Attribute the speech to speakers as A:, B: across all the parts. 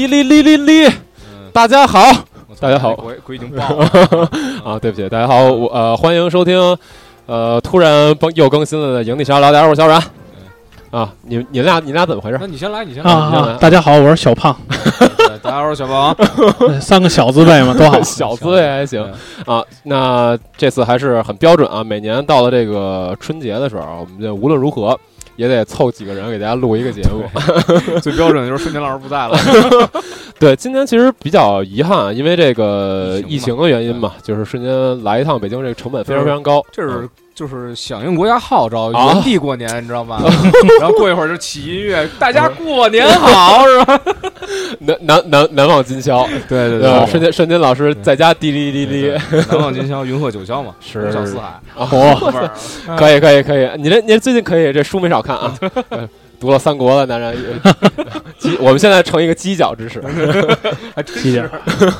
A: 嗯
B: 大家好
A: 我操
B: 大家好
A: 鬼鬼已经爆 了
B: 啊，对不起，大家好，我呃欢迎收听，呃突然更又更新了的《营地沙拉》，大家好，我是小冉。
A: 嗯
B: 啊，你你俩你俩怎么回事？
A: 那你先来，你先
C: 啊
A: 来。
B: 你先来。
C: 啊！大家好，我是小胖，
A: 对大家好，我是小王。
C: 对三个小字辈嘛，多好
B: 啊小资也还行
A: 嗯
B: 啊。那这次还是很标准啊。每年到了这个春节的时候，我们就无论如何也得凑几个人给大家录一个节目。
A: 最标准的就是瞬间老师不在了，
B: 对，今年其实比较遗憾，啊因为这个
A: 疫
B: 疫
A: 情
B: 情
A: 嘛嗯
B: 的原因嘛，就是瞬间来一趟北京，这个成本非常
A: 就
B: 非
A: 是
B: 常高。
A: 这是就是响应国家号召，
B: 啊
A: 原地过年，你知 道吗？然后过一会儿就起音乐，大家过年 好，是吧？
B: 难难难难忘今 宵，
A: 对哦对
B: 呃，瞬间瞬间老师在家滴滴滴滴，
A: 难忘今宵，云鹤九霄嘛，
B: 是
A: 红笑四海，
C: 哦，
A: 哥们儿
B: 可以可以可以，你这你这最近可以，这书没少看啊，呃读了三国了，当然 也，犄我们现在成一个犄角之势。
A: 还真
C: 谢谢
A: 是。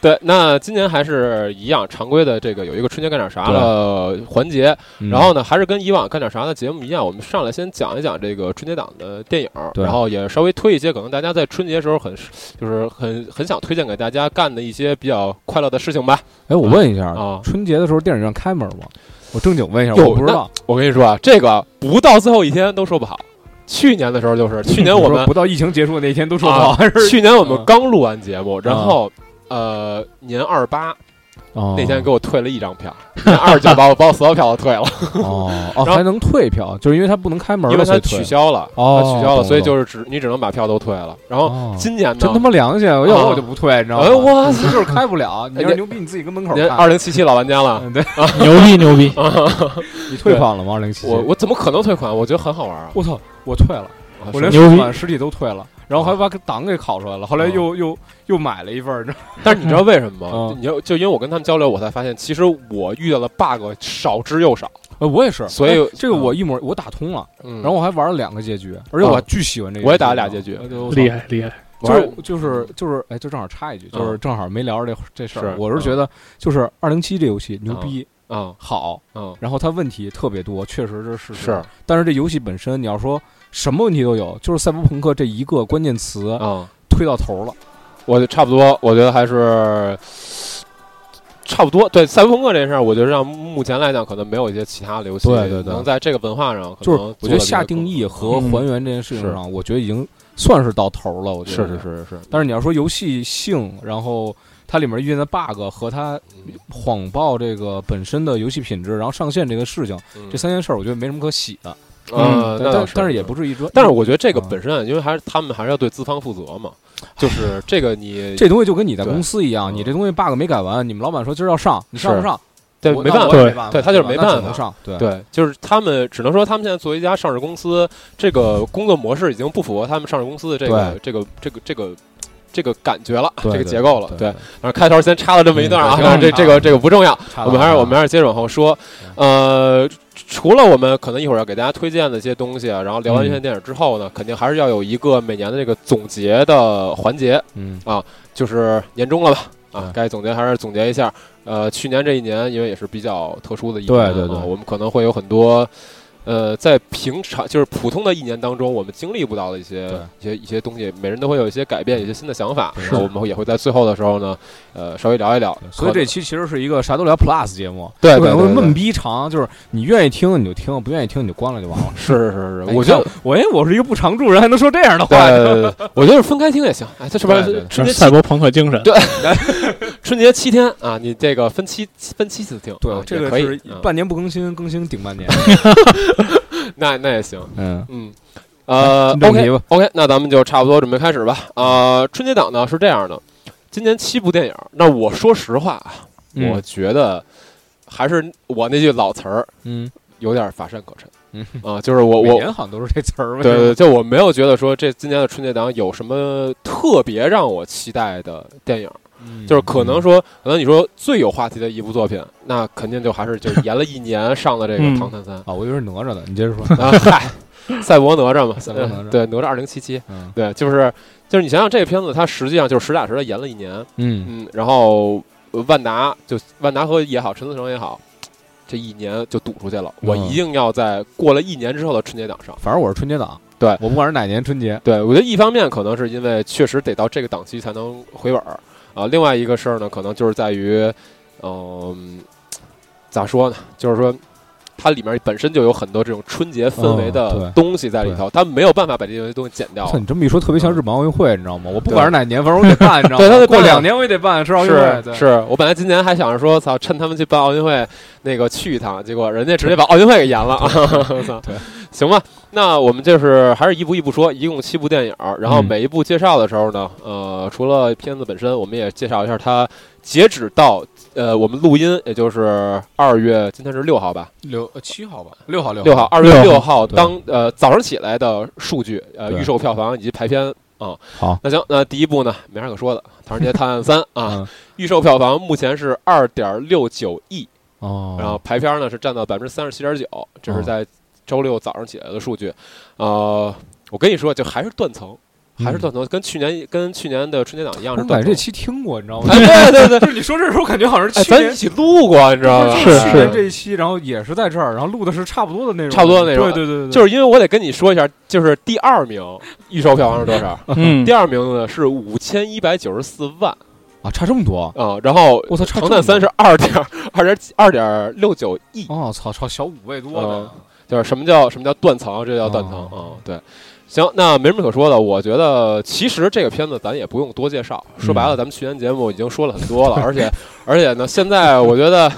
B: 对，那今年还是一样常规的这个有一个春节干点啥的环节，
A: 嗯
B: 然后呢，还是跟以往干点啥的节目一样，我们上来先讲一讲这个春节档的电影，
A: 对
B: 然后也稍微推一些可能大家在春节时候很就是很很想推荐给大家干的一些比较快乐的事情吧。
A: 哎，我问一下
B: 啊
A: 春节的时候电影院开门吗？我正经问一下，
B: 有
A: 我不知道。
B: 我跟你说啊，这个不到最后一天都说不好。去年的时候 就是，去年我
A: 你
B: 们
A: 说不到疫情结束那一天都说不好，
B: 啊
A: 还是
B: 去年我们
A: 嗯哦
B: 刚录完节目，然后呃年二八
A: 那
B: 那天给我退了一张票，年二九把我把我所有票都 退了，
A: 哦哦
B: 然后
A: 还能退票，就是因为它不能开门
B: 因为
A: 了，所
B: 它
A: 以退
B: 取。消了，
A: 哦
B: 它取消
A: 懂
B: 了，
A: 了
B: 所以就是只你只能把票都退了。然后
A: 哦
B: 今年
A: 真他
B: 呢，
A: 妈良心！啊我要不我就不退，你知道吗？
B: 哎我
A: 你就是开 不了，你
B: 哎
A: 要是
B: 你啊
A: 牛逼，你自己跟门口
B: 年
A: 看。
B: 二零七七老玩家了，
A: 嗯，对，
C: 牛逼牛逼！
A: 你退款了吗？二零七，
B: 我我怎么可能退款？我觉得很好玩啊！
A: 我操，我退了，
B: 啊
A: 我
B: 是
A: 连
C: 牛逼
A: 实款实体都退了，然后还把档给拷出来了，后
B: 啊
A: 来又又又买了一份儿，你知道吗
B: 但是你知道为什么吗？
A: 嗯
B: 你就就因为我跟他们交流，我才发现其实我遇到了 bug 少之又少。
A: 呃我也是，
B: 所以啊
A: 哎这个我一模我打通了，
B: 嗯，啊
A: 然后我还玩了两个结局，而且我还巨喜欢这个，
B: 我也打了俩结局
A: 哎对我操
C: 厉害厉害！
B: 我
A: 就
B: 还
A: 是就是就是，哎，就正好插一句，就是正好没聊着这这事儿。
B: 啊是
A: 我是觉得，就是二零七这游戏牛逼
B: 啊
A: 好，
B: 啊
A: 然后它问题特别多，确实是事实。
B: 是
A: 但是这游戏本身，你要说什么问题都有，就是赛博朋克这一个关键词
B: 啊，
A: 推到头了。
B: 我就差不多，我觉得还是。差不多，对赛博朋克这事儿，我觉得让目前来讲，可能没有一些其他的游戏
A: 对对对
B: 能在这个文化上，
A: 就是我觉得下定义和
C: 嗯
A: 还原这件事情上，我觉得已经算是到头了。我觉
B: 是
A: 得
B: 是。是是是，
A: 但是你要说游戏性，然后它里面遇见的 bug 和它
B: 嗯
A: 谎报这个本身的游戏品质，然后上线这个事情，
B: 嗯
A: 这三件事儿，我觉得没什么可喜的。嗯
B: 呃，那
A: 但
B: 倒
A: 但但是也不至于说，
B: 但是我觉得这个
A: 嗯
B: 本身啊，因为还是他们还是要对资方负责嘛，就是这个你
A: 这东西就跟你在
B: 对
A: 公司一样，
B: 嗯
A: 你这东西 bug 没改完，你们老板说今儿要上，你上不
B: 是
A: 上？
B: 嗯对
A: 我
B: 没
A: 那
B: 办
A: 我
B: 法，
A: 也
C: 对
A: 没办法，
B: 对他就是
A: 吧
B: 没
A: 那只
B: 办
A: 能
B: 法
A: 上，对
B: 对，就是他们只能说他们现在作为一家上市公司，这个工作模式已经不符合他们上市公司的这个这个这个这个这个感觉了，啊这个结构了，对。，然后啊开头先插了这么一段啊，
A: 嗯
B: 但是这
A: 嗯
B: 这个这个不重要，
A: 差
B: 我
A: 不多
B: 们还是我们还是接着往后说，
A: 嗯
B: 呃。除了我们可能一会儿要给大家推荐的一些东西啊，然后聊完
A: 嗯
B: 这些电影之后呢，肯定还是要有一个每年的这个总结的环节。
A: 嗯
B: 就是年终了吧？啊
A: 对，
B: 该总结还是总结一下。呃，去年这一年，因为也是比较特殊的一年，
A: 对对对
B: 啊我们可能会有很多，呃，在平常就是普通的一年当中，我们经历不到的一些
A: 对
B: 一些一些东西，每人都会有一些改变，有一些新的想法。
A: 是
B: 然后我们会也会在最后的时候呢，呃，稍微聊一聊。
A: 所以这期其实是一个啥都聊 Plus 节目，
B: 对哎对
A: 对，
B: 对对
A: 闷逼长，就是你愿意听你就听，不愿意听你就关了就完了。
B: 是是是
A: 哎
B: 是，我觉得
A: 你看我哎，我是一个不常住人，还能说这样的
B: 对
A: 话，
B: 对对 对，我觉得分开听也行。哎，这是不
A: 对对
B: 是
A: 对
C: 这
B: 春
C: 是
B: 节
C: 赛博朋克精神
B: 对，春节七天啊？你这个分七分七次听，啊
A: 对，这
B: 也
A: 个
B: 可
A: 是
B: 以，嗯
A: 半年不更新，更新顶半年。
B: 那那也行。
A: 嗯，
B: 嗯，呃
A: 进正题
B: ，OK
A: 吧
B: OK，那咱们就差不多准备开始吧。呃，春节档呢是这样的，今年七部电影。那我说实话，啊，
A: 嗯
B: 我觉得还是我那句老词儿
A: 嗯，
B: 有点乏善可陈。
A: 嗯
B: 啊、就是我
A: 每
B: 我
A: 年好像都是这词儿吧？
B: 对对，就我没有觉得说这今年的春节档有什么特别让我期待的电影，
A: 对
B: 就是可能说，可能你说最有话题的一部作品，那肯定就还是就延了一年上了这个
C: 嗯
B: 《唐探三》
A: 啊，我以为是哪吒的，你接着说。
B: 啊， 嗨，赛博哪吒嘛，
A: 赛博哪吒
B: 对哪吒二零七七，
A: 嗯
B: 对，就是就是你想想这个片子，它实际上就是实打实的延了一年，
A: 嗯
B: 嗯，然后呃万达就万达和也好，陈思诚也好，这一年就赌出去了，我
A: 嗯
B: 一定要在过了一年之后的春节档上。
A: 反正我是春节档，
B: 对哦
A: 我不管是哪年春节，
B: 对我觉得一方面可能是因为确实得到这个档期才能回本儿啊，另外一个事儿呢，可能就是在于，嗯，咋说呢？就是说。它里面本身就有很多这种春节氛围
A: 嗯对
B: 的东西在里头，它没有办法把这些东西剪掉
A: 操，。你这么一说，特别像日本奥运会，你知道吗？我不管是哪年，反正我得办，你知道
B: 嗯
A: 吗？
B: 对他得办
A: 过两年我也得办，是奥运会，
B: 是
A: 对，
B: 是，我本来今年还想着说，操，趁他们去办奥运会，那个去一趟，结果人家直接把奥运会给延了啊！ 操
A: 对，
B: 行吧，那我们就是还是一步一步说，一共七部电影儿，然后
A: 嗯
B: 每一部介绍的时候呢，呃，除了片子本身，我们也介绍一下它截止到呃我们录音，也就是二月，今天是六号吧，
A: 六呃七号吧，六号六
B: 六号，，二月
C: 6
B: 六号
A: 对
B: 当呃早上起来的数据，呃
A: 对
B: 预售票房以及排片啊。
A: 好，
B: 那行，那第一部呢，没啥可说的，《唐人街探案三》啊，
A: 嗯
B: 预售票房目前是二点六九亿，
A: 哦，
B: 然后排片呢是占到百分之三十七点九，这是
A: 哦
B: 在周六早上起来的数据。呃，我跟你说，就还是断层，还是断层，跟去年跟去年的春节档一样
A: 嗯我
B: 是
A: 怎么
B: 断
A: 感觉这
B: 层。
A: 期听过，你知道吗？
B: 哎，对对对，
A: 就是你说这时候，感觉好像是
B: 哎，
A: 去
B: 咱一
A: 年。
B: 起录过，你知道吗？
A: 就
C: 吧
A: 去
C: 是
A: 年这一期，然后也是在这儿，然后录的是差不多的内容，
B: 差不多的内容
A: 对对对对，
B: 就是因为我得跟你说一下，就是第二名预售票房是多少？
C: 嗯
B: 第，二名呢是五千一百九十四万
A: 啊，差这么多，
B: 啊、然后
A: 我操，差
B: 唐探三
A: 十，
B: 是二点二点二点六九亿，
A: 哦，操，超小五倍多
B: 嗯
A: 了，
B: 就是什么叫什么叫断层，这叫断层啊、
A: 哦
B: 对，行，那没什么可说的。我觉得其实这个片子咱也不用多介绍，说白了，咱们去年节目已经说了很多了，而且而且呢，现在我觉得。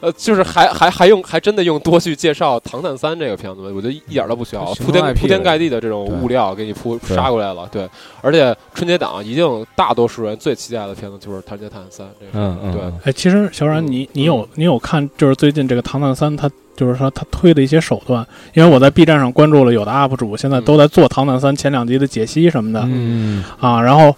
B: 呃，就是还还还用还真的用多去介绍《唐探三》这个片子，我觉得一一点都不需要，
A: 嗯
B: 铺天
A: IP
B: 铺天盖地的这种物料给你铺
A: 对
B: 杀过来了，对。而且春节档一定大多数人最期待的片子就是《唐人街探案三》这个片子，
A: 嗯嗯，
B: 对
A: 嗯
C: 哎，其实小冉，你你有你有看，就是最近这个《唐探三》，它就是说它推的一些手段，因为我在 B 站上关注了有的 UP 主，现在都在做《唐探三》前两集的解析什么的
A: 嗯，
C: 啊，然后。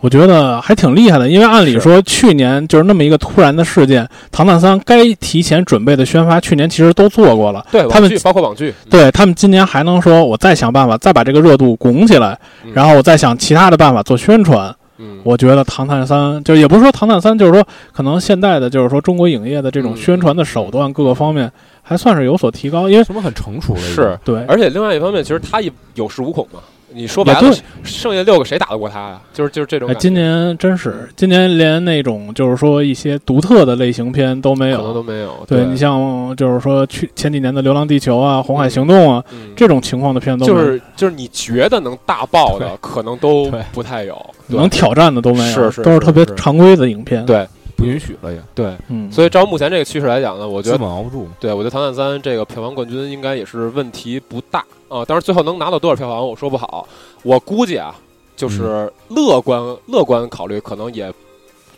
C: 我觉得还挺厉害的，因为按理说去年就是那么一个突然的事件，《唐探三》该提前准备的宣发，去年其实都做过了，
B: 对，
C: 他们
B: 网剧包括网剧，
C: 对他们今年还能说，我再想办法再把这个热度拱起来，
B: 嗯
C: 然后我再想其他的办法做宣传。
B: 嗯，
C: 我觉得《唐探三》就也不是说《唐探三》，就是说可能现在的就是说中国影业的这种
B: 嗯
C: 宣传的手段各个方面还算是有所提高，因为
A: 什么很成熟了，已经
B: 是，
C: 对
B: 而且另外一方面，其实他也有恃无恐嘛。你说白
C: 也
B: 了
C: 对，
B: 剩下六个谁打得过他呀？就是就是这种
C: 哎，
B: 感觉，嗯
C: 今年真是今年连那种就是说一些独特的类型片都没
B: 可能都
C: 有。啊
B: 没有。
C: 对
B: 对
C: 你像就是说去前几年的《流浪地球》啊，《红海行动》啊，
B: 嗯
C: 这种情况的片都
B: 就
C: 没有
B: 是就是你觉得能大爆的，可能都
A: 对
B: 不太有。对
C: 能挑战的都没有，
B: 是是
C: 都
B: 是
C: 是特别
B: 是
C: 常规的影片。
B: 对
A: 不允许了也，
B: 对，
C: 嗯，
B: 所以照目前这个趋势来讲呢，我觉
A: 资
B: 得
A: 本熬不住，
B: 对，我觉得《唐探三》这个票房冠军应该也是问题不大啊。当然，最后能拿到多少票房，我说不好。我估计啊，
C: 嗯
B: 就是乐观、乐观考虑，可能也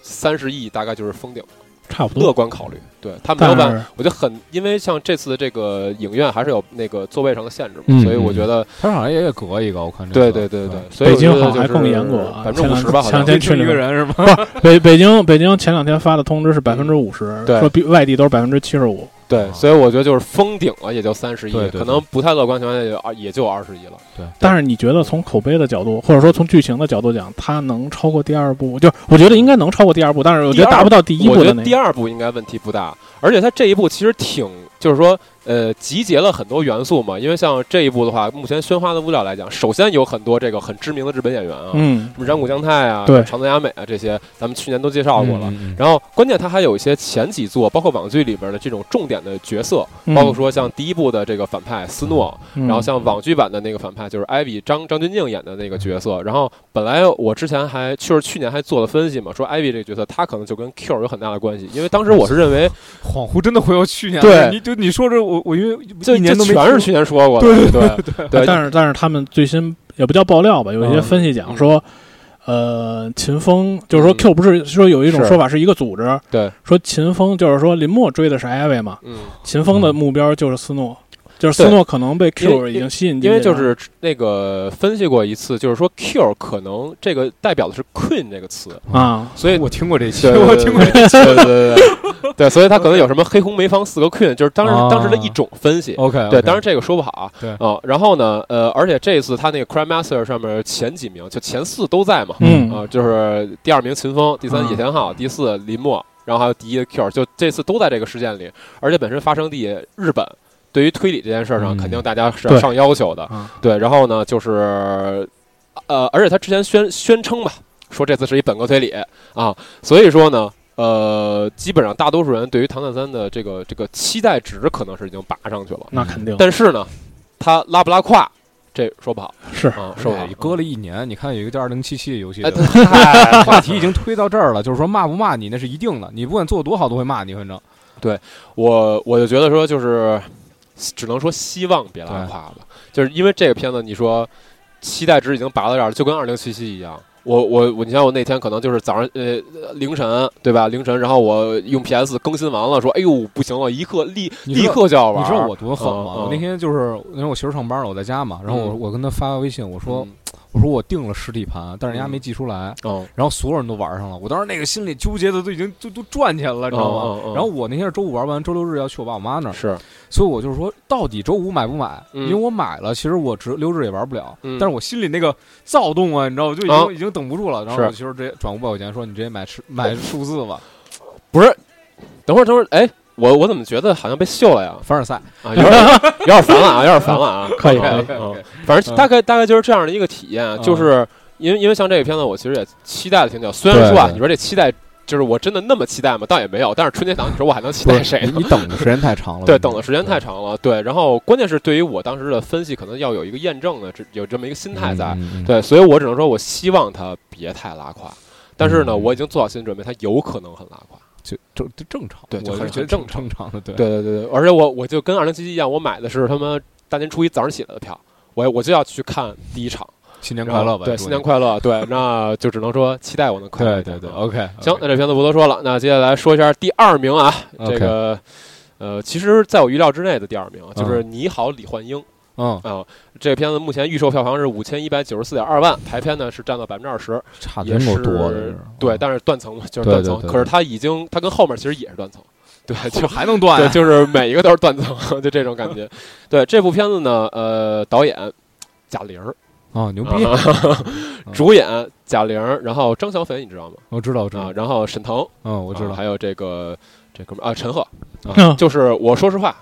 B: 三十亿大概就是封顶。
C: 差不多
B: 乐。观考虑，对他没
C: 但
B: 有办
C: 是
B: 法。我觉得很，因为像这次的这个影院还是有那个座位上的限制嘛，
A: 嗯
B: 所以我觉得，
A: 他好像也也隔一个，我看这
B: 对对
A: 个，
B: 对对，所以
C: 北
B: 我觉
C: 京
B: 得
C: 好像
B: 就
C: 还
B: 是
C: 更严格啊
B: 百分之五十吧，好
C: 前
B: 像
C: 两天
A: 就一个人是吗？
C: 北北京北京前两天发的通知是百分之五十，
B: 嗯对
C: 说比外地都是百分之七十五。
B: 对，所以我觉得就是封顶啊了，也就三十亿
A: 对对，对
B: 可能不太乐观情况下也就二也就二十亿了。
C: 但是你觉得从口碑的角度，或者说从剧情的角度讲，它能超过第二部？就是我觉得应该能超过第二部，但是我觉得
B: 第二
C: 达不到第一
B: 我
C: 部
B: 觉得
C: 的那
B: 第
C: 个。
B: 二部应该问题不大，而且它这一部其实挺，就是说，呃，集结了很多元素嘛。因为像这一部的话，目前宣发的物料来讲，首先有很多这个很知名的日本演员啊，
C: 嗯
B: 什么染谷将太啊、
C: 对
B: 长泽雅美啊这些，咱们去年都介绍过了。
A: 嗯，嗯嗯
B: 然后关键它还有一些前几作，包括网剧里边的这种重点的角色，
C: 嗯，
B: 包括说像第一部的这个反派斯诺，
C: 嗯，
B: 然后像网剧版的那个反派就是艾比张张钧甯演的那个角色。然后本来我之前还就是去年还做了分析嘛，说艾比这个角色他可能就跟 Q 有很大的关系，因为当时我是认 为
A: 恍惚真的回到去年了，
B: 对
A: 你就你说这我我因为
B: 就
A: 一年都
B: 就
A: 没
B: 全是
A: 听
B: 去年说过的，对对
C: 哎
B: 对，
C: 但是但是他们最新也不叫爆料吧，有一些
A: 嗯
C: 分析讲说，呃，秦风就是说
B: 嗯
C: Q 不是说有一种
B: 是
C: 说法是一个组织，
B: 对，
C: 说秦风就是说林默追的是艾薇嘛，
B: 嗯。
C: 秦风的目标就是斯诺，就是斯
B: 对
C: 诺可能被
B: 因为
C: Q 已经吸引进
B: 因
C: 去了，
B: 为就是那个分析过一次，就是说 Q 可能这个代表的是 Queen 这个词，
C: 啊，
B: 所以
A: 我听过这期，
B: 对对对
A: 我听过这期。
B: 对对对对对，对，所以他可能有什么黑红梅芳四个 queen，就是当时
A: 啊
B: 当时的一种分析。
A: OK，
B: 对，当然这个说不好啊。
A: 对
B: 啊，然后呢，呃，而且这一次他那个 Crime Master 上面前几名，就前四都在嘛。
C: 嗯
B: 啊，就是第二名秦风，第三
A: 嗯
B: 野田昊，第四林默，然后还有第一的 Q，就这次都在这个事件里，而且本身发生地日本。对于推理这件事上，
A: 嗯
B: 肯定大家是要上要求的。
C: 啊，
B: 对，然后呢，就是，呃，而且他之前宣宣称吧，说这次是一本格推理啊，所以说呢，呃，基本上大多数人对于唐探三的这个这个期待值可能是已经拔上去了，
C: 那肯定
B: 但是呢，他拉不拉胯，这说不好
C: 是
B: 啊，说不好
A: 对，。搁了一年，你看有一个叫《二零七七》的游戏
B: 哎，
A: 对吧，
B: 太
A: 话题已经推到这儿了，就是说骂不骂你那是一定的，你不管做多好都会骂你，反正
B: 我我就觉得说，就是只能说希望别拉胯吧，就是因为这个片子，你说期待值已经拔到这儿了，就跟二零七七一样。我我我，你像我那天可能就是早上呃凌晨对吧凌晨，然后我用 PS 更新完了，说哎呦不行了，一刻立
A: 你知
B: 立
A: 道
B: 刻就要玩。
A: 你知道我多狠吗？
B: 嗯嗯
A: 我那天就是因为我媳妇儿上班了，我在家嘛，然后我
B: 嗯
A: 我跟她发微信，我说、
B: 嗯
A: 我说我订了实体盘，但是人家没寄出来，
B: 嗯
A: 然后所有人都玩上了，我当时那个心里纠结的都已经都都转起来了，你知道吗？
B: 嗯嗯嗯
A: 然后我那天是周五玩完，周六日要去我爸我妈那儿，
B: 是
A: 所以我就是说，到底周五买不买？
B: 嗯
A: 因为我买了，其实我只六日也玩不了，
B: 嗯
A: 但是我心里那个躁动啊，你知道，我就已经、
B: 啊
A: 已经等不住了。然后
B: 是
A: 我媳妇儿直接转五百块钱，说你直接买十买数字 吧，
B: 不是？等会儿等会儿，哎，我我怎么觉得好像被秀了呀？
A: 凡尔赛。
B: 啊，有点有点烦了啊，有点烦了啊。
C: 可以
B: 嗯
C: 可以
B: 嗯
A: 可以
B: 反正大概大概就是这样的一个体验，
A: 嗯
B: 就是因为因为像这个片子，我其实也期待了挺久。虽然说啊
A: 对，对
B: 你说这期待就是我真的那么期待吗？倒也没有。但是春节档，你说我还能期
A: 不
B: 待
A: 是
B: 谁
A: 你
B: 呢？
A: 你嗯等的时间太长了，
B: 对，等的时间太长了。对，然后关键是对于我当时的分析，可能要有一个验证的，这有这么一个心态在。
A: 嗯，嗯嗯
B: 对，所以我只能说我希望他别太拉胯。但是呢，
A: 嗯
B: 我已经做好心理准备，他有可能很拉胯。
A: 就就就正常，
B: 对就
A: 我
B: 很
A: 觉得
B: 很正
A: 挺正常的，对
B: 对对对对，而且我我就跟二零七七一样，我买的是他们大年初一早上起来的票，我我就要去看第一场。
A: 新年快乐吧，
B: 对，
A: 祝
B: 新
A: 你
B: 年快乐， 对，那就只能说期待我能快乐一
A: 对
B: 点。
A: 对对
B: 啊
A: ，OK，
B: 行，那这片子不多说了，那接下来说一下第二名啊，这个。呃，其实在我预料之内的第二名啊就是《你好，李焕英》
A: 嗯，
B: 啊、这个片子目前预售票房是五千一百九十四点二万，排片呢是占到百分之二十，
A: 差
B: 也
A: 真够
B: 是
A: 多的，是
B: 对，，但是断层嘛，就是断
A: 对对
B: 层。
A: 对
B: 可是它已经，它跟后面其实也是断层，对， 就
A: 还能断
B: 对，
A: 啊，
B: 就是每一个都是断层， 就这种感 觉。对这部片子呢，呃，导演贾玲儿，
A: 啊，牛逼，
B: 啊主演贾玲儿，然后张小斐你知道吗？
A: 我哦知道，我知
B: 啊
A: 道，，
B: 然后沈腾，
A: 嗯，我知
B: 啊
A: 道，
B: 还有这个这哥们儿啊，陈赫，
C: 嗯
B: 就是我说实话，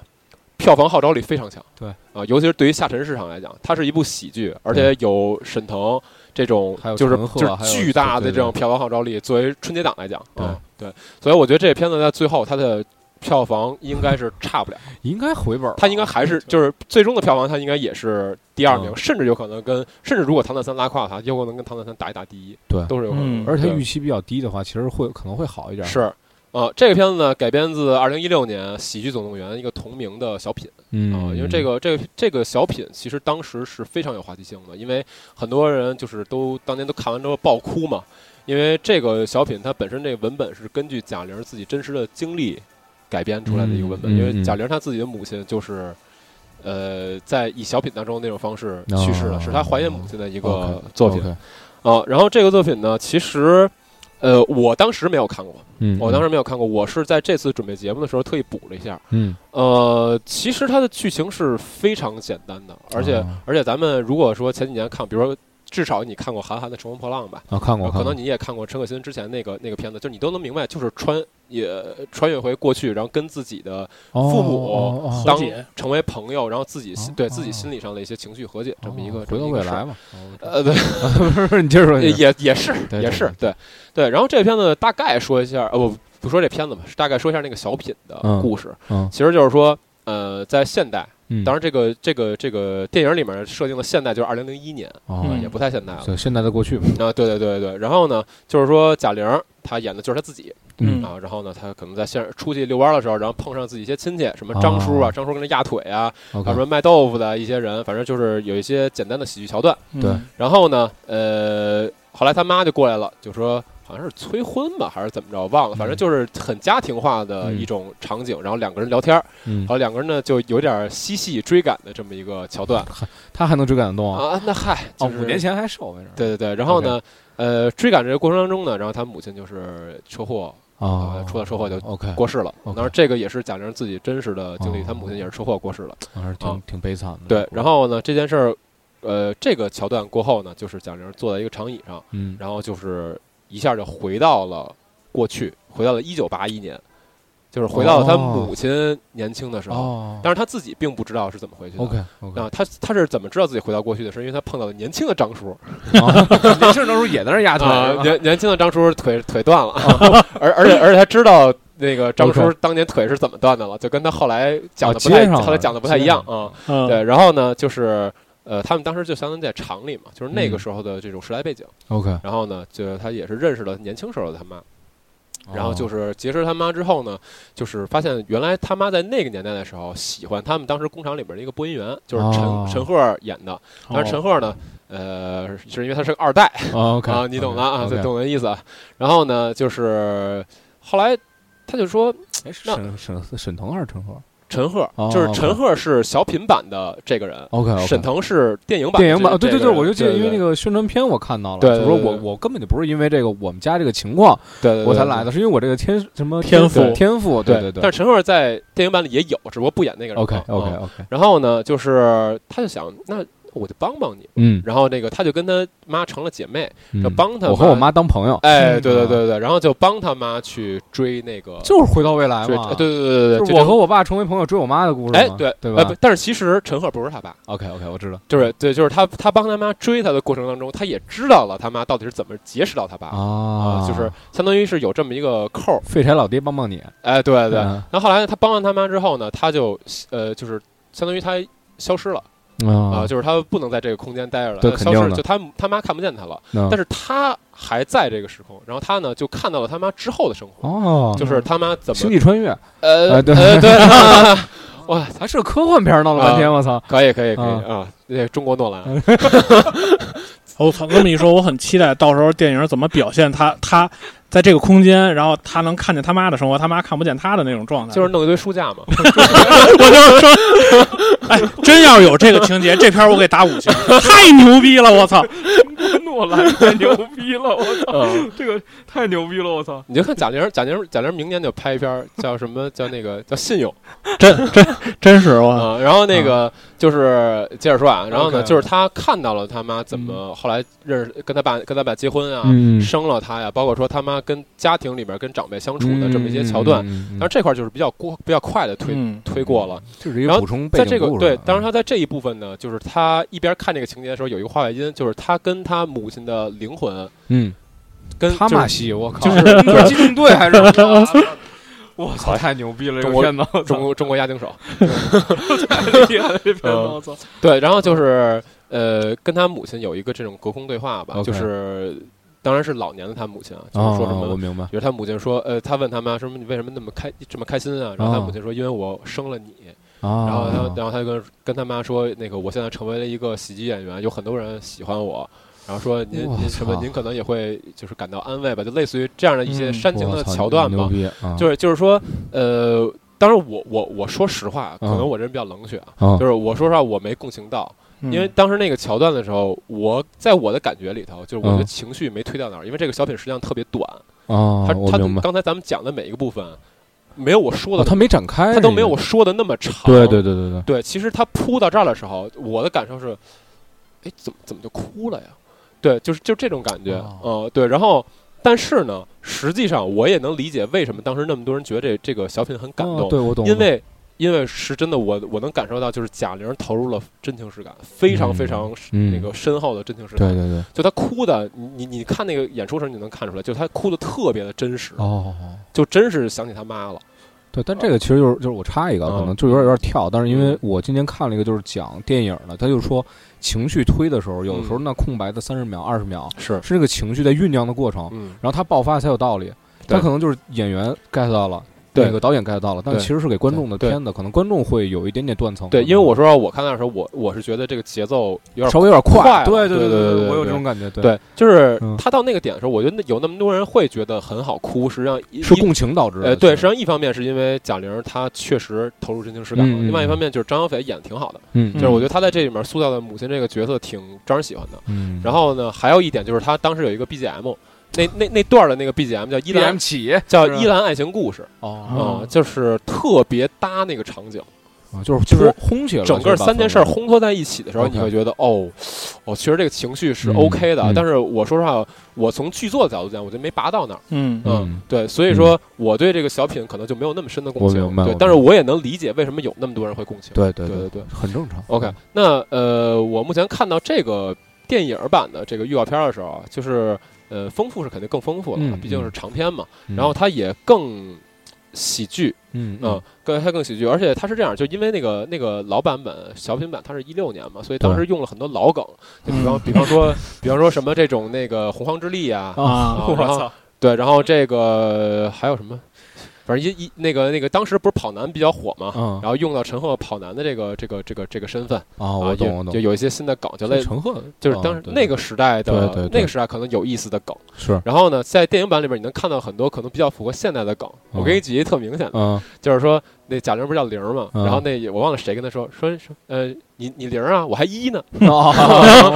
B: 票房号召力非常强，
A: 对
B: 啊，尤其是对于下沉市场来讲，它是一部喜剧，而且有沈腾这种
A: 还有
B: 就是
A: 陈赫
B: 就是
A: 还有
B: 巨大的
A: 对对
B: 这种票房号召力，作为春节档来讲，啊，对，所以我觉得这片子在最后它的。票房应该是差不了，
A: 应该回本儿吧，
B: 它应该还是就是最终的票房，它应该也是第二名，
A: 嗯
B: 甚至有可能跟甚至如果唐探三拉胯的话，有可能跟唐探三打一打第一，
A: 对
B: 都是有可能
C: 嗯
B: 的。
A: 而且
B: 对
A: 预期比啊较低的话，其实会可能会好一点，，
B: 是，呃，这个片子呢改编自二零一六年《喜剧总动员》一个同名的小品啊、
A: 嗯，
B: 因为这个这个这个小品其实当时是非常有话题性的，因为很多人就是都当年都看完之后爆哭嘛，因为这个小品它本身这个文本是根据贾玲自己真实的经历改编出来的一个文本，
A: 嗯嗯
B: 因为
A: 嗯
B: 贾玲她自己的母亲就是。呃，在以小品当中那种方式去世了，
A: 哦
B: 是她怀念母亲的一个
A: OK，
B: 作品
A: OK，
B: 啊。然后这个作品呢，其实，呃，我当时没有看过，
A: 嗯，
B: 我当
A: 时，
B: 时没有看过，我是在这次准备节目的时候特意补了一下。
A: 嗯，
B: 呃，其实它的剧情是非常简单的，而且、
A: 啊
B: 而且咱们如果说前几年看，比如说至少你看过韩寒的《乘风破浪》吧，
A: 啊，看过，
B: 可
A: 看过
B: 能你也看过陈可辛之前那个那个片子，就是你都能明白，就是穿也穿越回过去，然后跟自己的父母
A: 哦哦哦
B: 当
C: 解
B: 成为朋友，然后自己心、
A: 哦
B: 对
A: 哦
B: 自己心理上的一些情绪和解，这么一个、
A: 哦
B: 这么
A: 回到
B: 一个
A: 未
B: 事
A: 来
B: 儿。
A: 嘛，
B: 呃，对，
A: 不是，你接着说，你接着
B: 也也是，
A: 对
B: 也
A: 对
B: 是，对，对。然后这片子大概说一下，呃，不不说这片子吧，大概说一下那个小品的
A: 嗯
B: 故事。
A: 嗯
B: 其实就是说，呃，在现代，
A: 嗯，
B: 当然
A: 然，
B: 这个这个这个电影里面设定的现代就是二零零一年，啊
A: 哦
C: 嗯
B: 也不太现代了。
A: 就现在的过去吧，
B: 啊，对对对对。然后呢，就是说贾玲儿她演的就是她自己
C: 嗯
B: 啊，然后呢，她可能在现出去遛弯儿的时候，然后碰上自己一些亲戚，什么张叔啊，
A: 哦
B: 张叔跟人压腿啊，还
A: ，OK，
B: 有什么卖豆腐的一些人，反正就是有一些简单的喜剧桥段。
C: 嗯
A: 对
B: 然后呢，呃，后来他妈就过来了，就说好像是催婚吧，还是怎么着，忘了，
A: 嗯
B: 反正就是很家庭化的一种场景。然后两个人聊天儿，
A: 嗯
B: 然，后两个人呢就有点嬉戏追赶的这么一个桥段
A: 他还能追赶得动啊？
B: 啊。那嗨，
A: 哦，
B: 就是
A: 五年，前还瘦没事儿，
B: 对对对。然后呢，呃，追赶这个过程当中呢，然后他母亲就是车祸
A: 啊
B: 呃，出了车祸就
A: OK，
B: 过世了。
A: OK
B: 当然，这个也是贾玲自己真实的经历，
A: 哦嗯
B: 她母亲也是车祸过世了。
A: 还是
B: 啊
A: 挺挺悲惨的。
B: 对，然后呢，这件事儿，呃，这个桥段过后呢，就是贾玲坐在一个长椅上。
A: 嗯，
B: 然后就是一下就回到了过去，回到了一九八一年，就是回到了他母亲年轻的时候。
A: 哦
B: 但是他自己并不知道是怎么回去的。
A: ，OK OK，
B: 啊，他他是怎么知道自己回到过去的？是因为他碰到了年轻的张 叔
A: 哦没事，那时候也在那压腿哦
B: 啊，年年轻的张叔腿腿断了， 而而且而且他知道那个张叔
A: OK
B: 当年腿是怎么断的了，就跟他后来讲的不
A: 啊接
B: 太，
A: 上了
B: 后来讲的不太一样啊。
C: 嗯，
B: 对，然后呢，就是呃，他们当时就相当于在厂里嘛，就是那个
A: 嗯
B: 时候的这种时代背景。
A: ，OK，
B: 然后呢，就他也是认识了年轻时候的他妈，然后
A: 哦
B: 就是结识他妈之后呢，就是发现原来他妈在那个年代的时候喜欢他们当时工厂里边的一个播音员，就是陈、
A: 哦
B: 陈赫演的。当时陈赫呢，呃，是因为他是个二代
A: OK
B: 啊，你懂的啊，就
A: 对，
B: 懂我的意思啊。然后呢，就是后来他就说
A: 哎沈沈沈腾还是陈赫
B: 陈赫，
A: 哦
B: 就是
A: ，OK 哦
B: 陈赫是小品版的这个人。
A: ？OK OK，
B: 沈腾是电影版的
A: 电影版，
B: 这
A: 哦对
B: 这
A: 对
B: 个
A: 对，
B: 人
A: 我就记得，因为那
B: 对
A: 个宣传片我看到了，
B: 对对
A: 就是说
B: 对
A: 我
B: 对
A: 我根本就不是因为这个我们家这个情况
B: 对对
A: 我才
B: 对
A: 来的，是因为我这个天什么
C: 天
A: 赋
C: 赋
A: 天赋，
B: 呃对
A: 对对。
B: 但是陈赫在电影版里也有，只不过不演那个人了。
A: OK
B: 嗯
A: OK OK，
B: 然后呢，就是他就想，那我就帮帮你。
A: 嗯，
B: 然后那个他就跟他妈成了姐妹，
A: 嗯
B: 就帮他
A: 我和
B: 吧
A: 我妈当朋友，
B: 哎，
C: 嗯
B: 对对对对，然后就帮他妈去追那个，
A: 就是回到未来
B: 追
A: 嘛，
B: 呃对，对对对
A: 就是
B: 对，
A: 我和我爸成为朋友追我妈的故事嘛，
B: 哎对
A: 对
B: 呃
A: 吧
B: 不，但是其实陈赫不是他爸，
A: ？OK OK，我知道
B: 就是对，就是他他帮他妈追他的过程当中，他也知道了他妈到底是怎么结识到他爸的
A: 啊
B: 就是相当于是有这么一个扣儿，
A: 废柴老爹帮帮你，
B: 哎，对对。
A: 嗯
B: 然后后来他帮完他妈之后呢，他就呃就是相当于他消失了。啊，
A: 啊，
B: 就是他不能在这个空间待着了，
A: 对
B: 他
A: 肯
B: 消
A: 定
B: 失，
A: 的
B: 就他他妈看不见他了，
A: 但
B: 但是他还在这个时空，然后他呢就看到了他妈之后的生活，
A: 哦，
B: 就是他妈怎
A: 星
B: 么
A: 际穿越
B: 呃
A: 啊对
B: 呃 对，啊哇，
A: 还是个科幻片儿闹了半天，我操！
B: 可以可以可
A: 啊哎
B: 以啊，那中国诺兰，
C: 哦我操，这么一说，我很期待到时候电影怎么表现他他在这个空间，然后他能看见他妈的生活，他妈看不见他的那种状态。
B: 就是弄一堆书架 嘛，
C: 我就是说，哎，真要有这个情节，这片儿我给打五星，太牛逼了！我操，
A: 诺兰太牛逼了，我 操！
B: 嗯，
A: 这个太牛逼了，我操！
B: 你就看贾玲，贾玲贾玲明年就拍一片儿叫什么叫那个叫信用
C: 真是我，
B: 啊，然后那个就是接着说啊，然后呢
A: OK
B: 就是他看到了他妈怎么后来认识跟他爸跟他爸结婚啊，
A: 嗯
B: 生了他呀，包括说他妈跟家庭里面跟长辈相处的这么一些桥段。
A: 嗯，嗯嗯嗯
B: 但是这块儿就是比较过比较快的推、
C: 嗯，
B: 推过了，
A: 就是一
B: 然
A: 个
B: 后
A: 补充背
B: 在
A: 景
B: 这个
A: 故事
B: 对
A: 啊，
B: 当然他在这一部分呢，就是他一边看这个情节的时候，有一个话外音，就是他跟他母亲的灵魂
A: 嗯，
B: 跟
A: 他
B: 就
A: 妈
B: 是
A: 戏，我靠，
B: 就是
A: 是机动队还是？我操我操，太牛逼了！这
B: 中
A: 个
B: 国
A: 片子，
B: 中国中国压惊手，
A: 太厉害了！这片子，
B: 嗯
A: 我操！
B: 对，然后就是呃，跟他母亲有一个这种隔空对话吧，
A: OK
B: 就是当然是老年的他母亲啊，就
A: 啊，
B: 是说什
A: 我
B: 么。
A: 明白
B: 比如他母亲说，呃，他问他妈说，你为什么那么开这么开心啊？然后他
A: 啊
B: 母亲说，因为我生了你。
A: 啊。
B: 然后他，然后他就跟跟他妈说，那个我现在成为了一个喜剧演员，有很多人喜欢我。然后说您
A: 我
B: 您什么
A: 操
B: 您可能也会就是感到安慰吧，就类似于这样的一些
C: 嗯
B: 煽情的桥段吧。，
A: 嘛是
B: 就是就是说，呃，当然我我我说实话，可
A: 嗯
B: 能我这人比较冷血啊，
A: 就
B: 就是我说实话我没共情到，
C: 嗯
B: 因为当时那个桥段的时候，我在我的感觉里头，就是我觉得
A: 嗯
B: 情绪没推到哪儿，因为这个小品实际上特别短，
A: 啊，
B: 他
A: 我
B: 他
A: 明白。
B: 刚才咱们讲的每一个部分，没有我说
A: 哦，
B: 的，
A: 他没展开，
B: 他都没有我。说的那么长。
A: 对对对对对，
B: 对，其实他扑到这儿的时候，我的感受是，哎，怎么怎么就哭了呀？对，就是就这种感觉，
A: 哦
B: 呃，对。然后，但是呢，实际上我也能理解为什么当时那么多人觉得这这个小品很感
A: 哦
B: 动，
A: 对我懂，
B: 因为因为是真的我，我能感受到，就是贾玲投入了真情实感，非常
A: 嗯
B: 非常、
A: 嗯
B: 那个深厚的真情实
A: 我懂
B: 感。
A: 对对对，
B: 就她哭的，你你你看那个演出的时候，你能看出来，就她哭的特别的真实，
A: 哦。
B: 就真是想起她妈了。
A: 对，但这个其实就是就是我插一个，
B: 嗯
A: 可能就有点有点跳，但是因为我今天看了一个就是讲电影的，他就说情绪推的时候，有时候那空白的三十秒、二十秒
B: 是，
A: 是这个情绪在酝酿的过程，
B: 嗯，
A: 然后它爆发才有道理。
B: 对
A: 他可能就是演员 get 到了，
B: 对
A: 那个导演 get 到了，但
B: 对
A: 其实是给观众的
B: 对
A: 片子，可能观众会有一点点断层。
B: 对，因为我说我看到的时候，我我是觉得这个节奏有点
A: 稍微有点啊
B: 快了
A: 对
B: 对
A: 对
B: 对对
A: 我有
B: 对
A: 这种感觉。对，
B: 对，就是
A: 嗯
B: 他到那个点的时候，我觉得那有那么多人会觉得很好哭，实际上一
A: 是
B: 一
A: 共情导致的。
B: 呃对，实
A: 其实
B: 际上一方面是因为贾玲她确实投入真情实感了，
A: 嗯嗯
B: 另外一方面就是张小斐演得挺好的，
A: 嗯，
B: 就是我觉得
A: 得，
B: 她在这里面塑造的母亲这个角色挺招人喜欢的。
A: 嗯，
B: 然后呢，还有一点就是她当时有一个 BGM，那那那段的那个 BGM 叫《依兰哎
A: BM 起
B: 叫
A: 是吧
C: 嗯
B: 《依兰爱情故事》
A: 哦
B: 啊、就是特别搭那个场景，
A: 啊，就是
B: 就是
A: 轰起来了，
B: 整个三件事
A: 儿
B: 烘托在一起的时候，你会觉得哦，哦，其实这个情绪是
A: 嗯
B: OK 的啊
A: 嗯。
B: 但是我说实话，我从剧作角度讲，我觉得没拔到哪儿。
C: 嗯
A: 嗯
B: 对，所以说我对这个小品可能就没有那么深的共
A: 我明
B: 情。
A: 白我
B: 对
A: 明白，
B: 但是我也能理解为什么有那么多人会共情。
A: 对对
B: 对对
A: 对，很正常。
B: OK，那呃，我目前看到这个电影版的这个预告片的时候啊，就是呃，丰富是肯定更丰富了，
A: 嗯
B: 毕竟是长篇嘛。
A: 嗯，
B: 然后它也更喜剧，
A: 嗯
B: 嗯，更它更喜剧，而且它是这样，就因为那个那个老版本小品版它是一六年嘛，所以当时用了很多老梗，就比方
C: 嗯
B: 比方说比方说什么这种那个洪荒之力啊，
A: 哦
C: 啊，
B: 啊然后，对，然后这个还有什么，反正一一那个那个当时不是跑男比较火嘛。
A: 嗯
B: 然后用到陈赫跑男的这个这个这个这个身份，
A: 啊，
B: 啊
A: 我懂
B: 有
A: 我懂
B: 就，有一些新的梗，就类
A: 是陈赫
B: 就是当
A: 啊
B: 时
A: 对
B: 那个时代的
A: 对对对
B: 那个时代可能有意思的梗。
A: 是
B: 然后呢，在电影版里边你能看到很多可能比较符合现代的梗。
A: 哦
B: 我给你举一特明显的，
A: 嗯
B: 就是说那贾玲不是叫玲儿嘛，
A: 嗯
B: 然后那我忘了谁跟他说说说呃你你玲儿啊，我还一呢
A: 啊，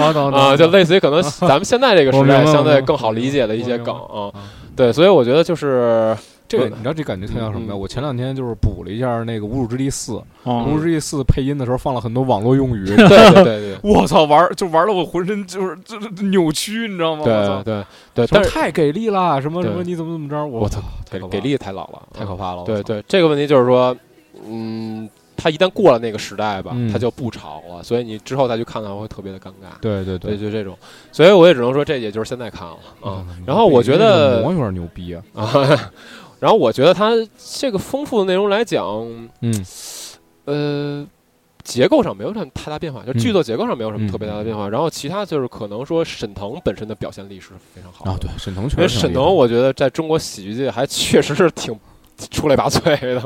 A: 我懂
B: 啊，就类似于可能咱们现在 这个时
A: 哦我明
B: 代
A: 白
B: 相
A: 我
B: 对
A: 明白
B: 更好理解的一些
A: 我明
B: 梗
A: 白
B: 啊
A: 啊。
B: 对，所以我觉得就是
A: 这个，你知道这感觉特像什么呀？
B: 嗯嗯嗯嗯
A: 我前两天就是补了一下那个《侮辱之地四》，《侮辱
C: 哦
A: 之地四》配音的时候放了很多网络用 语，
B: 对对对对
A: 我操，玩儿就玩的我浑身就是就是扭曲，你知 道吗？我
B: 对
A: 操，
B: 对对，
A: 什
B: 但
A: 么
B: 是
A: 太给力啦，什么什么
B: 对
A: 你怎么怎么着，
B: 我
A: 操
B: 操，
A: 太
B: 给
A: 可怕
B: 给力太老了，嗯
A: 太可怕了，我
B: 对
A: 操，
B: 对，这个问题就是说，嗯，他一旦过了那个时代吧，
A: 嗯
B: 他就不潮了，所以你之后再去看它会特别的尴尬。
A: 对对
B: 对，就这种，所以我也只能说，这也就是现在看了啊。
A: 嗯
B: 然后我觉
A: 这个
B: 得
A: 魔有点牛逼啊，
B: 啊， 然后我觉得它这个丰富的内容来讲，
A: 嗯
B: 呃，结构上没有什么太大变化，就剧
A: 嗯
B: 作结构上没有什
A: 嗯
B: 么特别大的变化。然后其他就是可能说沈腾本身的表现力是非常好的
A: 啊，对，沈腾确
B: 因为
A: 实挺
B: 沈
A: 厉害，
B: 腾，我觉得在中国喜剧界还确实是挺出类拔萃的，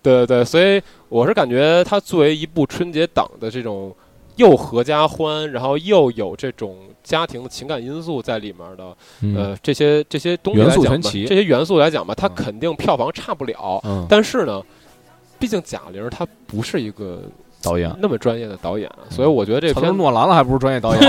B: 对对对，所以我是感觉他作为一部春节档的这种又合家欢，然后又有这种家庭的情感因素在里面的，
A: 嗯
B: 呃，这些这些东西
A: 元
B: 来
A: 素
B: 讲
A: 全
B: 吧，
A: 齐
B: 这些元素来讲吧，它
A: 嗯
B: 肯定票房差不了，
A: 嗯，
B: 但是呢。毕竟贾玲她不是一个
A: 导演。
B: 那么专业的导演，啊所以我觉得
C: 嗯
B: 这
A: 他都
B: 片
A: 诺兰了，还不是专业导演，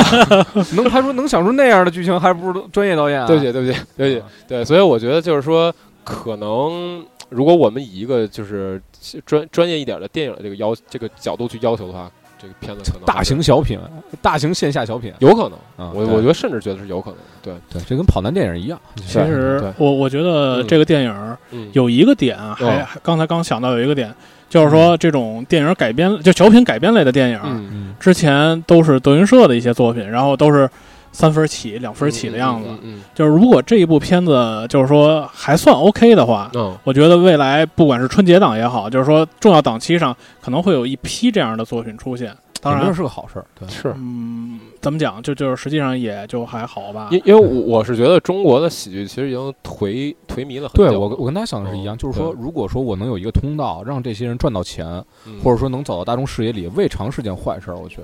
A: 能拍出能想出那样的剧情，还不是专业导演啊？
B: 对不起对不起对不起，
A: 嗯
B: 对，所以我觉得就是说，可能如果我们以一个就是专专业一点的电影的这个要这个角度去要求的话，这个片子可能
A: 大
B: 还是
A: 型小品，大型线下小品，
B: 有可能，
A: 啊
B: 我
A: 对
B: 我觉得甚至觉得是有可能。对，
A: 对，这跟跑男电影一样。
C: 其实
B: 对
C: 我我觉得这个电影
B: 嗯，
C: 有一个点啊还还刚才刚想到有一个点，就是说这种电影改编就小品改编类的电影，啊
B: 嗯
A: 嗯，
C: 之前都是德云社的一些作品，然后都是三分起、两分起的样子。
B: 嗯嗯
C: 就是如果这一部片子就是说还算 OK 的话，
B: 嗯
C: 我觉得未来不管是春节档也好，就是说重要档期上可能会有一批这样的作品出现。当
A: 肯定
C: 然，
A: 是个好事儿。对
B: 嗯，，是
C: 嗯，怎么讲，就就是实际上也就还好吧。
B: 因因为我我是觉得中国的喜剧其实已经颓颓迷了很久了。
A: 对我跟我跟他想的是一样，就是说，
B: 对
A: 如果说我能有一个通道，让这些人赚到钱，
B: 嗯
A: 或者说能走到大众视野里，未尝是件坏事儿。我觉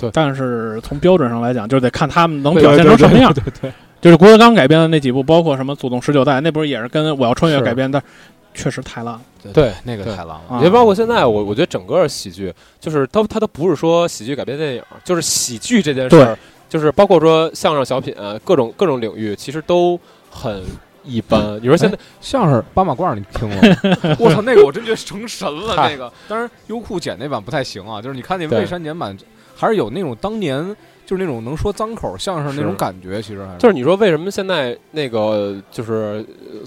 A: 得，
C: 但是从标准上来讲，就得看他们能
A: 对
C: 表现
A: 对
C: 成什么样。
A: 对对对，
C: 就是郭德纲改编的那几部，包括什么《祖宗十九代》，那不是也是跟《我要穿越
A: 是》
C: 改编，但确实太烂了。
B: 对
A: 那个
B: 对
A: 太烂了。
C: 啊
B: 也包括现在，我 我觉得整个喜剧，就是它它都不是说喜剧改编电影，就是喜剧这件事儿，就是包括说相声、小品、啊各种各种领域，其实都很一般。你说现在，
A: 相声八马褂儿你听了 吗？ 我操，那个我真觉得成神了。
B: 嗨
A: 那个，当然优酷剪那版不太行啊，就是你看那
B: 对
A: 未删减版，还是有那种当年就是那种能说脏口相声那种
B: 是
A: 感觉。其实还
B: 就是你说为什么现在那个就是呃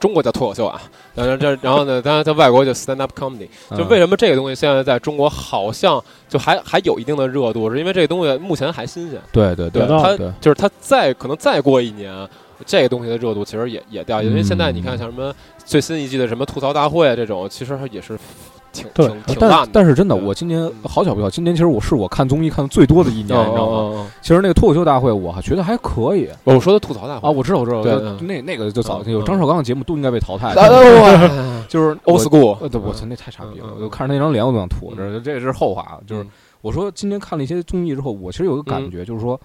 B: 中国叫脱口秀啊，然后这然后呢，当然在外国叫 stand up comedy，
A: 嗯
B: 就为什么这个东西现在在中国好像就还还有一定的热度，是因为这个东西目前还新鲜。
A: 对对
B: 对
C: 有道
B: 它
A: 对
B: 就是它再可能再过一年，这个东西的热度其实也也掉，因为
A: 嗯
B: 现在你看像什么最新一季的什么吐槽大会这种，其实也是挺
C: 对
B: 挺挺烂
A: 但
B: 的。
A: 但是真的，
B: 对
A: 我今年好巧不巧，今年其实我是我看综艺看的最多的一年，你知
B: 嗯嗯
A: 道吗？
B: 嗯
A: 其实那个脱口秀大会，我还觉得还可以
B: 嗯，我说的吐槽大
A: 啊。
B: 会
A: 我知道，我知道，
B: 对
A: 就那那个就早
B: 嗯
A: 有
B: 嗯
A: 张绍刚的节目都应该被淘 汰，
B: 啊
A: 就是
B: ，old
A: 啊我
B: school，
A: 呃对，我操，那太傻逼了！
B: 嗯嗯
A: 我看着那张脸我都想吐。
B: 嗯
A: 这这是后话，啊，就是
B: 嗯
A: 我说今天看了一些综艺之后，我其实有个感觉，就是说，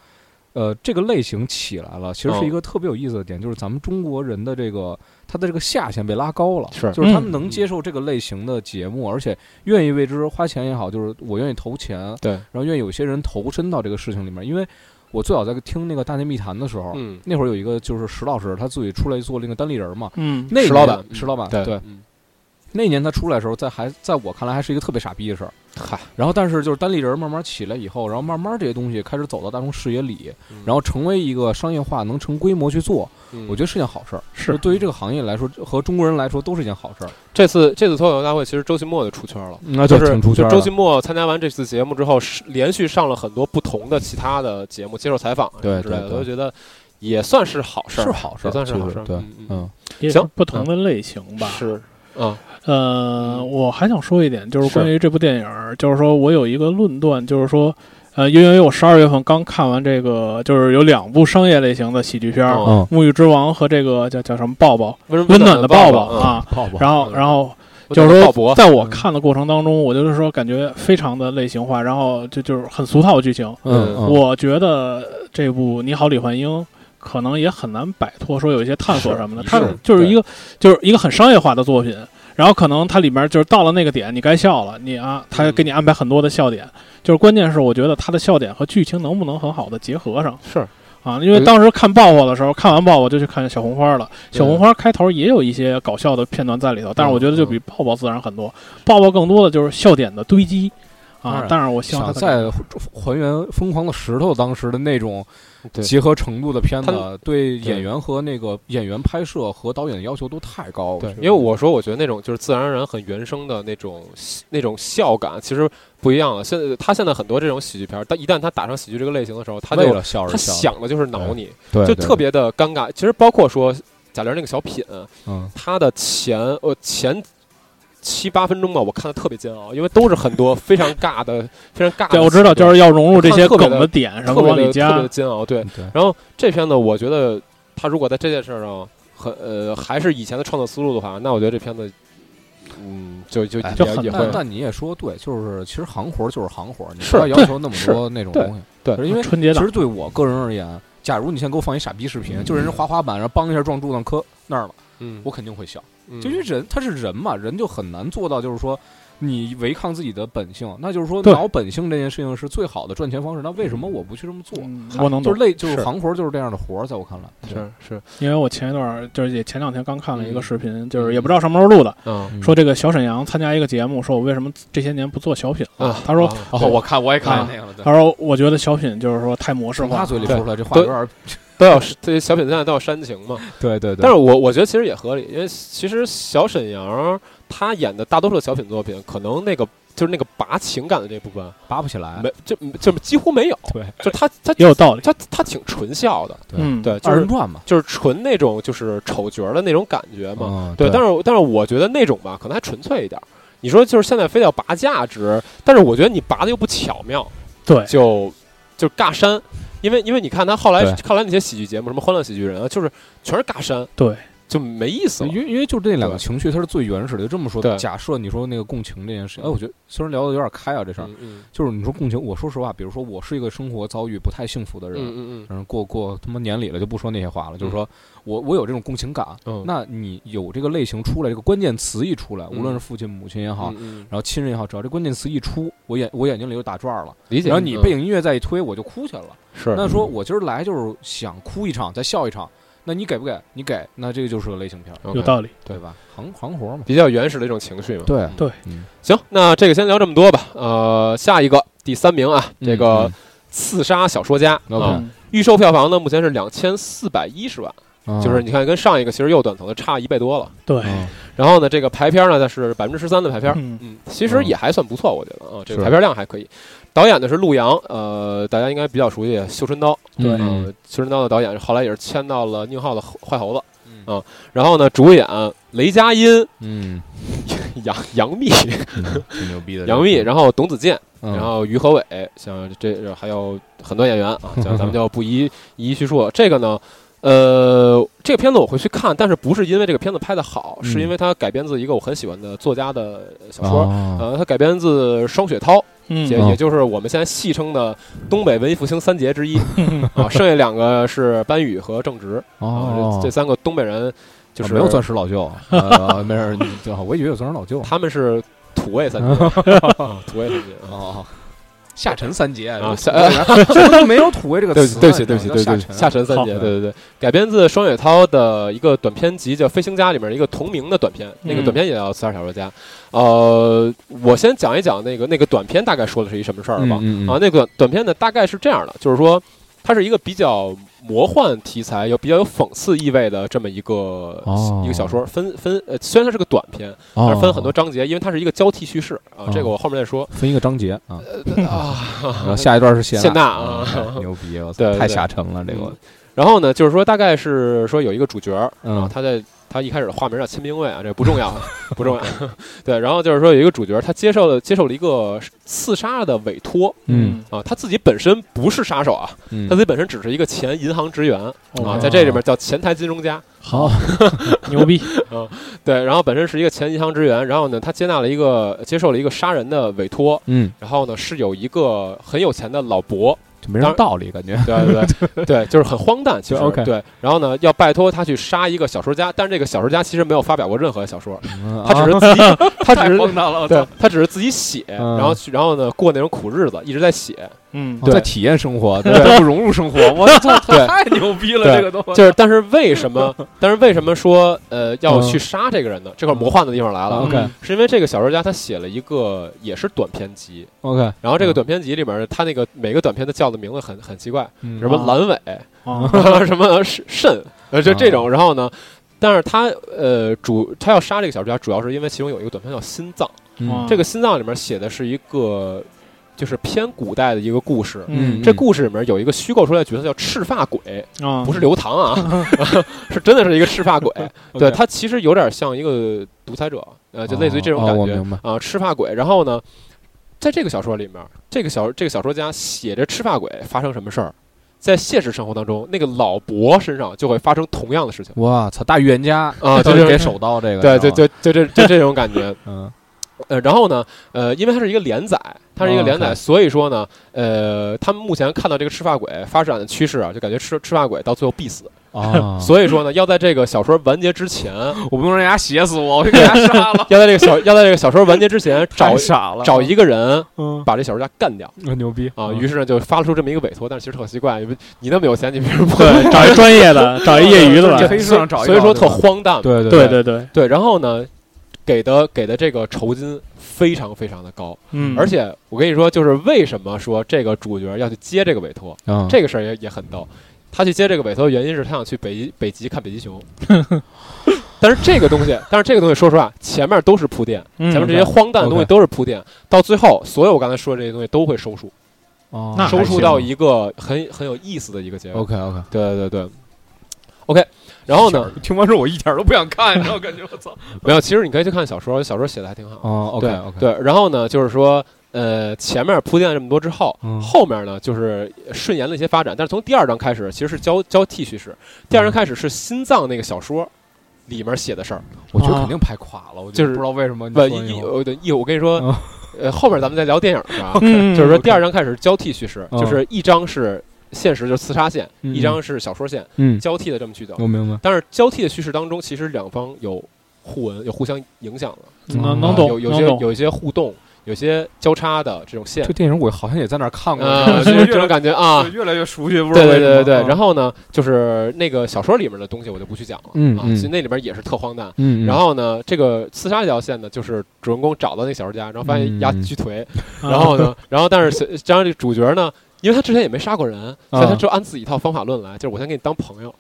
A: 呃，这个类型起来了，其实是
B: 嗯
A: 一个特别有意思的点，就是咱们中国人的这个他的这个下限被拉高了，
B: 是
A: 就是他们
B: 嗯
A: 能接受这个类型的节目，而且愿意为之花钱也好，就是我愿意投钱，
B: 对
A: 然后愿意有些人投身到这个事情里面，因为我最早在听那个《大内密谈》的时候，
B: 嗯，
A: 那会儿有一个就是石老师他自己出来做那个单立人嘛，
C: 嗯
A: 那
B: 石老板
A: 年石老板
B: 对
A: 对。
B: 嗯
A: 那年他出来的时候，在还在我看来还是一个特别傻逼的事儿。
B: 嗨，
A: 然后但是就是单立人慢慢起来以后，然后慢慢这些东西开始走到大众视野里，
B: 嗯
A: 然后成为一个商业化，能成规模去做，
B: 嗯
A: 我觉得是件好事儿。
C: 是
A: 就对于这个行业来说和中国人来说都是一件好事儿。
B: 这次这次脱口秀大会，其实周奇墨就出圈了。
A: 那
B: 是
A: 挺出
B: 嗯就
A: 圈的。
B: 周奇墨参加完这次节目之后，是连续上了很多不同的其他的节目，接受采访啊
A: 对
B: 之类的，
A: 对对
B: 我就觉得也算是好事儿，
A: 是好事儿
B: 也算是
A: 其
B: 好
A: 实
B: 事儿。
A: 对
B: 嗯嗯
A: 嗯
C: 也
B: 行
C: 不同的类型吧。
B: 是嗯
C: 呃，
B: 嗯
C: 我还想说一点，就是
B: 是
C: 关于这部电影儿，就是说我有一个论断，就是说，呃，因为我十二月份刚看完这个，就是有两部商业类型的喜剧片儿，
B: 哦
A: 嗯，
C: 沐浴之王》和这个叫叫什么抱抱，
B: 温
C: 温暖
B: 暖
C: 的
B: 抱
C: 抱抱
B: 嗯
C: 啊。
A: 泡泡
C: 然后，
B: 嗯
C: 然后
B: 温
C: 就
B: 暖
C: 是
B: 的鲍
C: 说，
B: 勃
C: 在我看的过程当中，我就是说感觉非常的类型化，然后就就是很俗套的剧情。
B: 呃
A: 嗯，嗯
C: 我觉得这部《你好，李焕英》可能也很难摆脱说有一些探索什么的，
B: 是
C: 它
B: 是
C: 就是一个就是一个很商业化的作品。然后可能它里面就是到了那个点，你该笑了，你啊，它给你安排很多的笑点。
A: 嗯
C: 就是关键是，我觉得它的笑点和剧情能不能很好的结合上
B: 是
C: 啊？因为
B: 嗯
C: 当时看《爆火》的时候，看完《爆火》就去看小红花了。
B: 对
C: 小红花开头也有一些搞笑的片段在里头，但是我觉得就
A: 嗯
C: 比爆爆自然很多。爆爆更多的就是笑点的堆积
A: 当
C: 啊
A: 然，
C: 但是我希望它
A: 想
C: 的
A: 再还原《疯狂的石头》当时的那种
B: 对
A: 结合程度的片
B: 他
A: 子，对演员和那个演员拍摄和导演的要求都太高。
B: 对，
A: 觉
B: 因
A: 得
B: 为我说，我觉得那种就是自然而然很原生的那种那种笑感，其实不一样了。现在他现在很多这种喜剧片儿，但一旦他打上喜剧这个类型的时候，他
A: 为
B: 就
A: 了笑而
B: 他
A: 笑，
B: 想的就是挠你，
A: 对，
B: 就
A: 对
B: 特别的尴尬。其实包括说贾玲那个小品，啊
A: 嗯，
B: 他的前呃前。七八分钟吧，我看的特别煎熬，因为都是很多非常尬的、非常尬的。
C: 对，我知道，就是要融入这些梗的点，然后
B: 特别
C: 往里
B: 的特别
C: 加
B: 的。煎熬。对，
A: 对，
B: 然后这片子，我觉得他如果在这件事上很呃还是以前的创作思路的话，那我觉得这片子，嗯，就就
A: 哎
B: 也
C: 就很
B: 也会
C: 难
A: 但但你也说对，就是其实行活就是行活，你
B: 是
A: 不要要
C: 对
A: 求那么
C: 是
A: 多那种
B: 对
A: 东西。
B: 对
A: 可是因为
C: 春节
A: 其
C: 档
A: 实对我个人而言，假如你现在给我放一傻逼视频，就人家滑滑板，然后帮一下撞柱子磕那儿了，
B: 嗯，
A: 我肯定会笑。
B: 嗯
A: 就因为人他是人嘛，人就很难做到，就是说你违抗自己的本性，那就是说
C: 对
A: 挠本性这件事情是最好的赚钱方式。那为什么我不去这么做？
C: 嗯我能
A: 就
C: 懂
A: 是，累，就是
B: 是
A: 行活就是这样的活儿，在我看来，
B: 是是
C: 因为我前一段儿就是也前两天刚看了一个视频，就是也不知道什么时候录的，
B: 嗯
A: 嗯
C: 说这个小沈阳参加一个节目，说我为什么这些年不做小品了
B: 啊？，
C: 他说，
B: 啊
A: 哦，
B: 对
A: 我看我也看
C: 啊
A: 那个了，对
C: 他说我觉得小品就是说太模式
A: 从他
C: 化，
A: 嘴里
B: 对
A: 说出来这话
B: 都
A: 有点儿，
B: 都要这些小品现在都要煽情嘛，
A: 对对
B: 但是我我觉得其实也合理，因为其实小沈阳他演的大多数的小品作品，可能那个就是那个拔情感的这部分
A: 拔不起来，
B: 没就就几乎没有，
A: 对，
B: 就他他
C: 也有道理。
B: 他他挺纯笑的，
A: 对
C: 嗯，
B: 对，就
A: 二
B: 是
A: 人转嘛，
B: 就是纯那种就是丑角儿的那种感觉嘛。
A: 嗯，
B: 对，但是但是我觉得那种吧，可能还纯粹一点儿。你说就是现在非得要拔价值，但是我觉得你拔的又不巧妙，
C: 对，
B: 就就尬删。因为因为你看他后来
A: 对
B: 后来那些喜剧节目，什么《欢乐喜剧人》啊，就是全是尬删，
C: 对，
B: 就没意思了
A: 因。为因为就这两个
B: 对
A: 情绪，它是最原始的。就这么说
B: 对，
A: 假设你说那个共情这件事情，哎，我觉得虽然聊的有点开啊，这事儿
B: 嗯嗯
A: 就是你说共情，我说实话，比如说我是一个生活遭遇不太幸福的
B: 嗯
A: 人，
B: 嗯嗯
A: 嗯，过过他妈年里了，就不说那些话了，就是说我我有这种共情感。
B: 嗯，
A: 那你有这个类型出来，这个关键词一出来，无论是父亲、母亲也好，
B: 嗯，嗯
A: 然后亲人也好，只要这关键词一出，我眼我眼睛里就打转了。
B: 理解。
A: 然后你
B: 嗯
A: 背景音乐再一推，我就哭去了。
B: 是嗯
A: 那说我今儿来就是想哭一场，再笑一场，那你给不给？你给，那这个就是个类型片儿，
B: OK，
C: 有道理。
A: 对吧？行行活嘛。
B: 比较原始的一种情绪嘛。
A: 对
C: 对，
A: 嗯
B: 行，那这个先聊这么多吧。呃，下一个第三名啊，这个《
A: 嗯
B: 刺杀小说家》
A: OK
B: 啊，
C: 嗯
B: 预售票房呢目前是两千四百一十万，
A: 嗯
B: 就是你看跟上一个其实又短头的差一倍多了。
C: 对，
A: 嗯
B: 然后呢，这个排片呢它是百分之十三的排片，
C: 嗯，
B: 嗯，其实也还算不错，我觉得啊，这个
A: 是
B: 排片量还可以。导演的是陆洋，呃，大家应该比较熟悉《绣春刀》，
A: 对
B: 嗯，《绣春刀》的导演后来也是签到了宁浩的《坏猴子》。
A: 嗯
B: 啊，然后呢，主演雷佳音、
A: 嗯，
B: 杨杨幂、
A: 嗯挺牛逼的
B: 杨幂，然后董子健，
A: 后
B: 然后于和伟，像这还有很多演员啊，
A: 嗯
B: 像咱们就不 一一一叙述。这个呢，呃，这个片子我会去看，但是不是因为这个片子拍的好，是
A: 嗯
B: 因为它改编自一个我很喜欢的作家的小说，
A: 说
B: 呃，它改编自双雪涛，也
C: 嗯，
A: 哦嗯
B: 也就是我们现在戏称的东北文艺复兴三杰之 一啊，剩下两个是班宇和郑直啊，
A: 哦
B: 这，这三个东北人就是
A: 啊没有钻石 老舅，呃，没事儿，你就好我以为有钻石老舅。
B: 他们是土味三杰，啊土味三杰啊。
A: 哦，下沉三杰
B: 啊下
A: 什么都没有土味这个
B: 对
A: 词啊，
B: 对不起，对不起，
A: 你
B: 对
A: 知道
B: 对
A: 吗
B: 对，下沉三杰，对
C: 好
B: 对对，改编自双雪涛的一个短篇集叫《飞行家》里面一个同名的短篇，那个
C: 嗯
B: 短篇也叫《四二小说家》。呃，我先讲一讲那个那个短篇大概说的是一什么事儿吧。
A: 嗯嗯嗯
B: 啊，那个短片呢大概是这样的，就是说它是一个比较魔幻题材，有比较有讽刺意味的这么一个、
A: 哦
B: 嗯一个小说，分分呃，虽然它是个短片，但
A: 哦
B: 是分很多章节，因为它是一个交替叙事啊，
A: 哦
B: 这个我后面再说
A: 分一个章节啊，
B: 啊。
A: 然后下一段是谢
B: 谢娜
A: 啊
B: 啊，
A: 哎牛逼！我操
B: 对对
A: 太
B: 对
A: 下沉了这个
B: 嗯，然后呢，就是说大概是说有一个主角，
A: 嗯
B: 啊，他在他一开始化名叫千兵卫啊，这不重要，不重要。对，然后就是说有一个主角，他接受了接受了一个刺杀的委托
A: 嗯
B: 啊，他自己本身不是杀手啊，
A: 嗯
B: 他自己本身只是一个前银行职员
C: 哦
B: 啊，在这里面叫前台金融家，
A: 好
B: 嗯
C: 牛逼，
B: 对，然后本身是一个前银行职员，然后呢，他接纳了一个接受了一个杀人的委托，
A: 嗯，
B: 然后呢是有一个很有钱的老伯，
A: 就没什么道理感觉。
B: 对对对 对，就是很荒诞，其实
A: 对，OK
B: 对，然后呢要拜托他去杀一个小说家，但是这个小说家其实没有发表过任何小说，他
A: 他
B: 只是自 己，他只
A: 太
B: 是
A: 荒唐了，我
B: 对
A: 操！
B: 他只是自己写，
A: 嗯
B: 然后去然后呢过那种苦日子，一直在写，
C: 嗯，
B: 对
A: 在体验生活，
B: 对
A: 在不融入生活， 我操，
B: 对
A: 太牛逼了！
B: 对
A: 这个东西
B: 就是，但是为什 么？但是为什么说呃要去杀这个人呢？这块魔幻的地方来了啊，
A: 嗯 OK
C: 嗯
B: 是因为这个小说家他写了一个也是短篇集，
A: OK，
B: 然后这个短篇集里面他那个每个短篇的叫的名字很很奇怪，
A: 嗯
B: 什么阑尾，
C: 哦
B: 什么肾， 呃就
A: 啊
B: 这种，然后呢？但是他呃主他要杀这个小说家，主要是因为其中有一个短篇叫《心脏》，
A: 嗯
B: 这个《心脏》里面写的是一个就是偏古代的一个故事，
C: 嗯
B: 这故事里面有一个虚构出来的角色叫赤发鬼，
C: 啊，
B: 不是刘唐啊， 是真的是一个赤发鬼。对他其实有点像一个独裁者，呃，就类似于这种
A: 哦
B: 感
A: 哦我
B: 觉
A: 明白
B: 啊，赤发鬼。然后呢，在这个小说里面，这个小这个小说家写着赤发鬼发生什么事儿，在现实生活当中，那个老伯身上就会发生同样的事情
A: 哇操，大预言家
B: 啊，就
A: 就是给
B: 是
A: 手刀这个，
B: 对，就
A: 对对，
B: 就就这就这种感觉。
A: 嗯
B: 呃，然后呢，呃，因为它是一个连载，它是一个连载，
A: 哦 OK
B: 所以说呢，呃，他们目前看到这个赤发鬼发展的趋势啊，就感觉赤赤发鬼到最后必死。
A: 啊，
B: 所以说呢，要在这个小说完结之 前，，
A: 我不能让人家写死我，我就给他杀 了
B: 要在这个小要在这个小说完结之前找
A: 太傻了，
B: 找一个人
A: 嗯，
B: 把这小说家干掉
A: 牛逼嗯
B: 啊。
C: 嗯
B: 于是呢，就发出这么一个委托，但是其实特奇怪，因为你那么有钱，你为什么不
C: 对，找一专业的，找一业余的
A: 这
C: 吧，
A: 黑市上找一
B: 所以
A: 找
B: 说
A: 对
B: 特
A: 吧
B: 荒诞。
A: 对对
C: 对对对，
B: 对，然后呢，给的给的这个酬金非常非常的高，
C: 嗯，
B: 而且我跟你说，就是为什么说这个主角要去接这个委托，
A: 啊，
C: 嗯
B: 这个事儿也也很逗。他去接这个委托的原因是他想去北极北极看北极 熊，但是这个东西，但是这个东西说实话，前面都是铺垫，
C: 嗯
B: 前面这些荒诞的东西
A: OK
B: 都是铺垫，到最后所有我刚才说的这些东西都会收束，
A: 哦嗯
C: 那还
B: 收束
C: 行
B: 到一个很很有意思的一个结尾。
A: OK OK，
B: 对对对，OK。然后呢，？
A: 听完之后我一点都不想看，你知道感觉我操。
B: 没有，其实你可以去看小说，小说写的还挺好。
A: 哦，OK
B: 对
A: OK，，
B: 对，然后呢，就是说，呃，前面铺垫了这么多之后，
A: 嗯
B: 后面呢就是顺延了一些发展，但是从第二章开始，其实是交交替叙事。第
A: 嗯
B: 二章开始是心脏那个小说里面写的事儿，
A: 我觉得
C: 啊
A: 肯定拍垮了，我
B: 就是
A: 不知道为什么你
B: 不
A: 说
B: 一
A: 那
B: 一
A: 种。
B: 呃对一我跟你说
A: 嗯，
B: 呃，后面咱们再聊电影是吧？
C: 嗯
B: 就是说第二章开始交替叙事，
A: 嗯
B: 就是一章是现实就是刺杀线，
A: 嗯
B: 一章是小说线，
A: 嗯，
B: 交替的这么去走。
A: 我明白。
B: 但是交替的叙事当中，其实两方有互文，有互相影响的，
C: 嗯能
A: 啊
C: 能
B: 啊
C: 懂，
B: 有有
C: 能
B: 些
C: 懂
B: 有一些互动，有些交叉的这种线
A: 这。电影我好像也在那儿看过，
B: 啊，就
A: 就
B: 是 是
A: 越
B: 这
A: 来
B: 种感觉啊
A: 对，越来越熟悉，不知
B: 对
A: 道为
B: 对
A: 什么
B: 对对对，
A: 嗯
B: 然后呢，就是那个小说里面的东西我就不去讲了，
A: 嗯
B: 啊，
A: 嗯
B: 其实那里边也是特荒诞。
A: 嗯，嗯
B: 然后呢，这个刺杀这条线呢，就是主人公找到那小说家，然后发现
A: 嗯
B: 丫锯腿，
C: 啊
B: 然后呢，然后但是小然后这主角呢，因为他之前也没杀过人，所以他
A: 啊
B: 就按自己一套方法论来，就是我先给你当朋友，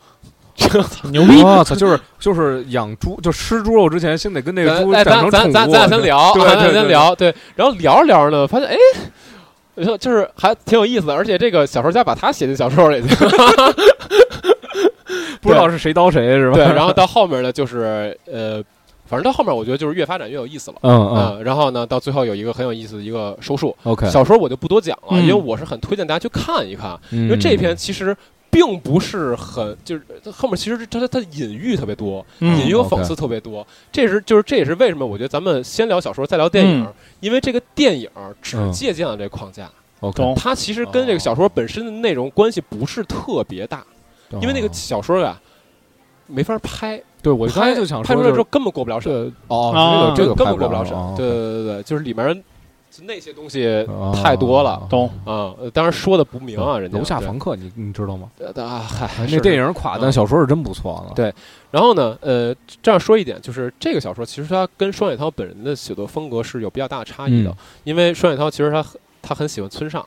C: 牛逼，
A: 我啊操，就是就是养猪，就吃猪肉之前先得跟那个
B: 咱
A: 猪
B: 哎
A: 长
B: 咱
A: 成
B: 咱咱
A: 宠物
B: 咱俩先聊，啊
A: 对对
B: 咱俩
A: 对
B: 先聊，对，然后聊着聊着呢，发现哎。嗯就就是还挺有意思的，而且这个小说家把他写进小说里去，
A: 不知道是谁刀谁是吧？
B: 对，然后到后面呢，就是呃，反正到后面我觉得就是越发展越有意思了。
A: 嗯嗯
B: 嗯，然后呢，到最后有一个很有意思的一个收束。
A: ，OK，
B: 小说我就不多讲了，
C: 嗯
B: 因为我是很推荐大家去看一看，
A: 因
B: 因为这篇其实并不是很，就是它后面其实它它它隐喻特别多，
C: 嗯
B: 隐喻和讽刺特别多。这是就是这也是为什么我觉得咱们先聊小说再聊电影
C: 嗯，
B: 因为这个电影只
A: 嗯
B: 借鉴了这个框架，
A: OK，
C: 懂
B: 它其实跟这个小说本身的内容关系不是特别大，
A: 哦
B: 因为那个小说啊没法拍。
A: 对我刚才
B: 拍
A: 就想
B: 拍
A: 说
B: 出来
A: 就是，
B: 之后根本过不了审，
A: 哦，
C: 啊
A: 这个这个
B: 根
A: 拍
B: 本
A: 不
B: 过不
A: 了
B: 审
A: 哦。
B: 对对对对，就是里面就那些东西太多了
C: 懂
B: 啊、呃当然说的不明啊，人家
A: 楼下
B: 对
A: 房客，你你知道吗？
B: 呃啊，嗨
A: 哎，
B: 是
A: 那电影垮，
B: 嗯
A: 但小说是真不错了。
B: 对然后呢，呃，这样说一点，就是这个小说其实它跟双雪涛本人的写作风格是有比较大差异的，
A: 嗯
B: 因为双雪涛其实他很他很喜欢村上，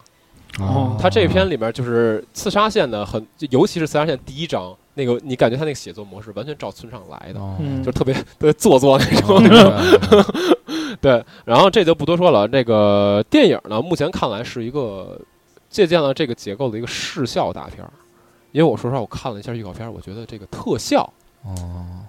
A: 啊
C: 哦
B: 嗯他这篇里面就是刺杀线的很，尤其是刺杀线第一章那个，你感觉他那个写作模式完全照村上来的，
A: 哦
C: 嗯
B: 就是特别特别做作那 种。
A: 哦
B: 对，然后这就不多说了。这个电影呢，目前看来是一个借鉴了这个结构的一个视效大片儿。因为我说实话，我看了一下预告片儿，我觉得这个特效
A: 哦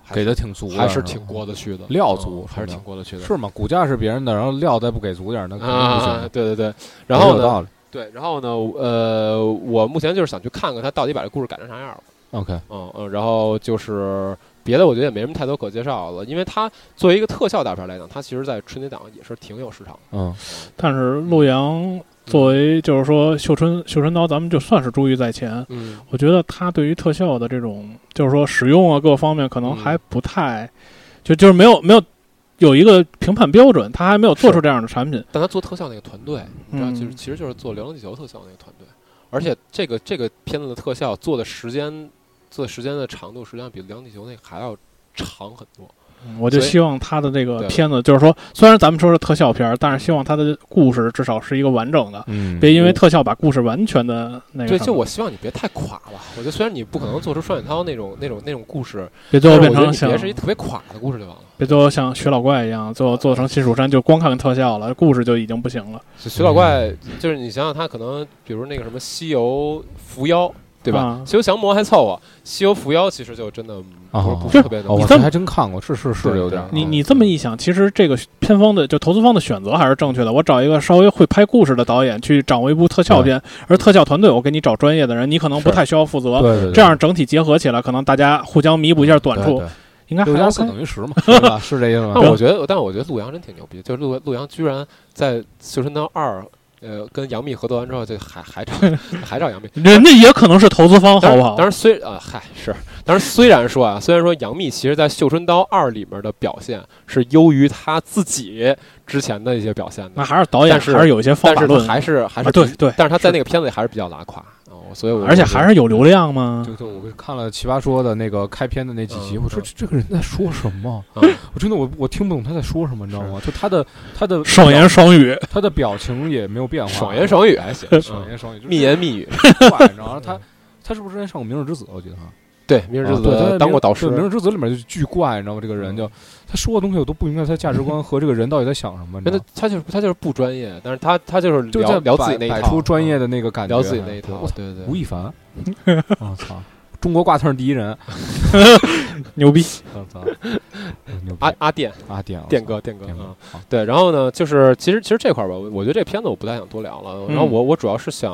B: 还
A: 给
B: 是
A: 的挺足的，
B: 还是
A: 吧
B: 挺过得去的，
A: 料足
B: 嗯还是
A: 是吧
B: 挺过得去的。
A: 是吗？骨架是别人的，然后料再不给足点儿，那肯定不
B: 啊
A: 行。，
B: 对对对。然后
A: 有
B: 呢，
A: 道理。
B: 对，然后呢，呃，我目前就是想去看看他到底把这故事改成啥样了。
A: OK，
B: 嗯嗯，然后就是别的，我觉得也没什么太多可介绍了，因为它作为一个特效大片来讲，它其实在春节档也是挺有市场的。
A: 嗯，
C: 但是陆阳作为就是说绣春绣春刀，咱们就算是珠玉在前，
B: 嗯，
C: 我觉得他对于特效的这种就是说使用啊各方面可能
B: 嗯
C: 还不太，就就是没有没有有一个评判标准，他还没有做出这样的产品。
B: 但他做特效那个团队，你知道，
C: 嗯
B: 就是其实就是做《流浪地球》特效那个团队，而且这个这个片子的特效做的时间，做的时间的长度实际上比《流浪地球》那个还要长很多。
C: 嗯我就
B: 所以
C: 希望他的这个
B: 对
C: 片子，就是说虽然咱们说是特效片儿，但是希望他的故事至少是一个完整的，
A: 嗯
C: 别因为特效把故事完全的那个
B: 对，
C: 什么
B: 就我希望你别太垮了。我觉得虽然你不可能做出双雪涛那种那种那种故事，
C: 别最
B: 但
C: 后
B: 是我
C: 变
B: 觉得
C: 成
B: 你
C: 像
B: 别是一特别垮的故事就完了。
C: 别最后像血老怪一样，最后做成新蜀山就光看特效了，故事就已经不行了。
B: 就徐老怪，就是你想想他可能，比如那个什么西游伏妖，对吧
C: 啊？
B: 西游降魔还凑合，西游伏妖其实就真的不是
A: 哦
B: 不
A: 就是
C: 是
B: 特别的
A: 哦，
C: 你
A: 我
C: 这么
A: 还真看过，是是是
B: 对
A: 有点儿。
B: 对
C: 你
B: 嗯
C: 你这么一想，其实这个片方的就投资方的选择还是正确的。我找一个稍微会拍故事的导演去掌握一部特效片，而特效团队我给你找专业的人，你可能不
A: 是
C: 太需要负
A: 对
C: 责。
A: 对对，
C: 这样整体结合起来，可能大家互相弥补一下短处，
A: 对对
C: 应该还
A: 六加四
C: OK。
A: 等于十嘛，是吧？ 是这意思吗？
B: 但我觉得，但我觉得陆阳真挺牛逼，就是陆陆阳居然在《绣春刀二》呃跟杨幂合作完之后，就还还找还找杨幂，
C: 人家也可能是投资方，好不好
B: 当？然虽啊嗨是，当然虽然说啊，虽然说杨幂其实在《绣春刀二》里面的表现是优于她自己之前的一些表现
C: 那
B: 的，
C: 还是导演
B: 但是
C: 还是有一些方
B: 但
C: 法
B: 是
C: 论
B: 她，还是还是
C: 啊对
B: 比
C: 对
B: 但是她在那个片子里还是比较拉胯哦，所以我
C: 而且还是有流量嘛。
A: 就就我看了《奇葩说》的那个开篇的那几集，
B: 嗯
A: 我说
B: 嗯
A: 这这个人在说什么？
B: 嗯
A: 我真的我我听不懂他在说什么，你知道吗？就他的他 的
C: 双言双语，
A: 他的表情也没有变化，
B: 爽言爽语还行，
A: 爽言爽语，就是
B: 蜜言嗯蜜语。
A: 怪，你知道吗？他他是不是之前上过《明日之子》？我记得哈，
B: 对《明日之子
A: 啊对他在》
B: 当过导师嗯
A: 对，《明日之子》里面就巨怪，你知道吗？这个人就他说的东西我都不明白他价值 观和这个人到底在想什么，你知
B: 真
A: 道
B: 的
A: 吗？
B: 他就是他就是不专业，但是他他就是
A: 嗯就
B: 聊
A: 在
B: 聊自
A: 摆
B: 己那一
A: 摆
B: 套，嗯
A: 出专业的那个感觉，啊
B: 聊自己那一套
A: 我，操
B: 对对
A: 吴
B: 对。
A: 亦 凡，我操，中国挂烫第一人，
C: 牛逼！
A: 我 操，牛逼
B: 阿阿电
A: 啊！点了
B: 电哥，电哥，
A: 点
B: 嗯
A: 了，好
B: 对，然后呢，就是其实其实这块儿吧，我我觉得这片子我不太想多聊了。然后
C: 嗯
B: 我我主要是想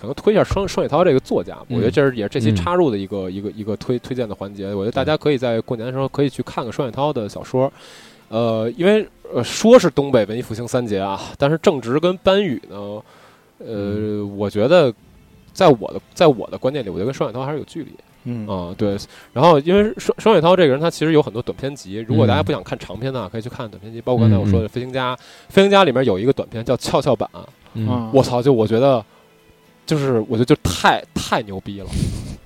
B: 可能推一下双双雪涛这个作家，我觉得这是也是这期
A: 嗯
B: 插入的一个一个一个推推荐的环节。我觉得大家可以在过年的时候可以去看看双雪涛的小说，呃，因为呃说是东北文艺复兴三杰啊，但是正直跟班宇呢，呃，
A: 嗯
B: 我觉得在我的在我的观念里，我觉得跟双雪涛还是有距离。
C: 嗯，
B: 嗯，对。然后因为双双雪涛这个人，他其实有很多短篇集。如果大家不想看长篇呢，可以去看短篇集，包括刚才我说的《飞行家》。《飞行家》里面有一个短篇叫《跷跷板》，啊
A: 嗯，
B: 我操，就我觉得，就是我觉得就太太牛逼了，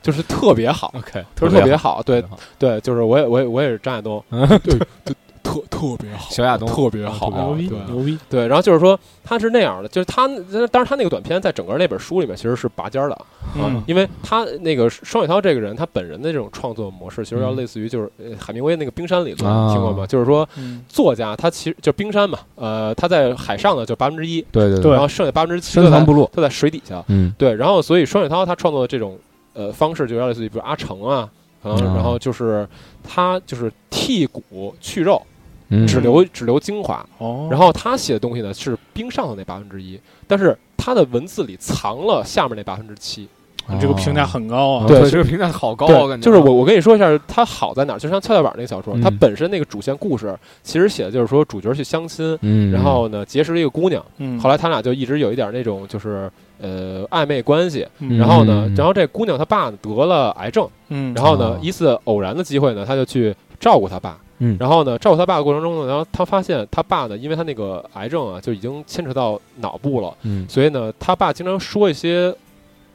B: 就是特别好，
A: ，OK，
B: 就是特别好。对对，就是我也我也我也是张亚东，
A: 嗯
B: 对，就特特别好，
A: 小亚东嗯
B: 特别好，
A: 特别
C: 牛
A: 好
C: 逼
B: 对
C: 牛逼！
B: 对，然后就是说他是那样的，就是他，当然他那个短片在整个那本书里面其实是拔尖儿的，
C: 嗯
B: 啊，因为他那个双雪涛这个人，他本人的这种创作模式，其实要
A: 嗯
B: 类似于就是呃海明威那个冰山理论，
A: 啊
B: 听过吗？就是说
C: 嗯
B: 作家他其实就冰山嘛，呃，他在海上呢就八分之一，
A: 对对
C: 对
B: 然后剩下八分之七
A: 深
B: 都
A: 藏
B: 在
A: 不露，
B: 都在水底下。
A: 嗯
B: 对，然后所以双雪涛他创作的这种呃方式，就要类似于比如阿成啊，可能
A: 啊
B: 然后就是他就是剔骨去肉，
A: 嗯
B: 只留只留精华，
C: 哦，
B: 然后他写的东西呢是冰上的那八分之一，但是他的文字里藏了下面那百分之七。
C: 你这个评价很高
B: 哦
C: 啊，
B: 对
A: 哦对，
B: 就
A: 这个评价好高啊，
B: 对，
A: 感觉
B: 就是我我跟你说一下，它好在哪儿？就像跷跷板那个小说，它
A: 嗯
B: 本身那个主线故事其实写的就是说主角去相亲，
A: 嗯，
B: 然后呢结识了一个姑娘，
C: 嗯，
B: 后来他俩就一直有一点那种就是呃暧昧关系。
C: 嗯，
B: 然后呢
A: 嗯，
B: 然后这姑娘她爸得了癌症，
C: 嗯，
B: 然后呢
A: 哦
B: 一次偶然的机会呢，他就去照顾他爸，
A: 嗯，
B: 然后呢，照顾他爸的过程中呢，然后他发现他爸呢，因为他那个癌症啊，就已经牵扯到脑部了，
A: 嗯
B: 所以呢，他爸经常说一些，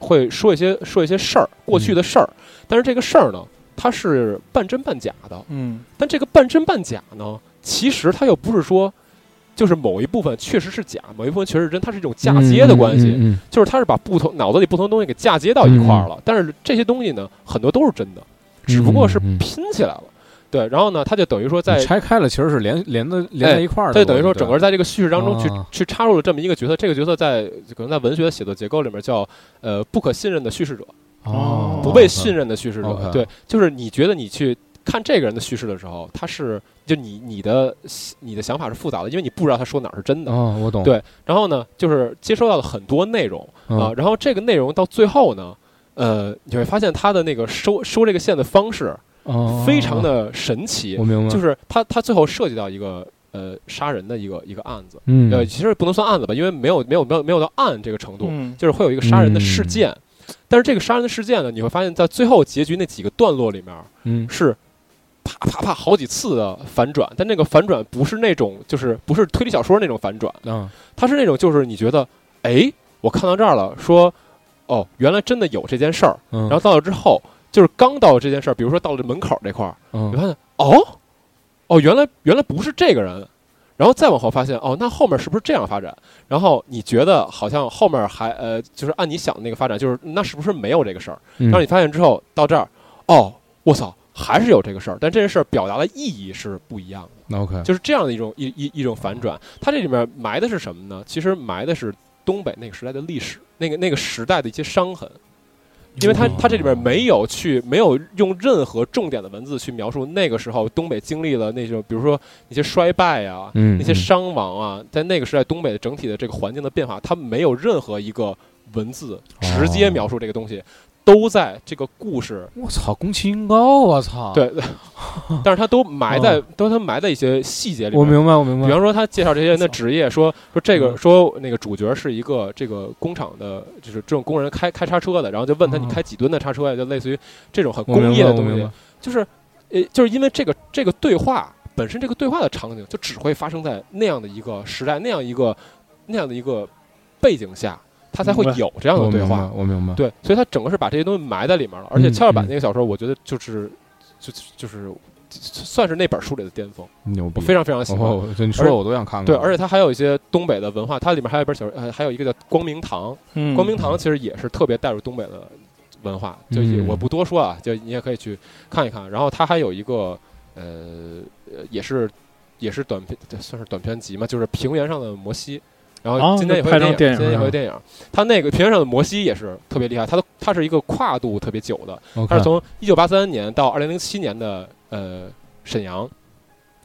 B: 会说一些说一些事儿，过去
A: 嗯
B: 的事儿，但是这个事儿呢，它是半真半假的，
C: 嗯
B: 但这个半真半假呢，其实它又不是说。就是某一部分确实是假，某一部分确实是真，它是一种嫁接的关系，
A: 嗯
B: 就是它是把不同脑子里不同东西给嫁接到一块儿了。但是这些东西呢，很多都是真的，只不过是
A: 嗯嗯嗯嗯
B: 拼起来了。对，然后呢，他就等于说在
A: 你拆开了，其实是连连的连在一块儿的
B: 他
A: 东
B: 就等于
A: 西，
B: 说整个在这个叙事当中去、
A: 啊
B: 去插入了这么一个角色，这个角色在可能在文学的写作结构里面叫呃不可信任的叙事者，
A: 哦
B: 不被信任的叙事者。
A: 啊 OK
B: 对，就是你觉得你去看这个人的叙事的时候，他是就你你的你的想法是复杂的，因为你不知道他说哪儿是真的。
A: 哦，我懂，
B: 对然后呢，就是接收到了很多内容
A: 嗯
B: 啊，然后这个内容到最后呢。呃，你会发现他的那个收收这个线的方式
A: 哦，
B: 非常的神奇，
A: 我明白，
B: 就是是他他最后涉及到一个呃杀人的一个一个案子，
A: 嗯
B: 呃，其实不能算案子吧，因为没有没有没有没有到案这个程度，
C: 嗯，
B: 就是会有一个杀人的事件，
A: 嗯
B: 但是这个杀人的事件呢，你会发现在最后结局那几个段落里面
A: 嗯
B: 是啪啪啪好几次的反转，但那个反转不是那种就是不是推理小说那种反转，
A: 啊
B: 它是那种就是你觉得哎我看到这儿了，说哦原来真的有这件事儿，
A: 嗯，
B: 然后到了之后就是刚到这件事儿，比如说到了门口这块儿。你
A: 嗯
B: 发现哦，哦，原来原来不是这个人，然后再往后发现哦，那后面是不是这样发展？然后你觉得好像后面还呃，就是按你想的那个发展，就是那是不是没有这个事儿？
A: 嗯
B: 让你发现之后到这儿，哦，我操，还是有这个事儿，但这件事儿表达的意义是不一样的，
A: 那嗯 OK，
B: 就是这样的一种一一一种反转。它这里面埋的是什么呢？其实埋的是东北那个时代的历史，那个那个时代的一些伤痕。因
A: 哦
B: 为它它这里边没有去没有用任何重点的文字去描述那个时候东北经历了那种，比如说一些衰败啊，
A: 嗯
B: 那些伤亡啊，在那个时代东北的整体的这个环境的变化，它没有任何一个文字
A: 哦
B: 直接描述这个东西，都在这个故事
A: 我操，宫崎英高，我操，，
B: 对，对但是它都埋在都它埋在一些细节里
A: 哦我
B: 面。
A: 明白，我明白，
B: 比方说，他介绍这些人的职业，说说这
A: 嗯
B: 个说那个主角是一个这个工厂的，就是这种工人开开叉车的，然后就问他
A: 哦
B: 你开几吨的叉车呀？就类似于这种很
A: 我明白
B: 工业的
A: 我
B: 东
A: 明
B: 西
A: 白，
B: 就是呃，就是因为这个这个对话本身这个对话的场景就只会发生在那样的一个时代，那样一个那样的一个背景下，他才会
C: 明白
B: 有这样的
A: 我
B: 对
A: 明
B: 话
A: 白。我明白，
B: 对，所以他整个是把这些东西埋在里面了。而且
A: 嗯
B: 跷跷板
A: 嗯
B: 那个小说，我觉得就是就就是算是那本书里的巅峰，
A: 牛
B: 我
A: 逼，
B: 非常非常喜欢。
A: 哦，我你说的我都想看看，
B: 对，而且它还有一些东北的文化，它里面还有一本小呃，还有一个叫《光明堂》，
C: 嗯
B: 《光明堂》其实也是特别带入东北的文化，就也
A: 嗯
B: 我不多说啊，就你也可以去看一看。然后它还有一个呃，呃也是也是短片，这算是短片集嘛，就是《平原上的摩西》。然后
C: 哦
B: 今天也会
C: 那
B: 有
C: 拍成
B: 电影，今
C: 电
B: 天
A: 影
B: 也会
A: 了
B: 有电影。它那个《平原上的摩西》也是特别厉害，它的它是一个跨度特别久的，
A: 我
B: 它
A: 看
B: 是从一九八三年到二零零七年的呃沈阳，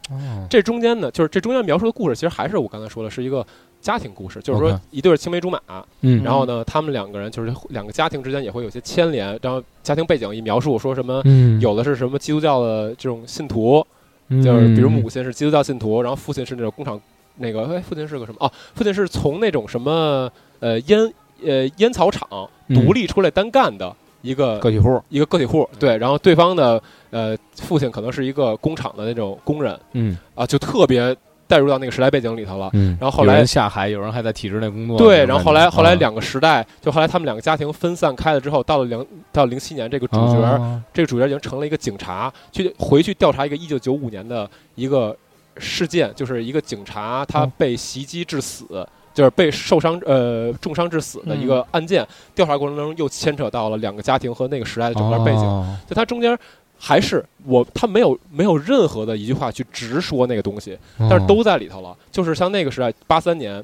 A: 哦
B: 这中间呢，就是这中间描述的故事，其实还是我刚才说的，是一个家庭故事，就是说
A: OK
B: 一对儿青梅竹马，
A: 嗯
B: 然后呢，他们两个人就是两个家庭之间也会有些牵连，然后家庭背景一描述，说什么。
A: 嗯
B: 有的是什么基督教的这种信徒，
A: 嗯
B: 就是比如母亲是基督教信徒，然后父亲是那种工厂那个，哎，父亲是个什么？哦，父亲是从那种什么呃烟呃烟草厂
A: 嗯
B: 独立出来单干的一个
A: 个体户，
B: 一个个体户，对，然后对方的呃父亲可能是一个工厂的那种工人，
A: 嗯
B: 啊，就特别带入到那个时代背景里头了。
A: 嗯，
B: 然后后
A: 有
B: 来
A: 人下海，有人还在体制内工作，
B: 对，然后后来后来
A: 两
B: 两个时代，就后来他们两个家庭分散开了之后，到了两到零七年，这个主角、
A: 哦
B: 这个主角已经成了一个警察，去回去调查一个一九九五年的一个事件，就是一个警察他
A: 哦
B: 被袭击致死。就是被受伤呃重伤致死的一个案件，调查过程中又牵扯到了两个家庭和那个时代的整个背景，
A: 景，
B: 就它中间还是我他没有没有任何的一句话去直说那个东西，
A: 嗯
B: 但是
A: 哦
B: 都在里头了。就是像那个时代，八三年，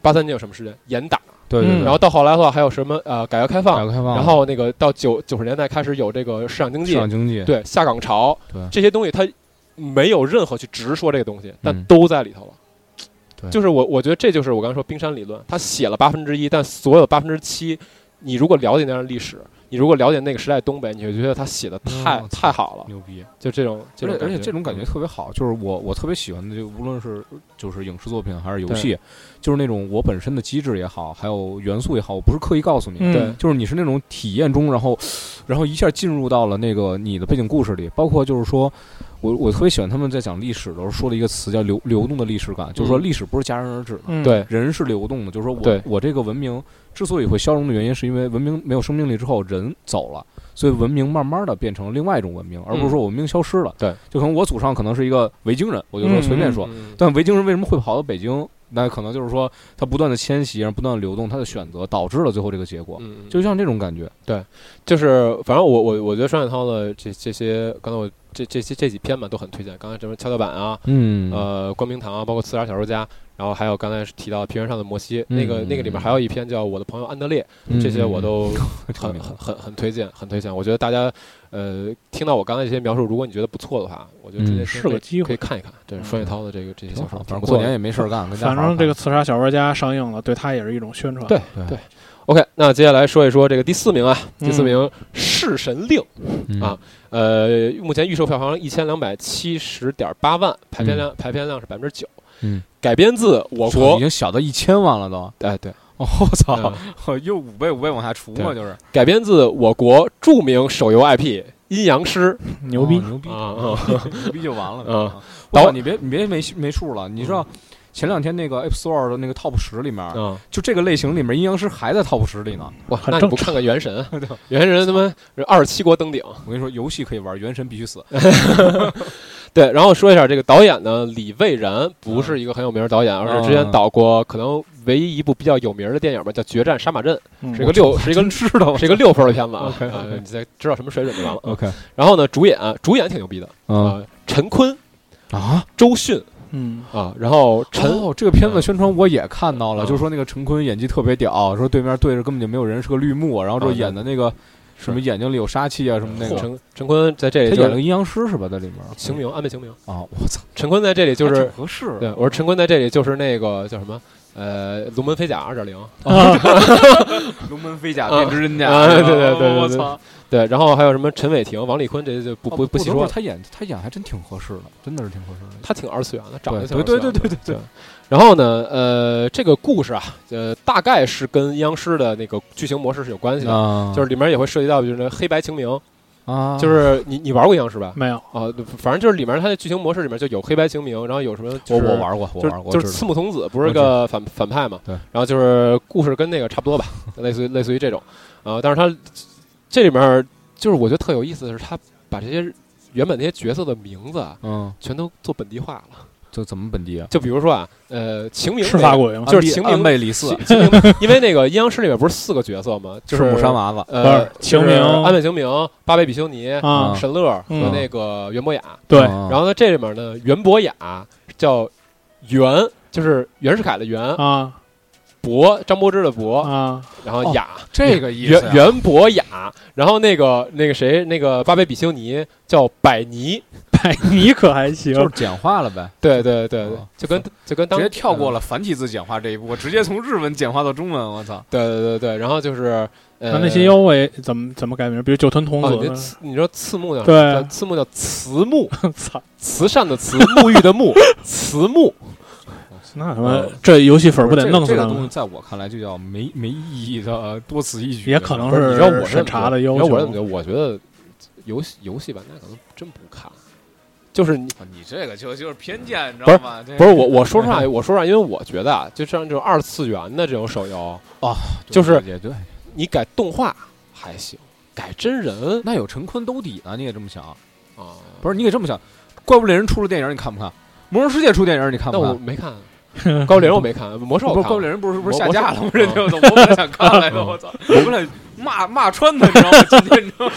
B: 八三年有什么事件？严打，
A: 对，对
C: 嗯
B: 然后到后来的话，还有什么呃改革开
A: 改
B: 放，
A: 革开放，
B: 然后那个到九九十年代开始有这个市场经
A: 市
B: 济，
A: 场经济，
B: 对下岗潮
A: 对
B: 这些东西，它没有任何去直说这个东西，但
A: 嗯
B: 都在里头了。
A: 对
B: 就是我，我觉得这就是我刚才说冰山理论，他写了八分之一，但所有八分之七，你如果了解那段历史，你如果了解那个时代东北，你会觉得他写的太、
A: 嗯
B: 太好了，
A: 牛逼。
B: 就这种，这
A: 而
B: 种
A: 且而且这种感觉
B: 嗯
A: 特别好，就是我我特别喜欢的，就无论是就是影视作品还是游戏，就是那种我本身的机制也好，还有元素也好，我不是刻意告诉你，
C: 嗯
B: 对
A: 就是你是那种体验中，然后然后一下进入到了那个你的背景故事里，包括就是说我我特别喜欢他们在讲历史的时候说的一个词叫流流动的历史感，就是说历史不是戛然而止的，
C: 嗯
B: 对
A: 人是流动的，就是说我
B: 对
A: 我这个文明之所以会消融的原因，是因为文明没有生命力之后人走了，所以文明慢慢的变成了另外一种文明，而不是说我文明消失了。
B: 嗯对，
A: 就可能我祖上可能是一个维京人，我就说
C: 嗯
A: 随便说，
B: 嗯
A: 但维京人为什么会跑到北京？那可能就是说他不断的迁徙，然后不断的流动，他的选择导致了最后这个结果，
B: 嗯，
A: 就像这种感觉。
B: 就是，反正我我我觉得双雪涛的这这些，刚才我这这些这几篇嘛都很推荐。刚才什么跷跷板啊，
A: 嗯
B: 呃，光明堂啊，包括刺杀小说家，然后还有刚才提到平原上的摩西，
A: 嗯嗯
B: 那个那个里面还有一篇叫《我的朋友安德烈》，这些我都很很很很推荐，很推荐。我觉得大家呃听到我刚才这些描述，如果你觉得不错的话，我觉得直接先
A: 嗯
C: 是个
B: 可以
C: 机
B: 可以
C: 会。
B: 看一看。对，
C: 嗯
B: 双雪涛的这个这些小
A: 挺
B: 说
A: 好，，
B: 挺
A: 反正
B: 不
A: 过
B: 错的
A: 年也没事儿干，跟家
C: 反
A: 好好
C: 正这个
A: 看
C: 《刺杀小说家》上映了，对他也是一种宣传。
B: 对
A: 对
B: 对 OK，那接下来说一说这个第四名啊，第四
C: 嗯
B: 名《弑神令》。
A: 嗯
B: 啊呃，目前预售票房一千两百七十点八万，排片量、排片量是百分之九。
A: 嗯，
B: 改编自我
A: 操已
B: 国，
A: 经小到一千万了都。哦
B: 哎对，
A: 我操
B: 嗯，
A: 又五倍五倍往下除嘛，
B: 对
A: 就是
B: 改编自我国著名手游 IP《阴阳师
C: 牛逼
A: 哦！牛》逼
B: 啊啊，
A: 牛逼就完了
B: 啊！
A: 我
B: 导嗯
A: 操，你别你别没没数了，你知道前两天那个 App Store 的那个 Top 十里面，
B: 啊！
A: 就这个类型里面，阴阳师还在 Top 十里呢。
B: 哇，
C: 很
B: 那你不
C: 正
B: 看看《原神》啊？《原神》他妈二十七国登顶。
A: 我跟你说，游戏可以玩，原神必须死。
B: 呃对，然后说一下这个导演呢，李蔚然不是一个很有名的导演，而是之前导过可能唯一一部比较有名的电影吧，叫《决战杀马镇》，
C: 嗯
B: 是一个六是一 个
A: 知道
B: 是一个六分的片子啊。
A: OK，OK
B: 啊你再知道什么水准就完了。
A: OK
B: 然后呢，主演主演挺牛逼的。
A: 啊
B: 呃，陈坤、
A: 啊！
B: 周迅
C: 嗯，
B: 啊，然后陈、
A: 哦，这个片子的宣传我也看到了，
B: 嗯
A: 就说那个陈坤演技特别屌，说对面对着根本就没有人，是个绿幕，然后就
B: 嗯
A: 演的那个什么眼睛里有杀气啊什么那个。
B: 陈陈坤在这里
A: 他演
B: 就
A: 了个
B: 是
A: 阴阳师是吧？在里面
B: 秦明安倍秦明，
A: 啊，我操，
B: 陈坤在这里就
A: 还
B: 是
A: 挺合适
B: 对我说陈坤在这里就是那个叫什么呃龙门飞甲二点零
A: 啊龙门飞甲
B: 啊
A: 变之刃甲，
B: 啊
A: 是吧哦
B: 对对对对
A: 我
B: 对
A: 操，
B: 对，然后还有什么陈伟霆、王丽坤这些就不
A: 哦
B: 不不细
A: 等会
B: 说
A: 儿
B: 了，
A: 他演他演还真挺合适的，真的是挺合适的。
B: 他挺二次元的，长得
A: 对
B: 挺二次元的
A: 对对对对对
B: 对。然后呢，呃，这个故事啊，呃，大概是跟阴阳师的那个剧情模式是有关系的，
A: 啊
B: 就是里面也会涉及到，就是黑白清明，
A: 啊，
B: 就是你你玩过阴阳师吧？
C: 没有，
B: 啊，反正就是里面它的剧情模式里面就有黑白清明，然后有什么
A: 我
B: 就是
A: 我玩过，我
B: 就
A: 玩
B: 是
A: 过，
B: 就是
A: 知
B: 刺
A: 道
B: 木童子不是个反反派嘛？
A: 对
B: 然后就是故事跟那个差 不多吧，类似于类似于这种，啊，但是它这里面就是我觉得特有意思的是，他把这些原本那些角色的名字啊，
A: 嗯，
B: 全都做本地化了。
A: 就怎么本地啊？
B: 就比如说啊，呃，晴明
C: 赤发鬼吗？
B: 就是秦明
A: 安倍李四
B: 晴，晴明，因为那个阴阳师里面不是四个角色嘛，就是
A: 木山娃子，
B: 呃，
C: 不是晴明
B: 就是安倍晴明、八倍比修尼、
C: 啊，
B: 神乐和
C: 嗯
B: 那个袁博雅。
C: 对，
A: 然
B: 然后呢，这里面呢，袁博雅叫袁，就是袁世凯的袁，
C: 啊
B: 博张柏芝的博，
C: 啊，
B: 然后
A: 哦
B: 雅
A: 这个意思啊
B: 袁
A: 呀，
B: 袁博雅，然后那个那个谁，那个巴贝比修尼叫百尼，
C: 百尼可还行
A: 就，是简化了呗，
B: 对对对对
A: 哦，
B: 就跟就跟当
A: 直接跳过，了繁体字简化这一步，我直接从日文简化到中文，我操，
B: 嗯对对对对，然后就是呃
A: 啊
C: 那那些妖怪怎么怎么改名？比如九吞童
B: 哦，你这
C: 子，
B: 刺你说刺木叫什
C: 对
B: 么叫刺木叫慈木，
C: 操，
B: 慈善的慈，沐浴的沐， 慈木，
C: 那他
B: 呃
C: 妈这游戏粉儿不得弄死
A: 这个这个
C: 他
A: 东西，
C: 们？
A: 在我看来就叫没没意义的多此一举，
C: 也可能
B: 不是你知道我
C: 审查的
B: 怎
C: 要
B: 么觉得你知道我怎么
C: 求。
B: 觉得？我觉得游戏游戏玩家可能真不看，就是你
A: 啊你这个就就是偏见，你知
B: 不是
A: 道吗？
B: 不是我我说实话，我说实话，因为我觉得啊，就像这种二次元的这种手游，就是
A: 也对，
B: 你改动画还行，改真人
A: 那有陈坤兜底呢，你也这么想？
B: 啊，
A: 不是，你也这么想？怪物猎人出了电影，你看不看？魔兽世界出电影，你看
B: 那
A: 不
B: 我
A: 看？
B: 没看 高连，我没看魔兽我
A: 不
B: 看
A: 是怪物
B: 了，
A: 猎人不是不是
B: 魔
A: 下架了吗
B: 魔？兽
A: 这就我本来想看来着，我操！我本来骂骂穿他，你知道吗？今天你知道吗？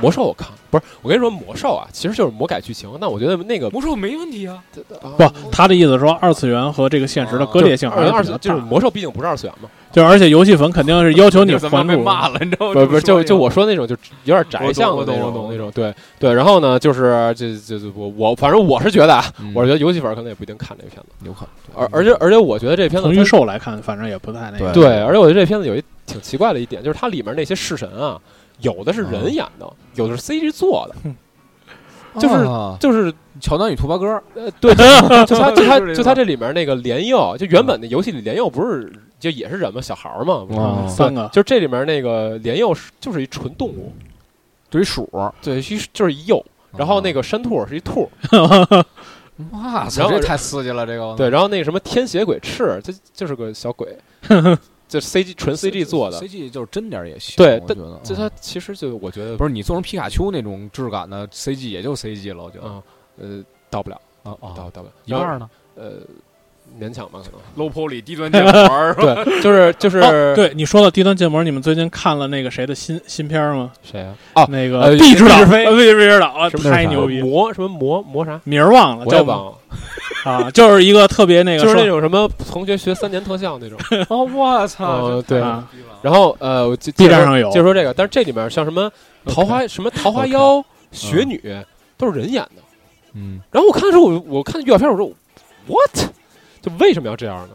B: 魔兽我看了，不是我跟你说魔兽啊，其实就是魔改剧情。那我觉得那个
A: 魔兽没问题啊，
B: 不
C: 不，他的意思说二次元和这个现实的割裂性还
B: 二
C: 是
B: 二
C: 比
B: 次
C: 较
B: 哦就是
C: 大，
B: 魔兽毕竟不是二次元嘛，
C: 就而且游戏粉肯定是要求你
A: 就咱们
C: 还
A: 被
C: 入。
A: 骂了，你知道吗？
B: 不是不是
A: 这么
B: 就
A: 说
B: 就我说那种就有点宅
A: 我懂
B: 向
A: 我
B: 的
A: 懂
B: 那
A: 我
B: 种
A: 懂
B: 那种对对，然后呢就是这这这我我反正我是觉得啊，
A: 嗯
B: 我是觉得游戏粉儿可能也不一定看这个片子，
A: 有可
B: 而而且而且我觉得这片子
C: 从
B: 它
C: 预售来看，反正也不太那个。
A: 对
B: 对，而且我觉得这片子有一挺奇怪的一点，就是它里面那些式神啊，有的是
A: 啊
B: 人演的，有的是 CG 做的，就是
A: 啊
B: 就是
A: 乔丹与兔八哥，
B: 呃，对，就就它就它
A: 就是这个
B: 就它这里面那个莲幼，就原本的游戏里莲幼不是就也是人嘛，小孩儿嘛，不是
A: 哦
B: 吗
C: 嗯三个
B: 就是这里面那个莲幼是就是一纯动物，
A: 对于鼠，
B: 对，是就是一幼。然后
A: 哦
B: 那个山兔是一兔，
A: 啊哇
B: 然
A: 塞，
B: 后
A: 这太刺激了，这个
B: 对，然后那个什么天血鬼赤，这就是个小鬼，就 CG 纯 CG 做的，
A: ，CG 就是真点儿也行，
B: 对
A: 我觉
B: 但
A: 得
B: 这
A: 嗯
B: 它其实就我觉得
A: 不是你做成皮卡丘那种质感的 CG 也就 CG 了，我觉得
B: 嗯哦呃到不了，
A: 啊
B: 到
A: 啊，
B: 到不了
A: 一半儿呢
B: 呃勉强吧可能。
A: ，low poly 低端建模儿是吧？
B: 对，就是就是、
C: 哦，对你说到低端建模，你们最近看了那个谁的新新片儿吗？
B: 谁啊？啊，呃
C: 那个必知
B: 毕
C: 道，
B: 志飞
C: 呃必知道啊，
B: 什么
C: 太牛逼了，
B: 魔什么魔魔啥？
C: 名儿忘了，
B: 我也
C: 叫
B: 忘了，
C: 啊，就是一个特别那个，
B: 就是那
C: 说
B: 种什么同学学三年特效那种。
A: 哦， 我操，
B: 呃，对。
C: 啊
B: 然后呃，我就
C: B 站上有
B: 就说这个，但是这里面像什么桃花什么桃花妖、雪女都是人演的。
A: 嗯，
B: 然后我看的时候，我我看预告片，我说 what？就为什么要这样呢？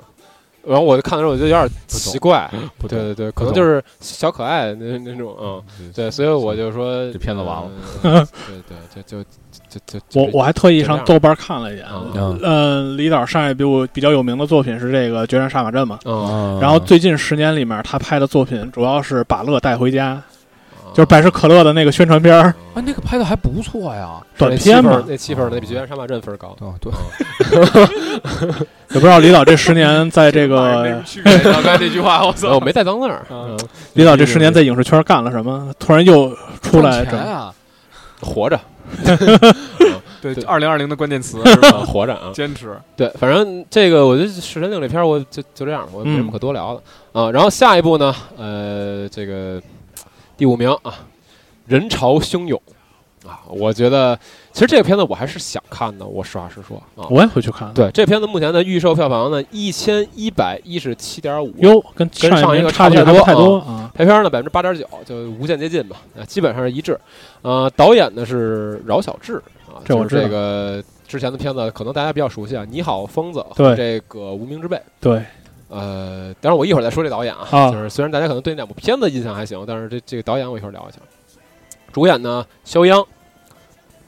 B: 然后我就看的时候，我就有点奇怪。
A: 不
B: 对
A: 对，
B: 对对，
A: 不
B: 可能
A: 懂
B: 就是小可爱那那种，嗯，对，所以我就说
A: 这片子完了
B: 呃对对，就就就就就
C: 我我还特意上
B: 就这
C: 豆瓣看了一眼，
B: 嗯
A: 嗯
C: 嗯，李导上一部比较有名的作品是这个《决战杀马镇》嘛。
B: 嗯，
C: 然后最近十年里面，他拍的作品主要是把乐带回家，
B: 嗯
C: 就是百事可乐的那个宣传片儿
A: 啊，那个拍的还不错呀，
C: 短片嘛。
B: 那气氛儿那比《决战杀马镇》分儿高。
A: 哦对对，
C: 也不知道李导这十年 在这
A: 哎
C: 个
A: 啊刚才那句话我
B: 呃我没带脏字儿，
A: 嗯
B: 嗯
C: 李导这十年在影视圈干了什么？突然又出来
A: 钱
C: 整
A: 啊，
B: 活着，
A: 对
B: 对
A: 二零二零的关键 词是
B: 啊
A: 吧？
B: 活着啊！
A: 坚持，
B: 对，反正这个我觉得《食神令》这片儿，我就就这样，我没什么
C: 嗯
B: 可多聊的啊。然后下一步呢，呃，这个第五名啊，人潮汹涌啊，我觉得其实这个片子我还是想看的，我实话实说啊。
C: 我也回去看。，
B: 对，这片子目前的预售票房呢，一千一百一十七点五，
C: 哟，跟
B: 跟上
C: 一
B: 一个
C: 年
B: 差
C: 差
B: 不
C: 距
B: 太
C: 还不太
B: 多
C: 多啊。
B: 排片呢百分之八点九，就无限接近吧，啊，基本上是一致。呃，导演呢是饶晓志啊，
C: 这我
B: 就是这
C: 知道
B: 个之前的片子可能大家比较熟悉啊，《你好，疯子》和
C: 对
B: 这个《无名之辈》。
C: 对，
B: 呃，当然我一会儿再说这导演啊，
C: 啊
B: 就是虽然大家可能对那两部片子印象还行，但是这这个导演我一会儿聊一下。主演呢，肖央、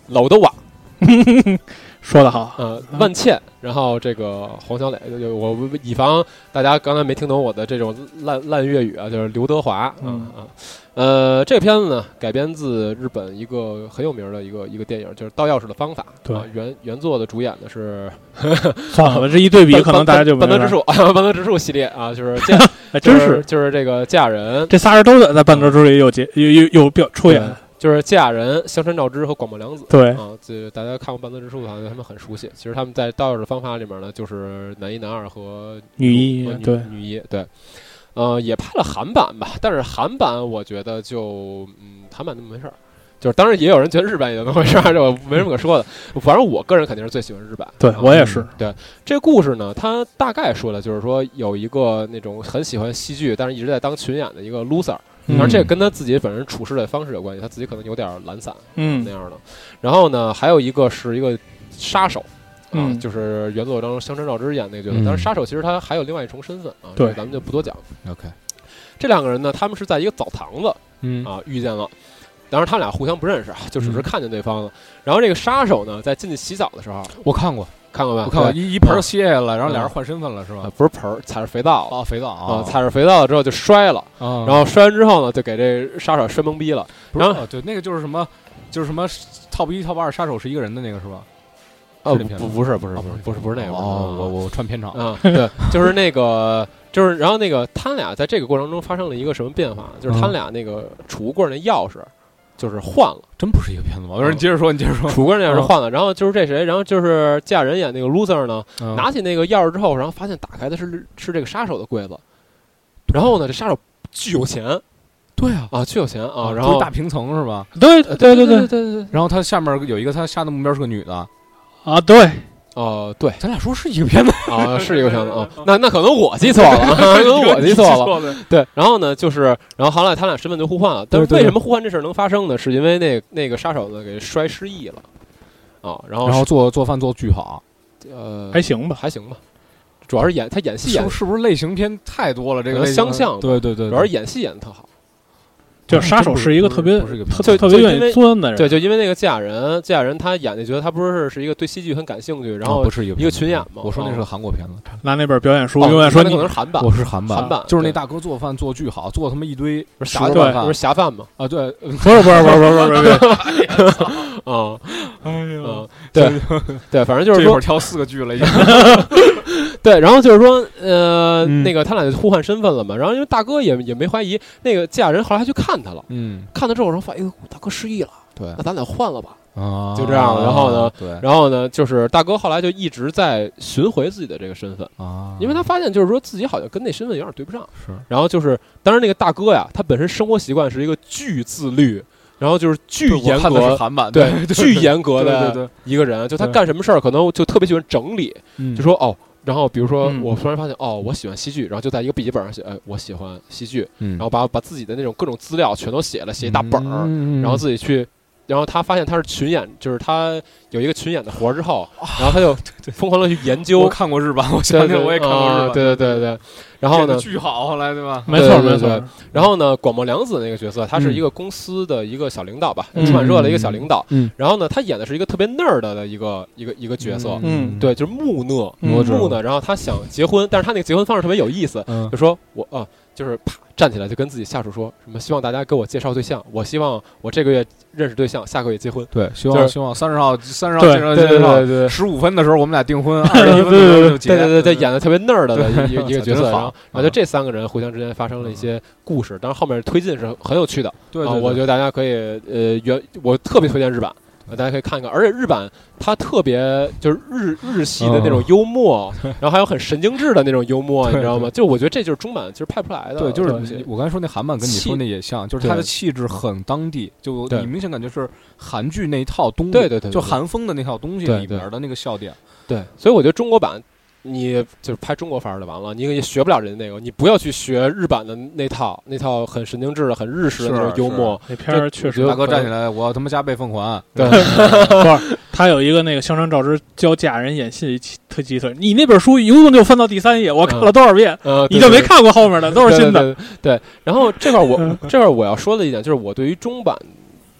B: 娄德瓦、
C: 说得好。
B: 呃万茜，然后这个黄小磊，就就我以防大家刚才没听懂我的这种烂烂粤语啊，就是刘德华，
C: 嗯
B: 啊，呃，这个片子呢改编自日本一个很有名的一个一个电影，就是《盗钥匙的方法》，
C: 对
B: 啊原原作的主演呢是
C: 算了，这一对比，
B: 班
C: 可能大 家就没
B: 班
C: 了
B: 德直树，班德直树系列啊，就是这，
C: 哎，
B: 就
C: 真
B: 是
C: 是
B: 就是这个嫁人，
C: 这仨人都在在《半泽之里有结有有有表出演。
B: 就是嫁人香川照之和广末凉子，
C: 对，
B: 啊，这大家看过《半泽直树》的话，他们很熟悉。其实他们在《道士的方法》里面呢，就是男一、男二和
C: 女一
B: 哦和女
C: 对
B: 女一对，呃，也拍了韩版吧，但是韩版我觉得就嗯，韩版那么回事儿。就是当然也有人觉得日版也那么回事儿，这我没什么可说的。反正我个人肯定是最喜欢日版。
C: 对
B: 啊
C: 我也是。
B: 对这故事呢，它大概说的就是说有一个那种很喜欢戏剧，但是一直在当群演的一个 loser，
C: 嗯
B: 当然这跟他自己本人处事的方式有关系，他自己可能有点儿懒散，那
C: 嗯
B: 样的。然后呢，还有一个是一个杀手。啊，
C: 嗯
B: 就是原作当中香川照之演那个角色，
A: 嗯
B: 但是杀手其实他还有另外一重身份啊，这
C: 对
B: 个咱们就不多讲。
A: OK
B: 这两个人呢，他们是在一个澡堂子
A: 嗯
B: 啊遇见了，当然他们俩互相不认识啊，就只是看见对方了。然后这个杀手呢，在进去洗澡的时候，
A: 我看过，
B: 看过没？
A: 我看过
B: 对
A: 一一盆儿卸下来，然后俩
B: 嗯
A: 人换身份了是吧
B: 啊？，不是盆儿，踩着肥皂了
A: 哦，肥皂
B: 啊，踩着肥皂了之后就摔了，
A: 啊，
B: 然后摔完之后呢，就给这杀手摔懵逼了。
A: 不是
B: 然后
A: 哦对那个就是什么，就是什么 top 一 top 二杀手是一个人的那个是吧？
B: 哦，
A: 是这片
B: 不
A: 子
B: 不是不是
A: 哦
B: 不是不是不是那个，
A: 哦，
B: 不
A: 我
B: 是
A: 我串片场了，
B: 啊，对，就是那个，就是然后那个他俩在这个过程中发生了一个什么变化？就是他
C: 嗯
B: 俩那个储物柜儿那钥匙就是换了，
A: 真不是一个片子吗？我说你接着说，你接着说，
B: 储物柜儿那钥匙换了。然后就是这谁，然后就是嫁人演那个 loser 呢，
A: 嗯
B: 拿起那个钥匙之后，然后发现打开的是是这个杀手的柜子，然后呢，这杀手巨有钱
A: 对啊
B: 啊，巨有钱啊，
A: 不
B: 然
A: 是
B: 后
A: 大平层是吧？
C: 对
B: 呃
C: 对
B: 对
C: 对
B: 对对，
A: 然后他下面有一个他杀的目标是个女的，
C: 啊，对，
B: 哦对
A: 咱俩说是一个片子，
B: 啊，是一个片子啊，那那可能我记错了，可能 我记错了。
A: 了，
B: 对，然后呢，就是，然后后来他俩身份就互换了。但是
A: 对对
B: 为什么互换这事儿能发生呢？是因为那那个杀手呢给摔失忆了，啊，然后
A: 然后做做饭做巨好，
B: 是呃
C: 还行吧。
B: 还行吧，主要是演他演戏
A: 是
B: 演
A: 不，是不是类型片太多了？这
B: 可
A: 个
B: 能相像
A: 对对对，
B: 主要是演戏演的特好。
C: 就是杀
B: 嗯
C: 手是一个特别
A: 不是一个
C: 特
B: 就
C: 特
B: 就
C: 别愿
B: 因为
C: 意钻的人，
B: 对，就因为那个嫁人，嫁人他演那角色，他不是是一个对戏剧很感兴趣，然
A: 啊
B: 后
A: 不是一
B: 一
A: 个
B: 个
A: 片子
B: 群演嘛
A: 我说那
B: 啊
A: 是个韩国片子，
C: 拿那本表演书，
B: 哦
C: 永远说
B: 那
C: 你
B: 可 能是韩版，
A: 我是韩版，
B: 韩版
A: 就是那
B: 对
A: 大哥做饭做巨好，做他妈一堆
B: 不是
A: 十
B: 侠
A: 个
C: 对
A: 拌
B: 不
A: 饭
B: 是侠饭嘛，
A: 啊，对，
C: 不是不是不是不是不是不是，
B: 啊，
A: 哎呦，
B: 对对，反正就是
D: 这会
B: 说
D: 儿，挑四个剧了，已经。
B: 对，然后就是说，呃，
D: 嗯
B: 那个他俩就互换身份了嘛。然后因为大哥也也没怀疑，那个纪亚人后来还去看他了，
A: 嗯，
B: 看他之后说，发现哎呦大哥失忆了，
A: 对
B: 那咱俩换了吧。
A: 啊，
B: 就这样了然后呢
A: 对
B: 然后呢，就是大哥后来就一直在寻回自己的这个身份，
A: 啊，
B: 因为他发现就是说自己好像跟那身份有点对不上。
A: 是
B: 然后就是，当然那个大哥呀，他本身生活习惯是一个巨自律，然后就是巨
D: 我
B: 严
D: 看的是
B: 格，
D: 韩版的，
B: 对，巨严格
D: 对
B: 的
D: 对
B: 一个人。就他
A: 对
B: 干什么事儿，可能就特别喜欢整理，
A: 嗯
B: 就说哦。然后，比如说，
C: 嗯
B: 我突然发现，哦，我喜欢戏剧，然后就在一个笔记本上写，哎，我喜欢戏剧，
A: 嗯
B: 然后把把自己的那种各种资料全都写了，写一大本儿，
C: 嗯
B: 然后自己去，然后他发现他是群演，就是他有一个群演的活儿之后，然后他就疯狂的去研
D: 对，我
B: 究，
D: 看过日 版，我
B: 对
D: 前
B: 对
D: 天我也看过日
B: 啊
A: 哦
D: 版，
B: 对对对对，然后
D: 演得
B: 呢，
D: 巨好，后来对吧？
C: 没错
B: 对
C: 没
B: 对对
C: 错，
B: 然后呢，广末凉子那个角色，他是
C: 嗯
B: 一个公司的一个小领导吧，
C: 嗯
B: 出版社的一个小领导。
A: 嗯
B: 然后呢，他演的是一个特别 nerd 的一个一个一个角色，
C: 嗯
B: 对，就是木讷
C: 嗯
A: 我知道
B: 木讷。然后他想结婚，但是他那个结婚方式特别有意思，
A: 嗯
B: 就说我啊、就是啪站起来就跟自己下属说什么，希望大家给我介绍对象，我希望我这个月认识对象，下个月结婚。
A: 对，希
B: 就
A: 望
B: 是
A: 希望三十号三十号
C: 对
A: 介绍
B: 对
A: 介
B: 对
A: 绍
B: 对对。
D: 十五分的时候我们俩订 婚，二十一分的时候就结，
B: 对对对对，演的特别 nerd 的一个一个角色，
D: 真好
B: 然后然后就这三个人互相之间发生了一些故事，但是后面推进是很有趣的。
A: 对
B: 啊，
A: 对，
B: 我觉得大家可以呃原我特别推荐日版。呃大家可以看一看，而且日版它特别就是日日系的那种幽默，然后还有很神经质的那种幽默，你知道吗？就我觉得这就是中版其实拍不出来的。
A: 对，就是
B: 东
A: 你
B: 西
A: 我刚才说那韩版跟你
B: 气
A: 说那也像，就是它的
B: 对
A: 气质很当地，就
B: 对
A: 你明显感觉是韩剧那一套东西，
B: 对对对对
A: 就
B: 对
A: 韩风的那套东西
B: 对
A: 里
B: 对
A: 边的那个笑点。
B: 对，所以我觉得中国版你就是拍中国范儿就完了，你也学不了人家那个，你不要去学日版的那套那套很神经质的、很日式的那种
D: 是。
B: 幽默。
C: 那片儿确实
B: 就
A: 大哥
B: 可能
A: 站起来，我他妈加倍奉还。
B: 对，
C: 他有一个那个香川照之教假人演戏的特技特，你那本书一共就翻到第三页，我看了多少遍，
B: 呃，
C: 你
B: 对
C: 就
B: 对
C: 没看过后面的，都是新
B: 对
C: 的。
B: 对对对然后这块儿
A: 嗯
B: 我这块儿我要说的一点就是，我对于中版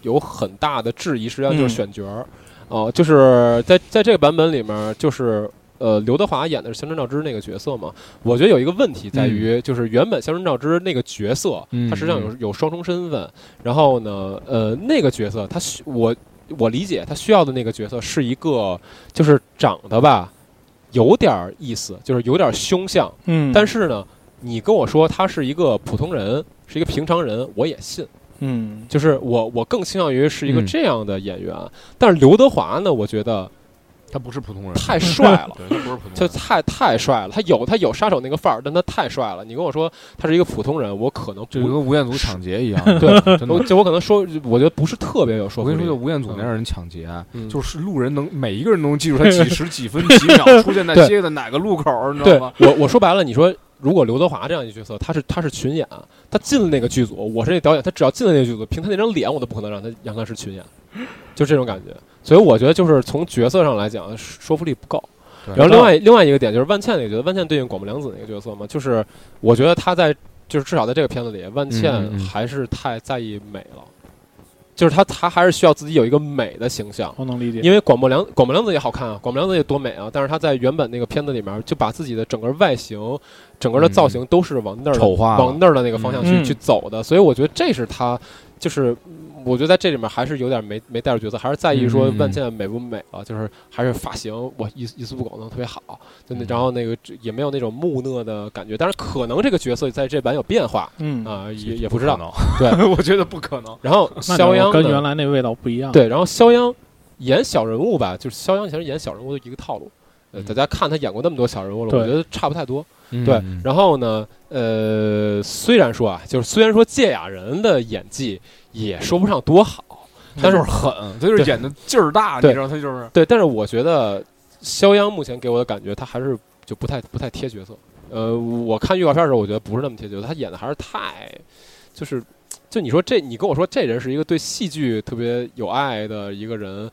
B: 有很大的质疑，实际上就是
A: 嗯
B: 选角儿。哦、就是在在这个版本里面，就是呃，刘德华演的是香川照之那个角色嘛。我觉得有一个问题在于，就是原本香川照之那个角色，
A: 嗯
B: 他实际上有有双重身份。然后呢，呃，那个角色他需我我理解他需要的那个角色是一个，就是长得吧有点儿意思，就是有点儿凶相。
C: 嗯，
B: 但是呢，你跟我说他是一个普通人，是一个平常人，我也信。
C: 嗯，
B: 就是我，我更倾向于是一个
A: 嗯
B: 这样的演员。但是刘德华呢，我觉得
A: 他不是普通人，
B: 太帅了
D: 对，不是普
B: 就
D: 通，
B: 太太帅了，他有他有杀手那个范儿，但他太帅了。你跟我说他是一个普通人，我可能
A: 就跟
B: 不
A: 吴彦祖抢劫一样。
B: 对，
A: 真
B: 我
A: 的，
B: 就我可能说，我觉得不是特别有说
A: 我
B: 服
A: 跟你
B: 力
A: 说，就。吴彦祖那样人抢劫，啊
B: 嗯
A: 就是路人能每一个人都能记住他
D: 他
A: 几
D: 几 十几分几秒出现在
B: 对
D: 街的哪个路口，你知
B: 对
D: 道吗？
B: 我我说白了，你说如果刘德华这样一个角色，他是他是群演，他进了那个剧组，我是那导演，他只要进了那个剧组，凭他那张脸，我都不可能让他让他是群演，就这种感觉。所以我觉得就是从角色上来讲，说服力不够。
A: 对
B: 然后另外另外一个点就是万茜那个角色，万茜对应广木凉子那个角色嘛，就是我觉得她在就是至少在这个片子里，万茜
A: 嗯嗯嗯
B: 还是太在意美了，就是她她还是需要自己有一个美的形象。
C: 我能理解。
B: 因为广播凉广播凉子也好看啊，广播凉子也多美啊，但是她在原本那个片子里面就把自己的整个外形、整个的造型都是往那儿的、
A: 嗯丑化了
B: 往那儿的那个方向去、
C: 嗯
B: 去走的，所以我觉得这是她就是。我觉得在这里面还是有点没没带入角色，还是在意说
A: 嗯嗯嗯
B: 万茜美不美啊，就是还是发型我一丝一丝不苟弄得特别好，就那
A: 嗯
B: 然后那个也没有那种木讷的感觉，但是可能这个角色在这版有变化
C: 嗯，
B: 啊、也也不知道。
D: 我觉得不可能。
B: 然后
C: 那就
B: 肖央
C: 跟
B: 呢
C: 原来那味道不一样。，
B: 对，然后肖央演小人物吧，就是肖央其实演小人物的一个套路。呃，
A: 嗯
B: 大家看他演过那么多小人物了，
C: 对
B: 我觉得差不太多。
A: 嗯
B: 对，然后呢，呃，虽然说啊，就是虽然说芥雅人的演技也说不上多好，但
D: 他就是
A: 嗯
D: 是狠，他就是
B: 对
D: 演的劲儿大，你
B: 对
D: 知道，他就是
B: 对，但是我觉得肖央目前给我的感觉，他还是就不太不太贴角色。呃，我看预告片的时候，我觉得不是那么贴角色，他演的还是太，就是，就你说这，你跟我说这人是一个对戏剧特别有爱的一个人，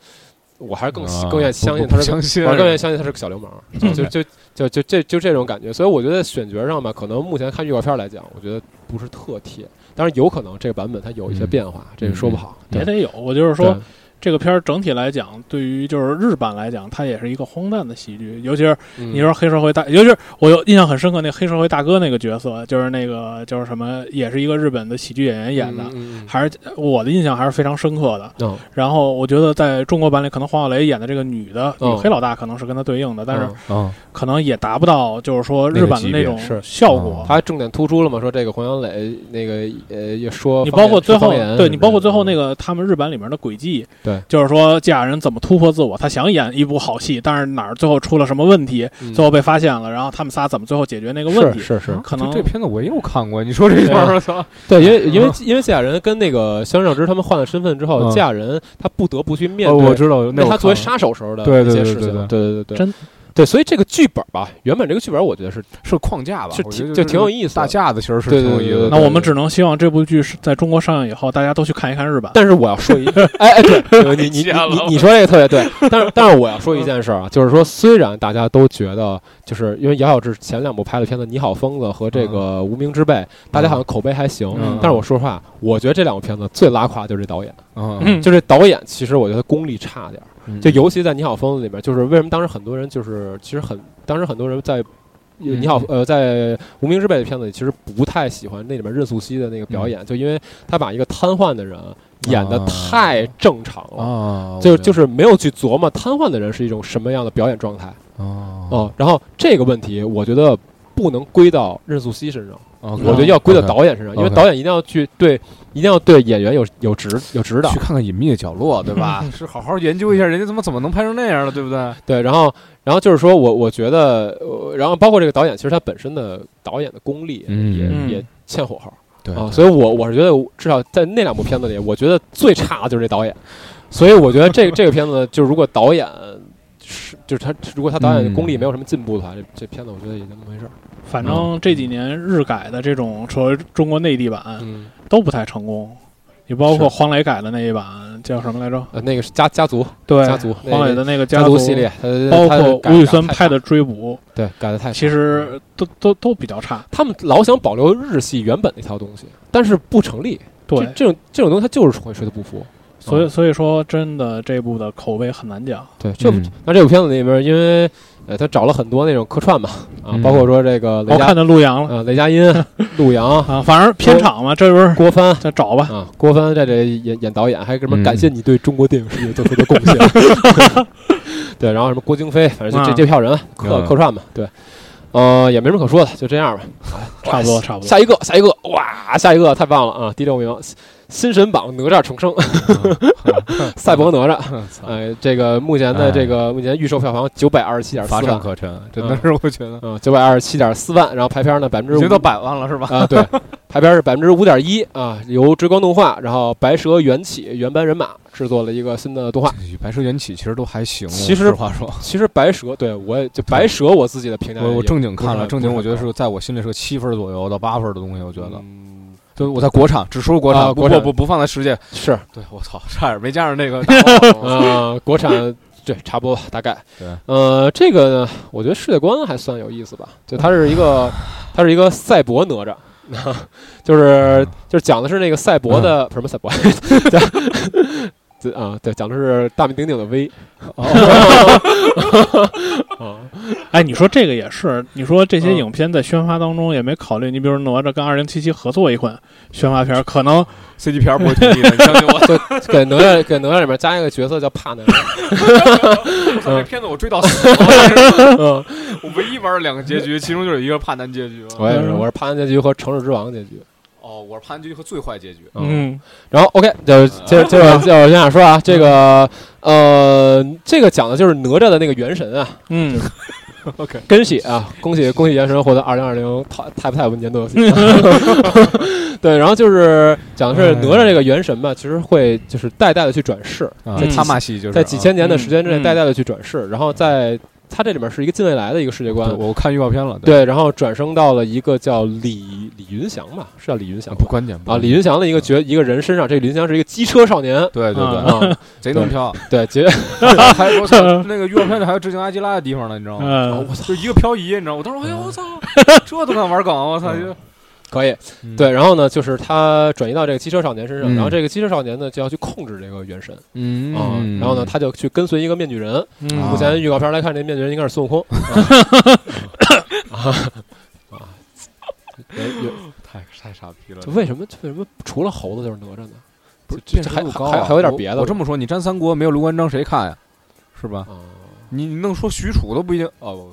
B: 我还是更、
A: 啊
B: 更愿意
A: 不
B: 相信啊
A: 不
B: 他是
A: 相信
B: 我更愿意相信他是个小流氓，就就就就就这就这种感觉。所以我觉得选角上吧，可能目前看预告片来讲，我觉得不是特贴，当然有可能这个版本它有一些
A: 嗯
B: 变化，这个说不好。
C: 也
B: 对
C: 得有。我就是说，这个片儿整体来讲，对于就是日版来讲，它也是一个荒诞的喜剧，尤其是
B: 嗯
C: 你说黑社会大，尤其是我有印象很深刻那黑社会大哥那个角色，就是那个就是什么，也是一个日本的喜剧演员演的，还是我的印象还是非常深刻的。
B: 嗯
C: 然后我觉得在中国版里，可能黄小雷演的这个女的
B: 哦
C: 女黑老大可能是跟他对应的，但是
A: 嗯，
C: 可能也达不到就是说日版的那种
B: 那个级别是哦
C: 效果。
B: 他还重点突出了嘛，说这个黄杨磊那个呃也说
C: 你
B: 方言
C: 包括最
B: 说
C: 后
B: 方言，
C: 对
B: 什
C: 你
B: 么
C: 包括
B: 的
C: 最后那个他们日版里面的轨迹，
B: 对，
C: 就是说这俩人怎么突破自我，他想演一部好戏，但是哪儿最后出了什么问题，
B: 嗯
C: 最后被发现了，然后他们仨怎么最后解决那个问题？
B: 是是是
A: 啊
C: 可
A: 这
C: 能
A: 这片子我也有看过，你说这
C: 对
A: 段
C: 啊
A: 儿
B: 对，因为因为因为纪亚人跟那个肖申少之他们换了身份之后，
A: 嗯
B: 纪亚人他不得不去面
A: 哦我
B: 对
A: 知道，
B: 那
A: 我
B: 他作为
A: 看了
B: 杀手时候的
A: 对
B: 一
A: 对
B: 些事
A: 对
B: 情，
A: 对
B: 对
A: 对
B: 对对
C: 真
B: 对，所以这个剧本吧，原本这个剧本我觉得是啊
A: 是框架吧，
B: 是
A: 我
B: 挺
A: 觉得
B: 就是挺有意思的
A: 大架子其实是
B: 对
A: 挺有
B: 对
A: 意
B: 对
A: 思的。
C: 那我们只能希望这部剧是在中国上映以后，大家都去看一看日版。
B: 但是我要说一，哎哎，对，你你你你你说这个特别对，但是但是我要说一件事儿啊，就是说虽然大家都觉得，就是因为姚晓志前两部拍的片子《你好，疯子》和这个《无名之辈》，大家好像口碑还行，
C: 嗯
B: 但是我说实话，我觉得这两部片子最拉胯就是这导演，
A: 嗯，
C: 嗯，
B: 就这导演其实我觉得功力差点儿，
A: 嗯
B: 就尤其在《你好，疯子》里面，就是为什么当时很多人就是其实很当时很多人在。呃
A: 嗯
B: 你好，呃，在《无名之辈》的片子里，其实不太喜欢那里面任素汐的那个表
A: 嗯
B: 演，就因为他把一个瘫痪的人演的
A: 啊
B: 太正常了，
A: 啊，
B: 就就是没有去琢磨瘫痪的人是一种什么样的表演状态
A: 哦，
B: 哦、然后这个问题，我觉得不能归到任素汐身上，
A: 我
B: 我觉得要归到
D: 嗯
B: 导演身上，因为
A: OK
B: 导演一定要去对，一定要对演员有有指有指导
A: 去。看看隐秘的嗯角落，对吧？
D: 是好好研究一下，人家怎么怎么能拍成那样了，对不对？
B: 对，然后然后就是说我我觉得，呃然后包括这个导演，其实他本身的导演的功力也、
A: 嗯
B: 也欠火候。
A: 对
D: 哦
B: 啊，所以我我是觉得，至少在那两部片子里，我觉得最差的就是这导演，所以我觉得这这个片子，就如果导演是就是他，如果他导演的功力
A: 嗯
B: 没有什么进步的话，这这片子我觉得也就那么回事儿。
C: 反
B: 嗯
C: 正这几年日改的这种所谓中国内地版
B: 嗯，
C: 都不太成功。你包
B: 是
C: 括黄磊改的那一版叫什么来着？
B: 呃，那个是家家族
C: 对，
B: 家族那
C: 黄
B: 个
C: 磊的那个
B: 家
C: 族
B: 系，列，呃
C: 包
B: 他
C: 括
B: 改
C: 吴宇
B: 改
C: 森
B: 太
C: 拍的
B: 差
C: 《追捕》，
B: 对改的太差
C: 其实都都都比较差。
B: 他们老想保留日系原本那套东西，但是不成立。
C: 对，嗯
B: 这这嗯种这种东西它就是会水土不服。
C: 所以所以说，真的这部的口碑很难讲。
B: 对，这部那这部片子里面，因为呃，他找了很多那种客串嘛，啊，
A: 嗯
B: 包括说这个雷
C: 我
B: 佳
C: 哦
B: 嗯
C: 看见陆阳了
B: 呃，雷佳音、 陆阳、
C: 啊，反正片场嘛，这不是
B: 郭帆
C: 再找吧。
B: 啊，郭帆在这演演导演，还有什么
A: 嗯
B: 感谢你对中国电影事业做出的贡 献。 对，然后什么郭京飞，反正就这
C: 啊
B: 这票人客
A: 嗯
B: 客串嘛，对。呃，也没什么可说的，就这样吧。
C: 差不多差不多
B: 下一个，下一个，哇，下一个太棒了啊！第六名，《新神榜哪吒重生》，
A: 嗯
B: 赛博哪吒。呃，这个目前的
A: 啊哎
B: 这个目前预售票房九百二十七点四
A: 乏善
B: 万，
A: 可陈，真的是我觉得
B: 嗯，九百二十七点四万，然后排片呢百分之
D: 已
B: 五
D: 经到百万了是吧？
B: 啊，对，排片是百分之五点一啊，由追光动画，然后白蛇缘起原班人马制作了一个新的动画。
A: 白蛇缘起其实都还行。
B: 其实
A: 实话 说，
B: 其实白蛇，对我也就白蛇，我自己的评价也，
A: 我我正经看
B: 不
A: 了，
B: 是
A: 正经
B: 不是
A: 我觉得是在我心里是个七分左右到八分的东西，我觉得。
B: 嗯
A: 就我在国产，只说国
B: 啊
A: 产，不
B: 国产
A: 不不不放在世界。
B: 是啊、
A: 对，我操，
D: 差点没加上那 个大炮
B: 呃国 产。对，差不多吧，大概。
A: 对
B: 呃，这个呢，我觉得世界观还算有意思吧。就它是一 个，它是一个赛博哪 吒，就是就是讲的是那个赛博的、不是什么赛博， 这啊，对，讲的是大名鼎鼎的 威。啊，
C: 哎，你说这个也是，你说这些
B: 嗯
C: 影片在宣发当中也没考虑，你比如哪吒跟二零七七合作一款宣发片儿，可能
D: ，CG 片不会同意的，你相信我。
B: 给哪吒给哪吒里面加一个角色叫帕南，
D: 我操这片子我追到死了，但是
B: 嗯，
D: 我唯一玩的两个结局，其中就是一个帕南结局。
B: 我也是，我是帕南结局和城市之王结局。
D: 哦，我是帕南结局和最坏结局。
C: 嗯，
B: 然后 OK，就是接着接着接着往下说啊，这个呃，这个讲的就是哪吒的那个元神啊，
C: 嗯，
B: 恭喜啊，恭喜恭喜元神获得二零二零泰泰不泰文年度游戏。 对，然后就是讲的是
A: 哎
B: 哪吒这个元神吧，其实会就是代代的去转世，
A: 啊
C: 在
A: 他骂戏就是啊
B: 在几千年的时间之内
C: 嗯嗯
B: 代代的去转世，然后在它这里面是一个近未来的一个世界观
A: 啊。对。我看预告片了，对，
B: 对，然后转生到了一个叫李李云祥吧，是叫李云祥
A: 啊
B: 吧
A: 不嗯关键
B: 啊，李云祥的一个角一个人身上，这个李云祥是一个机车少 年
A: 对对对，
B: 啊，
A: 贼 能飘，
B: 对，结
A: 还有我操那个预告片里还有致敬阿基拉的
B: 嗯
A: 地方呢，你知道吗？
C: 呃，
A: 啊
D: 就一个漂移，你知道吗？我当时哎呦我操，这都敢玩梗，我操！就
B: 可以，
A: 嗯
B: 对，，然后呢，就是他转移到这个机车少年身上，
A: 嗯
B: 然后这个机车少年呢就要去控制这个元神
A: 嗯
B: 啊、然后呢，他就去跟随一个面具人。
A: 啊
C: 嗯
B: 目前预告片来看，这面具人应该是孙 悟空。 啊啊啊！哎有有
A: 太太傻逼了
B: 就为什么为什么除了猴子就是哪吒呢？
A: 不是
B: 这
A: 辨识
B: 还
A: 度高
B: 还
A: 啊
B: 还有点
A: 我
B: 别的
A: 我这么说，你粘三国没有刘关张谁看呀？是吧？
B: 啊，
A: 你你弄说许褚都不一定哦，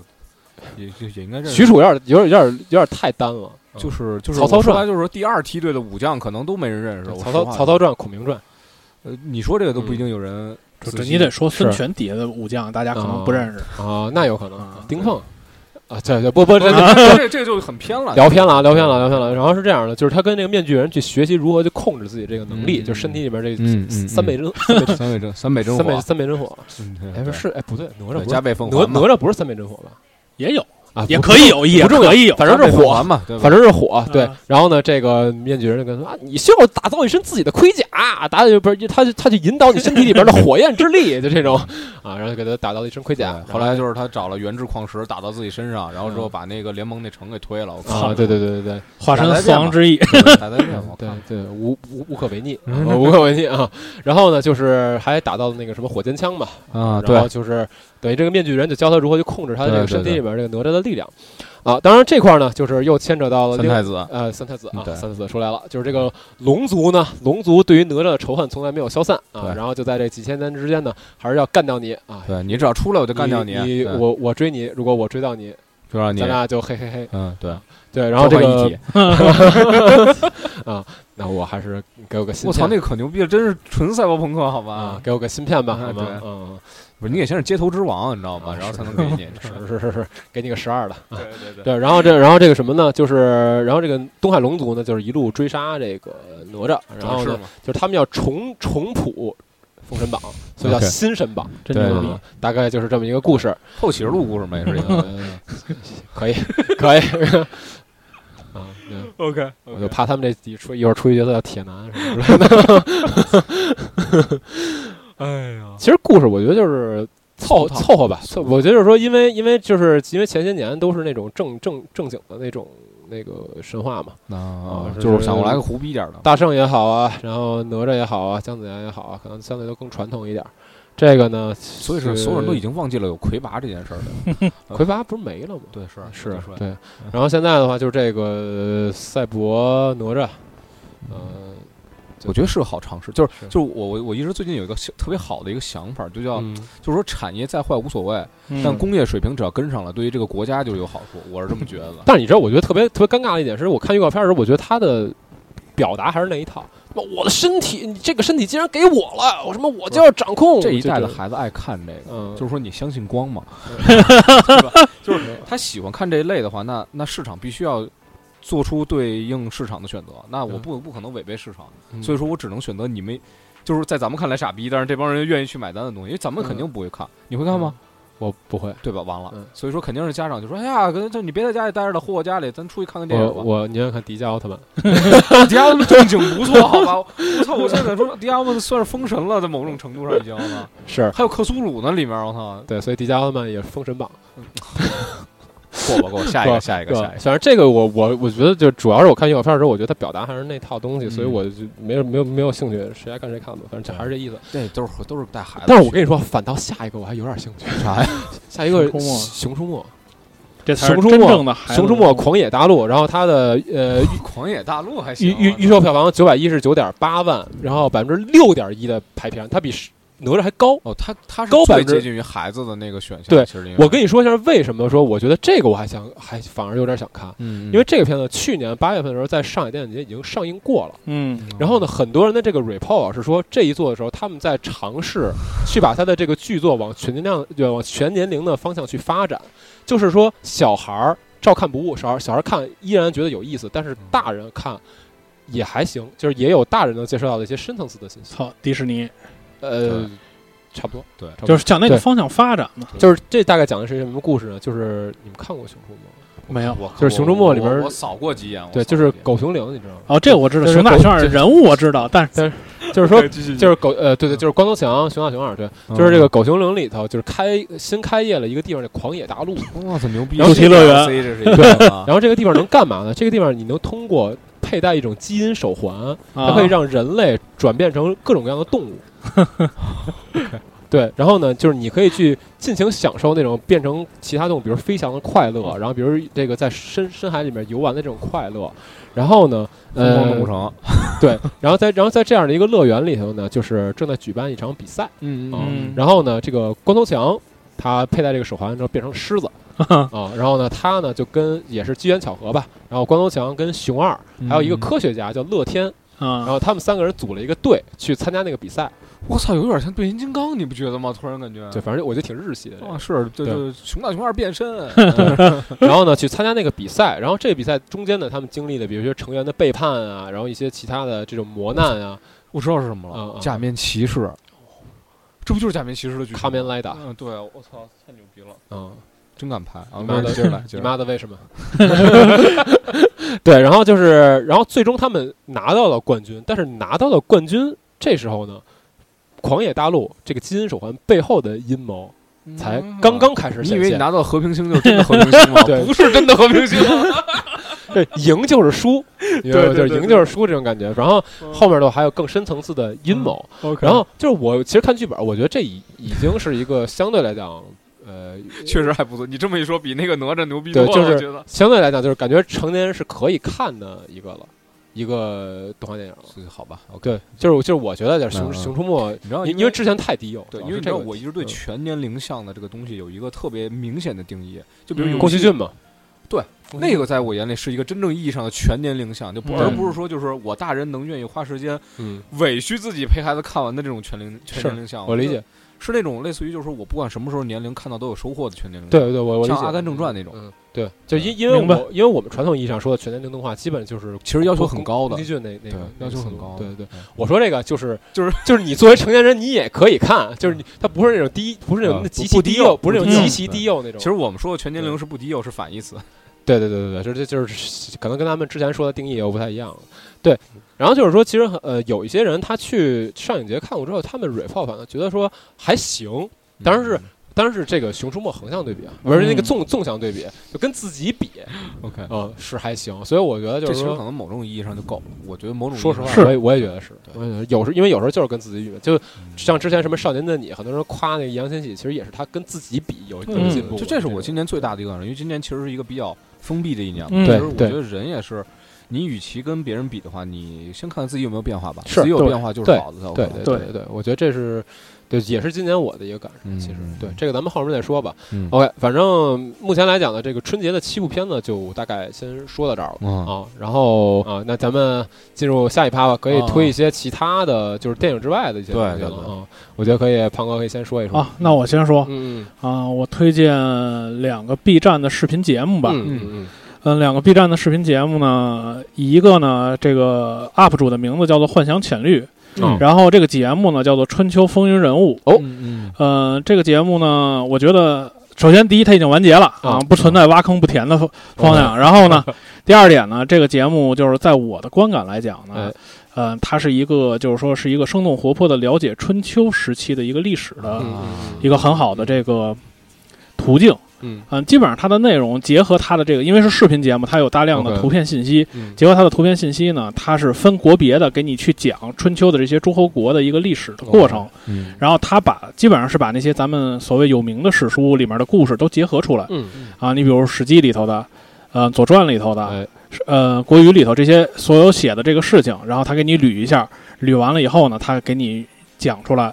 A: 也也也应该认识哦
B: 许褚有点有点有点有点太单了，
A: 就是是就是
B: 曹操
A: 我说
B: 传
A: 白就是说第二梯队的武将可能都没人认识。我
B: 曹操
A: 说话
B: 曹操传、嗯孔明传，
A: 呃，你说这个都不一定有人
C: 这
A: 仔细。
C: 这你得说孙
B: 是
C: 权底下的武将，大家可能不认识。
B: 啊，那有可能。
C: 啊
B: 丁奉啊，对对，不不， 这这
A: 这这这个就很偏了，
B: 聊偏了啊，聊偏了，聊偏了。然后是这样的，就是他跟这个面具人去学习如何去控制自己这个能力，
A: 嗯
B: 就是身体里面这
A: 嗯嗯
B: 三昧真三昧真
A: 三昧真
B: 三
A: 三昧真
B: 昧
A: 火，
B: 三昧真火。
A: 嗯对
B: 哎，不是，哎，不对，哪吒
A: 对
B: 不
A: 加
B: 是
A: 倍奉
B: 哪
A: 还
B: 哪
A: 嘛，
B: 吒不是三昧真火吧？
C: 也有，
B: 啊，
C: 也
B: 不
C: 可以有，也
B: 不重要
C: 可以有。
B: 反正
A: 加倍
B: 是
A: 奉
B: 火
A: 还，嘛，对吧
B: 反正是火，对
C: 啊。
B: 然后呢，这个面具人就跟他说啊，你需要打造一身自己的盔甲，啊打不是他就他去引导你身体里边的火焰之力，就这种啊，然后给他打造了一身盔甲。
A: 对后来就是他找了原制矿石打到自己身上，然后之后把那个联盟那城给推了。我靠，
B: 嗯啊，对对对对对，
C: 化身四王之一，
A: 还在练，我
B: 对
A: 靠，
B: 对，无无无可违逆，啊无可违逆啊。然后呢，就是还打到了那个什么火尖枪嘛，
A: 啊
B: 然后
A: 对，
B: 就是等于这个面具人就教他如何去控制他的这个
A: 对对
B: 身体里边这个哪吒的力量啊。当然这块呢，就是又牵扯到了
A: 三
B: 另
A: 太子，
B: 呃三太子啊
A: 嗯，对
B: 三太子出来了，就是这个龙族呢，龙族对于哪吒的仇恨从来没有消散啊，
A: 对
B: 然后就在这几千年之间呢，还是要干掉你啊。
A: 对你只要出来我就干掉
B: 你！
A: 你对
B: 我我追你，如果我追到你，
A: 就让你
B: 咱，俩就嘿嘿嘿。
A: 嗯对，
B: 对，然后这
A: 召唤一
B: 个
A: 体，
B: 那我还是给我个芯
A: 我操，
B: 片
A: 那个可牛逼了，真是纯赛博朋克，好
B: 啊
A: 吧，？
B: 给我个芯片吧，
A: 啊
B: 好
A: 对
B: 吗？嗯。
A: 不是，你得先是街头之王，你知道吗？
B: 啊
A: 然后
B: 是
A: 才能给你，是
B: 是是是是，给你个十二的。
A: 对对对，
B: 对，然后这然后这个什么呢？就是然后这个东海龙族呢，就是一路追杀这个哪吒，然后
A: 啊是
B: 呢，
A: 嘛，
B: 就是他们要重重谱《封神榜》，所以叫
A: OK
B: 新神榜。
C: 真
A: 对
C: 牛
A: 对
C: 逼
B: 啊！大概就是这么一个故事。
A: 后启示录故事嘛也是一个
B: 呃 可以， 可以。
A: 嗯
B: 啊，对
A: ，OK，
B: 我就怕他们这几出一会儿出一角色叫铁男什么之类的。
A: 哎呀，
B: 其实故事我觉得就是凑
A: 俗套
B: 凑合吧，凑我觉得就是说，因为因为就是因为前些年都是那种正正正经的那种那个神话嘛，
A: 啊，
B: 是
A: 就是想过来个胡逼点儿的，
B: 大圣也好啊，然后哪吒也好啊，姜子牙也好啊，可能相对都更传统一点儿。这个呢，
A: 所以是所有人都已经忘记了有魁拔这件事儿了。
B: 魁拔不是没了吗？
A: 啊对，是啊
B: 是啊
A: 说嗯
B: 对。然后现在的话，就是这个呃赛博哪吒，呃，
A: 嗯我觉得是个好尝试，就是
B: 是
A: 就是我我我一直最近有一个想特别好的一个想法，就叫、
B: 嗯
A: 就是说产业再坏无所谓，
C: 嗯
A: 但工业水平只要跟上了，对于这个国家就有好处，我是这么觉得的。
B: 但是你知道，我觉得特别特别尴尬的一点是，我看预告片的时候，我觉得他的表达还是那一套。那我的身体，你这个身体竟然给我了，我什么我就要掌控
A: 这一代的
B: 就
A: 孩子爱看这个，
B: 嗯，
A: 就是说你相信光嘛，
B: 就是
A: 他喜欢看这一类的话，那那市场必须要做出对应市场的选择，那我不不可能违背市场，
B: 嗯
A: 所以说我只能选择你们，就是在咱们看来傻逼，但是这帮人愿意去买单的东西，因为咱们肯定不会看，你会看吗？
B: 嗯我不会。
A: 对吧？完了，
B: 嗯
A: 所以说肯定是家长就说：“哎呀，跟这你别在家里待着了，回我家里，咱出去看看电
B: 我
A: 影吧。”
B: 我宁愿看迪迦奥特曼，
A: 迪迦们正经不错，好吧？ 我操！我现在说迪迦们算是封神了，在某种程度上已经 了。
B: 是
A: 还有克苏鲁呢，里面我操！
B: 对，所以迪迦奥特曼也是封神榜。
A: 过吧，过吧下一
B: 过
A: 个，下一个，
B: 对
A: 下一
B: 吧
A: 个。
B: 反正这个我我我觉得就主要是我看预告片的时候，我觉得他表达还是那套东西，
A: 嗯
B: 所以我就没有没有没有兴趣，谁爱看谁看吧，反正就还是这意思。
A: 这都是哎都是带孩子去。
B: 但是我跟你说，反倒下一个我还有点兴趣，
A: 啥呀？
B: 下一个
C: 熊出没
B: 熊出没，
C: 这才是
B: 熊出没
C: 真正的孩子
B: 熊出没狂野大陆，然后它的呃
A: 哎狂野大陆还
B: 预
A: 行啊。
B: 预预售票房九百一十九点八万，然后百分之六点一的排片，它比哪吒还高。
A: 哦，他他是
B: 高百
A: 最
B: 分之
A: 接近于孩子的那个选项。
B: 对
A: 其实应该
B: 我跟你说一下为什么说我觉得这个我还想还反而有点想看，
A: 嗯，嗯
B: 因为这个片子去年八月份的时候在上海电影节已经上映过了。
C: 嗯，
B: 然后呢，很多人的这个 report 啊是说，这一做的时候，他们在尝试去把他的这个剧作往全年量、对往全年龄的方向去发展，就是说小孩儿照看不误，小孩儿小孩儿看依然觉得有意思，但
C: 嗯
B: 是大人看也还行，就是也有大人能接受到的一些深层次的信息。
C: 操，迪士尼
B: 呃，差不多，
A: 对
B: 差不多
C: 就是向那个
B: 对
C: 方向发展嘛。
B: 就是这大概讲的是一个什么故事呢？就是你们看过《熊出没》吗？
C: 没有
A: 我
B: 哎就是熊出没里边
A: 我我我扫过几眼。我
C: 哦
B: 对，
A: 扫
B: 就
A: 过
B: 是
A: 几眼
B: 狗熊岭，你知道吗？
C: 哦，这个我知道，
B: 这是
C: 熊大
B: 狗
C: 圈儿
B: 这
C: 人物我知道，但是
B: 但是就是说，
D: 继续
B: 就是狗呃，对对，就是光头强、熊大熊二，对，
A: 嗯
B: 就是这个狗熊岭里头，就是开新开业了一个地方叫狂野大陆，
A: 哇塞，牛逼！
B: 然后
C: 主题乐园，
B: 对，
A: 啊
B: 然后这个地方能干嘛呢？这个地方你能通过佩戴一种基因手环，它可以让人类转变成各种各样的动物。对，然后呢，就是你可以去尽情享受那种变成其他动物，比如飞翔的快乐，然后比如这个在深深海里面游玩的这种快乐，然后呢，呃，
A: 动物城，
B: 对，然后在然后在这样的一个乐园里头呢，就是正在举办一场比赛，
A: 嗯
B: 啊，然后呢，这个光头强他佩戴这个手环之后变成狮 子啊，然后呢，他呢就跟也是机缘巧合吧，然后光头强跟熊二
A: 嗯
B: 还有一个科学家叫乐天，
C: 啊
B: 然后他们三个人组了一个队去参加那个比赛。
A: 我操，有点像变形金刚，你不觉得吗？突然感觉，
B: 对，反正我觉得挺日系的。
A: 啊，是，对对，熊大熊二变身。
B: 然后呢，去参加那个比赛，然后这个比赛中间呢，他们经历了，比如说成员的背叛啊，然后一些其他的这种磨难啊。
A: 我知道是什么
B: 嗯
A: 了，假面骑士，这不就是假面骑士的剧？
B: 卡面莱达。
A: 嗯，对，我操，太牛逼了。
B: 嗯，
A: 真敢拍啊！
B: 你妈的，
A: 接着来，
B: 你妈的，为什么？ 对，然后就是，然后最终他们拿到了冠军，但是拿到了冠军，这时候呢，狂野大陆这个基因手环背后的阴谋。才刚刚开始，
A: 嗯你以为你拿到和平星就真的和平星吗？ 不是真的和平星，
B: 对，赢就是输，
A: 对，就是
B: 赢就是输这种感觉。然后后面的还有更深层次的阴谋。
A: 嗯
B: 然后就是我其实看剧本，我觉得这已已经是一个相对来讲，呃，
D: 确实还不错。你这么一说，比那个哪吒牛逼
B: 对，
D: 多
B: 就
D: 了。
B: 是相对来讲，就是感觉成年人是可以看的一个了。一个动画电影
A: 了，好吧？
B: 对，就是就是我觉得就是《熊熊出没》，
A: 你知道，
B: 因为之前太低幼，
A: 哦对，因为
B: 这嗯
A: 个嗯我一直对全年龄向的这个东西有一个特别明显的定义，就比如
B: 宫崎骏嘛，
A: 对，那个在我眼里是一个真正意义上的全年龄向，就不而不是说就是我大人能愿意花时间委屈自己陪孩子看完的这种全龄全年龄向，
B: 嗯我理解。
A: 是那种类似于就是我不管什么时候年龄看到都有收获的全年龄，
B: 对对，我我
A: 像《阿甘正传》那种，
B: 嗯，对，就因因为我因为我们传统意义上说的全年龄动画，基本就是
A: 其实要求很高的，
B: 宫崎骏那那个
A: 要求很高，嗯
B: 对对。我说这个就是
A: 就是
B: 就是你作为成年人你也可以看，就是你它不是那种低，不是那
A: 嗯
B: 种极其低幼，不是那种极其低幼那种。
A: 其实我们说的全年龄是不低幼，是反义词。
B: 对对对对对，就是就是可能跟他们之前说的定义又不太一样。对，然后就是说，其实呃，有一些人他去上影节看过之后，他们 report 反而觉得说还行，当然是。当然是这个《熊出没》横向对比啊，不是那个纵纵向对比，就跟自己比，
A: OK，
B: 嗯，是还行。所以我觉得就是
A: 其实可
B: 说，
A: 能某种意义上就够了。我觉得某种
B: 说实话，我也我也觉得是，我也觉得有时因为有时候就是跟自己比，就
A: 嗯
B: 像之前什么《少年的你》，很多人夸那个易烊千玺，其实也是他跟自己比有有进步。
A: 嗯就这是我今年最大的一个感受，因为今年其实是一个比较封闭的一年嘛。
C: 嗯
A: 其实我
B: 对
A: 觉得人也是，你与其跟别人比的话，你先看看自己有没有变化吧。
B: 是
A: 自己有
B: 对
A: 变化就是
B: 对
A: 好的才有
B: 对
A: 可能。
B: 对对，我觉得这是对，也是今年我的一个感受。
A: 嗯
B: 其实
A: 嗯
B: 对
A: 嗯
B: 这个咱们后面再说吧。
A: 嗯
B: OK，反正目前来讲呢，这个春节的七部片呢，就大概先说到这儿了。
A: 啊，
B: 啊，然后啊，那咱们进入下一趴吧，可以
A: 啊
B: 推一些其他的，就是电影之外的一些
A: 对
B: 东西
A: 对
B: 了
A: 对
B: 啊。我觉得可以，胖哥可以先说一说。
C: 啊，那我先说
B: 嗯
C: 啊，我推荐两个 B 站的视频节目吧。
B: 嗯嗯
C: 嗯，两个 B 站的视频节目呢，一个呢，这个 UP 主的名字叫做“幻想浅绿”，
B: 嗯
C: 然后这个节目呢叫做《春秋风云人物》。
B: 哦
A: 嗯
C: 嗯、这个节目呢，我觉得首先第一它已经完结了啊
B: 啊，
C: 不存在挖坑不填的 方方向。然后呢，第二点呢，这个节目就是在我的观感来讲呢
B: 哎。
C: 嗯，它是一个，就是说是一个生动活泼的了解春秋时期的一个历史的
B: 嗯
C: 一个很好的这个途径。
B: 嗯
C: 嗯，基本上它的内容结合它的这个，因为是视频节目，它有大量的
B: OK
C: 图片信息。
B: 嗯
C: 结合它的图片信息呢，它是分国别的给你去讲春秋的这些诸侯国的一个历史的过
B: 哦
C: 程，
A: 嗯
C: 然后它把基本上是把那些咱们所谓有名的史书里面的故事都结合出来
B: 嗯
C: 啊，你比如《史记》里头的，呃，《左传》里头的，
B: 哎
C: 呃，《国语》里头这些所有写的这个事情，然后他给你捋一下，捋完了以后呢，他给你讲出来。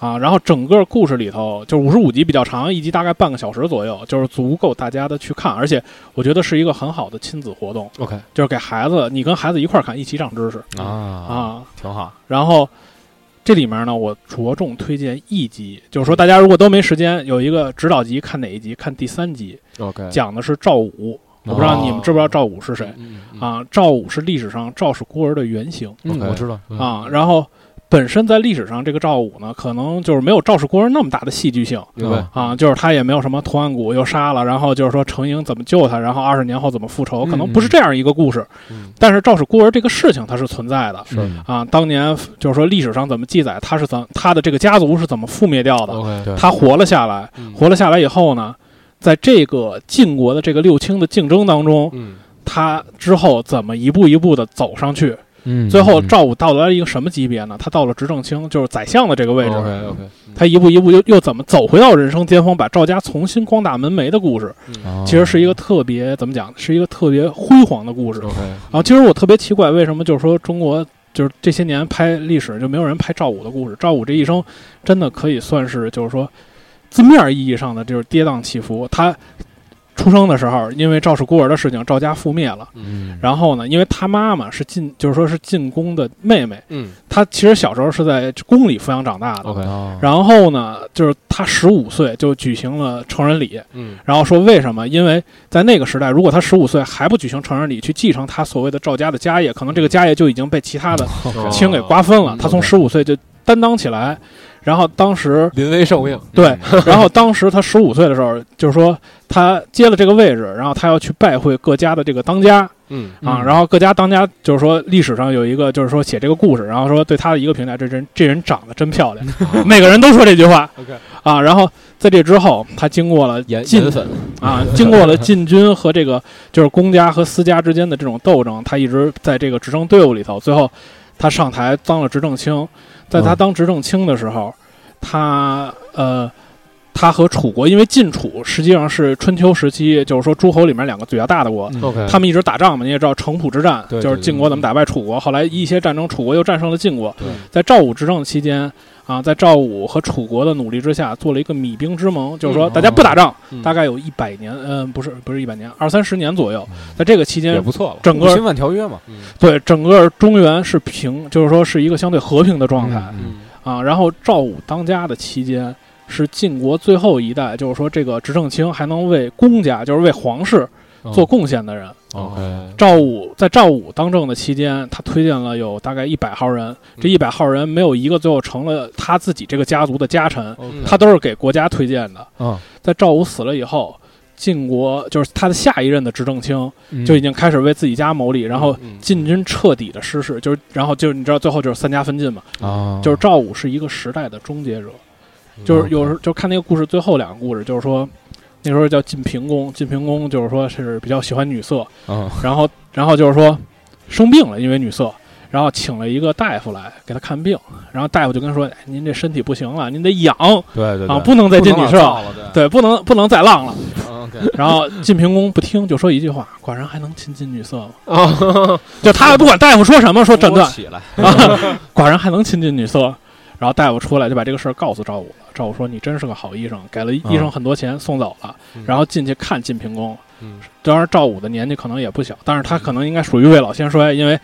C: 啊，然后整个故事里头就是五十五集比较长，一集大概半个小时左右，就是足够大家的去看，而且我觉得是一个很好的亲子活动。
B: ，OK，
C: 就是给孩子，你跟孩子一块儿看，一起长知识
A: 啊啊，
C: 啊。
A: 挺好。
C: 然后这里面呢，我着重推荐一集，就是说大家如果都没时间，有一个指导集，看哪一集？看第三集，
B: OK，
C: 讲的是赵武。
A: 嗯
C: 我不知
A: 哦
C: 道你们知不知道赵武是谁
B: 嗯？嗯嗯
C: 啊啊？赵武是历史上赵氏孤儿的原型
B: 嗯
A: 嗯，
B: OK
A: 我知道。
B: 嗯
C: 啊。然后本身在历史上这个赵武呢，可能就是没有赵氏孤儿那么大的戏剧性，
B: 明白？
C: 啊，就是他也没有什么图案谷又杀了，然后就是说程英怎么救他，然后二十年后怎么复仇，可能不是这样一个故事。
B: 嗯
C: 但是赵氏孤儿这个事情它是存在的，
A: 嗯
B: 是
C: 啊，当年就是说历史上怎么记载，他是怎他的这个家族是怎么覆灭掉的，
B: ，OK，
A: 对
C: 他活了下来，
B: 哦嗯
C: 活了下来以后呢，在这个晋国的这个六卿的竞争当中，
B: 嗯，
C: 他之后怎么一步一步的走上去，
A: 嗯
C: 最后赵武到了一个什么级别呢？他到了执政卿，就是宰相的这个位置。
B: OK OK，
C: 他一步一步又又怎么走回到人生巅峰，把赵家重新光大门楣的故事，
A: 嗯哦
C: 其实是一个特别怎么讲，是一个特别辉煌的故事。然
B: OK，
C: 后其实我特别奇怪，为什么就是说中国就是这些年拍历史就没有人拍赵武的故事？赵武这一生真的可以算是就是说字面意义上的就是跌宕起伏。他出生的时候，因为赵氏孤儿的事情，赵家覆灭了。
B: 嗯
C: 然后呢，因为他妈妈是晋，就是说是晋公的妹妹，
B: 嗯
C: 他其实小时候是在宫里抚养长大
A: 哦
C: 的。
B: ，OK，
C: 然后呢，就是他十五岁就举行了成人礼，
B: 嗯
C: 然后说为什么？因为在那个时代，如果他十五岁还不举行成人礼去继承他所谓的赵家的家业，可能这个家业就已经被其他的
B: 哦
C: 亲给瓜分了。他从十五岁就担当起来，然后当时
B: 临危受
A: 嗯
B: 命，
C: 对，然后当时他十五岁的时候，就是说他接了这个位置，然后他要去拜会各家的这个当家，
B: 嗯
C: 啊，
A: 嗯
C: 然后各家当家就是说历史上有一个就是说写这个故事，然后说对他的一个评价，这人这人长得真漂亮， 每个人都说这句话
B: OK
C: 啊。然后在这之后，他经过了
B: 颜
C: 晋
B: 颜粉，
C: 啊，经过了晋军和这个就是公家和私家之间的这种斗争，他一直在这个执政队伍里头，最后他上台当了执政卿。在他
A: 嗯
C: 当执政卿的时候，他呃。他和楚国，因为晋楚实际上是春秋时期，就是说诸侯里面两个比较大的国，
A: 嗯
B: OK
C: 他们一直打仗嘛，你也知道城濮之战，
B: 嗯对
C: 就是
B: 对
C: 晋国怎么打败楚国，后来一些战争，楚国又战胜了晋国
B: 对。
C: 在赵武执政期间啊，在赵武和楚国的努力之下，做了一个弭兵之盟，就是说
B: 嗯
C: 大家不打仗，
B: 嗯
C: 大概有一百年，嗯、不是不是一百年，二三十年左右。在这个期
B: 嗯也
C: 间，
B: 不错了，
C: 整个
A: 侵犯条约嘛，
B: 嗯
C: 对整个中原是平，就是说是一个相对和平的状态、
B: 嗯
C: 啊。然后赵武当家的期间。是晋国最后一代，就是说这个执政卿还能为公家，就是为皇室
B: 哦
C: 做贡献的人，
B: OK，
C: 赵武在赵武当政的期间，他推荐了有大概一百号
B: 嗯
C: 人，这一百号人没有一个最后成了他自己这个家族的家臣，
B: 嗯
C: 他都是给国家推荐的。
A: 啊，
C: 在赵武死了以后，晋国就是他的下一任的执政卿
A: 嗯
C: 就已经开始为自己家谋利，然后
B: 嗯
C: 晋军彻底的失势，就是然后就是你知道最后就是三家分晋嘛，
B: 嗯
A: 啊，
C: 就是赵武是一个时代的终结者，就是有时候就看那个故事最后两个故事，就是说那时候叫晋平公，晋平公就是说是比较喜欢女色，
A: 啊，
C: 然后然后就是说生病了，因为女色，然后请了一个大夫来给他看病，然后大夫就跟他说：“哎您这身体不行了，您得养
A: 对对
C: 啊，不能再进女色，
A: 了，嗯
C: 对，不能不能再浪了。
A: ，OK，”
C: 然后晋平公不听，就说一句话：“寡人还能亲近女色吗
B: 啊，？”
C: 就他不管大夫说什么，说诊断
A: 起来，
C: 啊， 寡人还能亲近女色。然后大夫出来就把这个事儿告诉赵武了。赵武说：“你真是个好医生，给了医生很多钱送走了。
B: 嗯
C: 然后进去看晋平公，
B: 嗯
C: 当然赵武的年纪可能也不小，但是他可能应该属于未老先衰，因为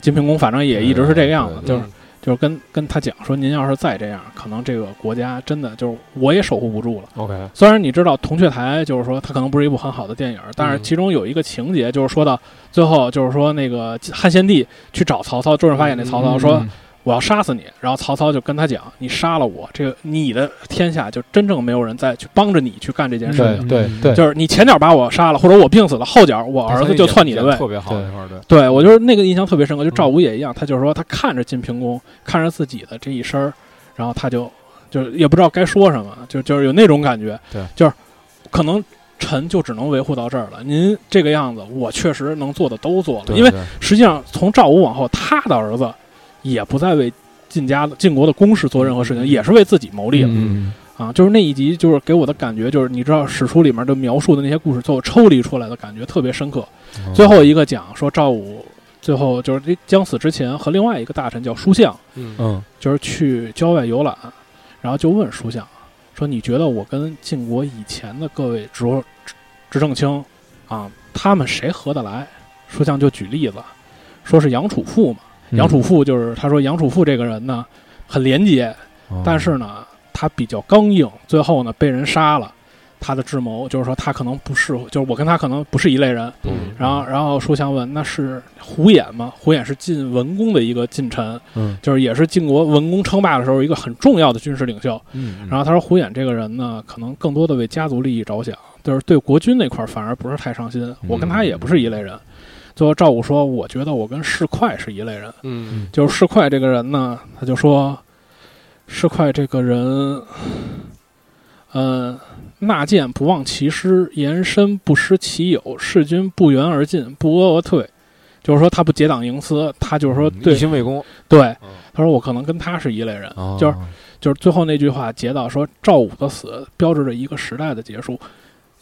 C: 晋平公反正也一直是这个样子，
B: 嗯
A: 对
C: 就是就是跟跟他讲说，您要是再这样，可能这个国家真的就是我也守护不住了。
B: OK，
C: 虽然你知道《铜雀台》就是说它可能不是一部很好的电影，但
B: 嗯
C: 是其中有一个情节就是说到最后，就是说那个呃汉献帝去找曹操，周润发演那
B: 嗯
C: 曹操说。我要杀死你，然后曹操就跟他讲：“你杀了我，这个你的天下就真正没有人再去帮着你去干这件事情。
B: 对对对，
C: 嗯就是你前脚把我杀了，或者我病死了，后脚我儿子就篡你的位。
A: 特别好
B: 对
A: 那块儿，对，
C: 对我就是那个印象特别深刻，就赵
A: 嗯
C: 武也一样，他就是说他看着晋平公，看着自己的这一身儿，然后他就就是也不知道该说什么，就就是有那种感觉，
A: 对，
C: 就是可能臣就只能维护到这儿了。您这个样子，我确实能做的都做了，
B: 嗯
A: 对
C: 因为
A: 对
C: 实际上从赵武往后，他的儿子也不再为晋家的晋国的公事做任何事情，也是为自己谋利了。
A: 嗯，
C: 啊，就是那一集，就是给我的感觉，就是你知道史书里面的描述的那些故事，最后抽离出来的感觉特别深刻。
A: 嗯
C: 最后一个讲说赵武最后就是这将死之前和另外一个大臣叫舒相，
B: 嗯
A: 嗯
C: 就是去郊外游览，然后就问舒相说：“你觉得我跟晋国以前的各位执执执政卿啊，他们谁合得来？”舒相就举例子，说是杨楚父嘛，
A: 嗯
C: 杨楚父就是他说杨楚父这个人呢很廉洁，
A: 嗯
C: 但是呢，他比较刚硬，最后呢被人杀了。他的智谋，就是说他可能不是，就是我跟他可能不是一类人。
B: 嗯
C: 然后，然后书香问，那是胡衍吗？胡衍是晋文公的一个近臣，
A: 嗯
C: 就是也是晋国文公称霸的时候一个很重要的军事领袖。
A: 嗯，
C: 然后他说，胡衍这个人呢，可能更多的为家族利益着想，就是对国君那块儿反而不是太上心。我跟他也不是一类人。最后赵武说，我觉得我跟士哙是一类人。
B: 嗯
C: 就是士哙这个人呢，他就说，士哙这个人，呃，纳谏不忘其师，言深不失其友，事君不言而进，不阿而退。就是说他不结党营私，他就是说对、
A: 一心为公，
C: 对，
A: 嗯
C: 他说我可能跟他是一类人。
A: 哦
C: 就是就是最后那句话结到说赵武的死标志着一个时代的结束，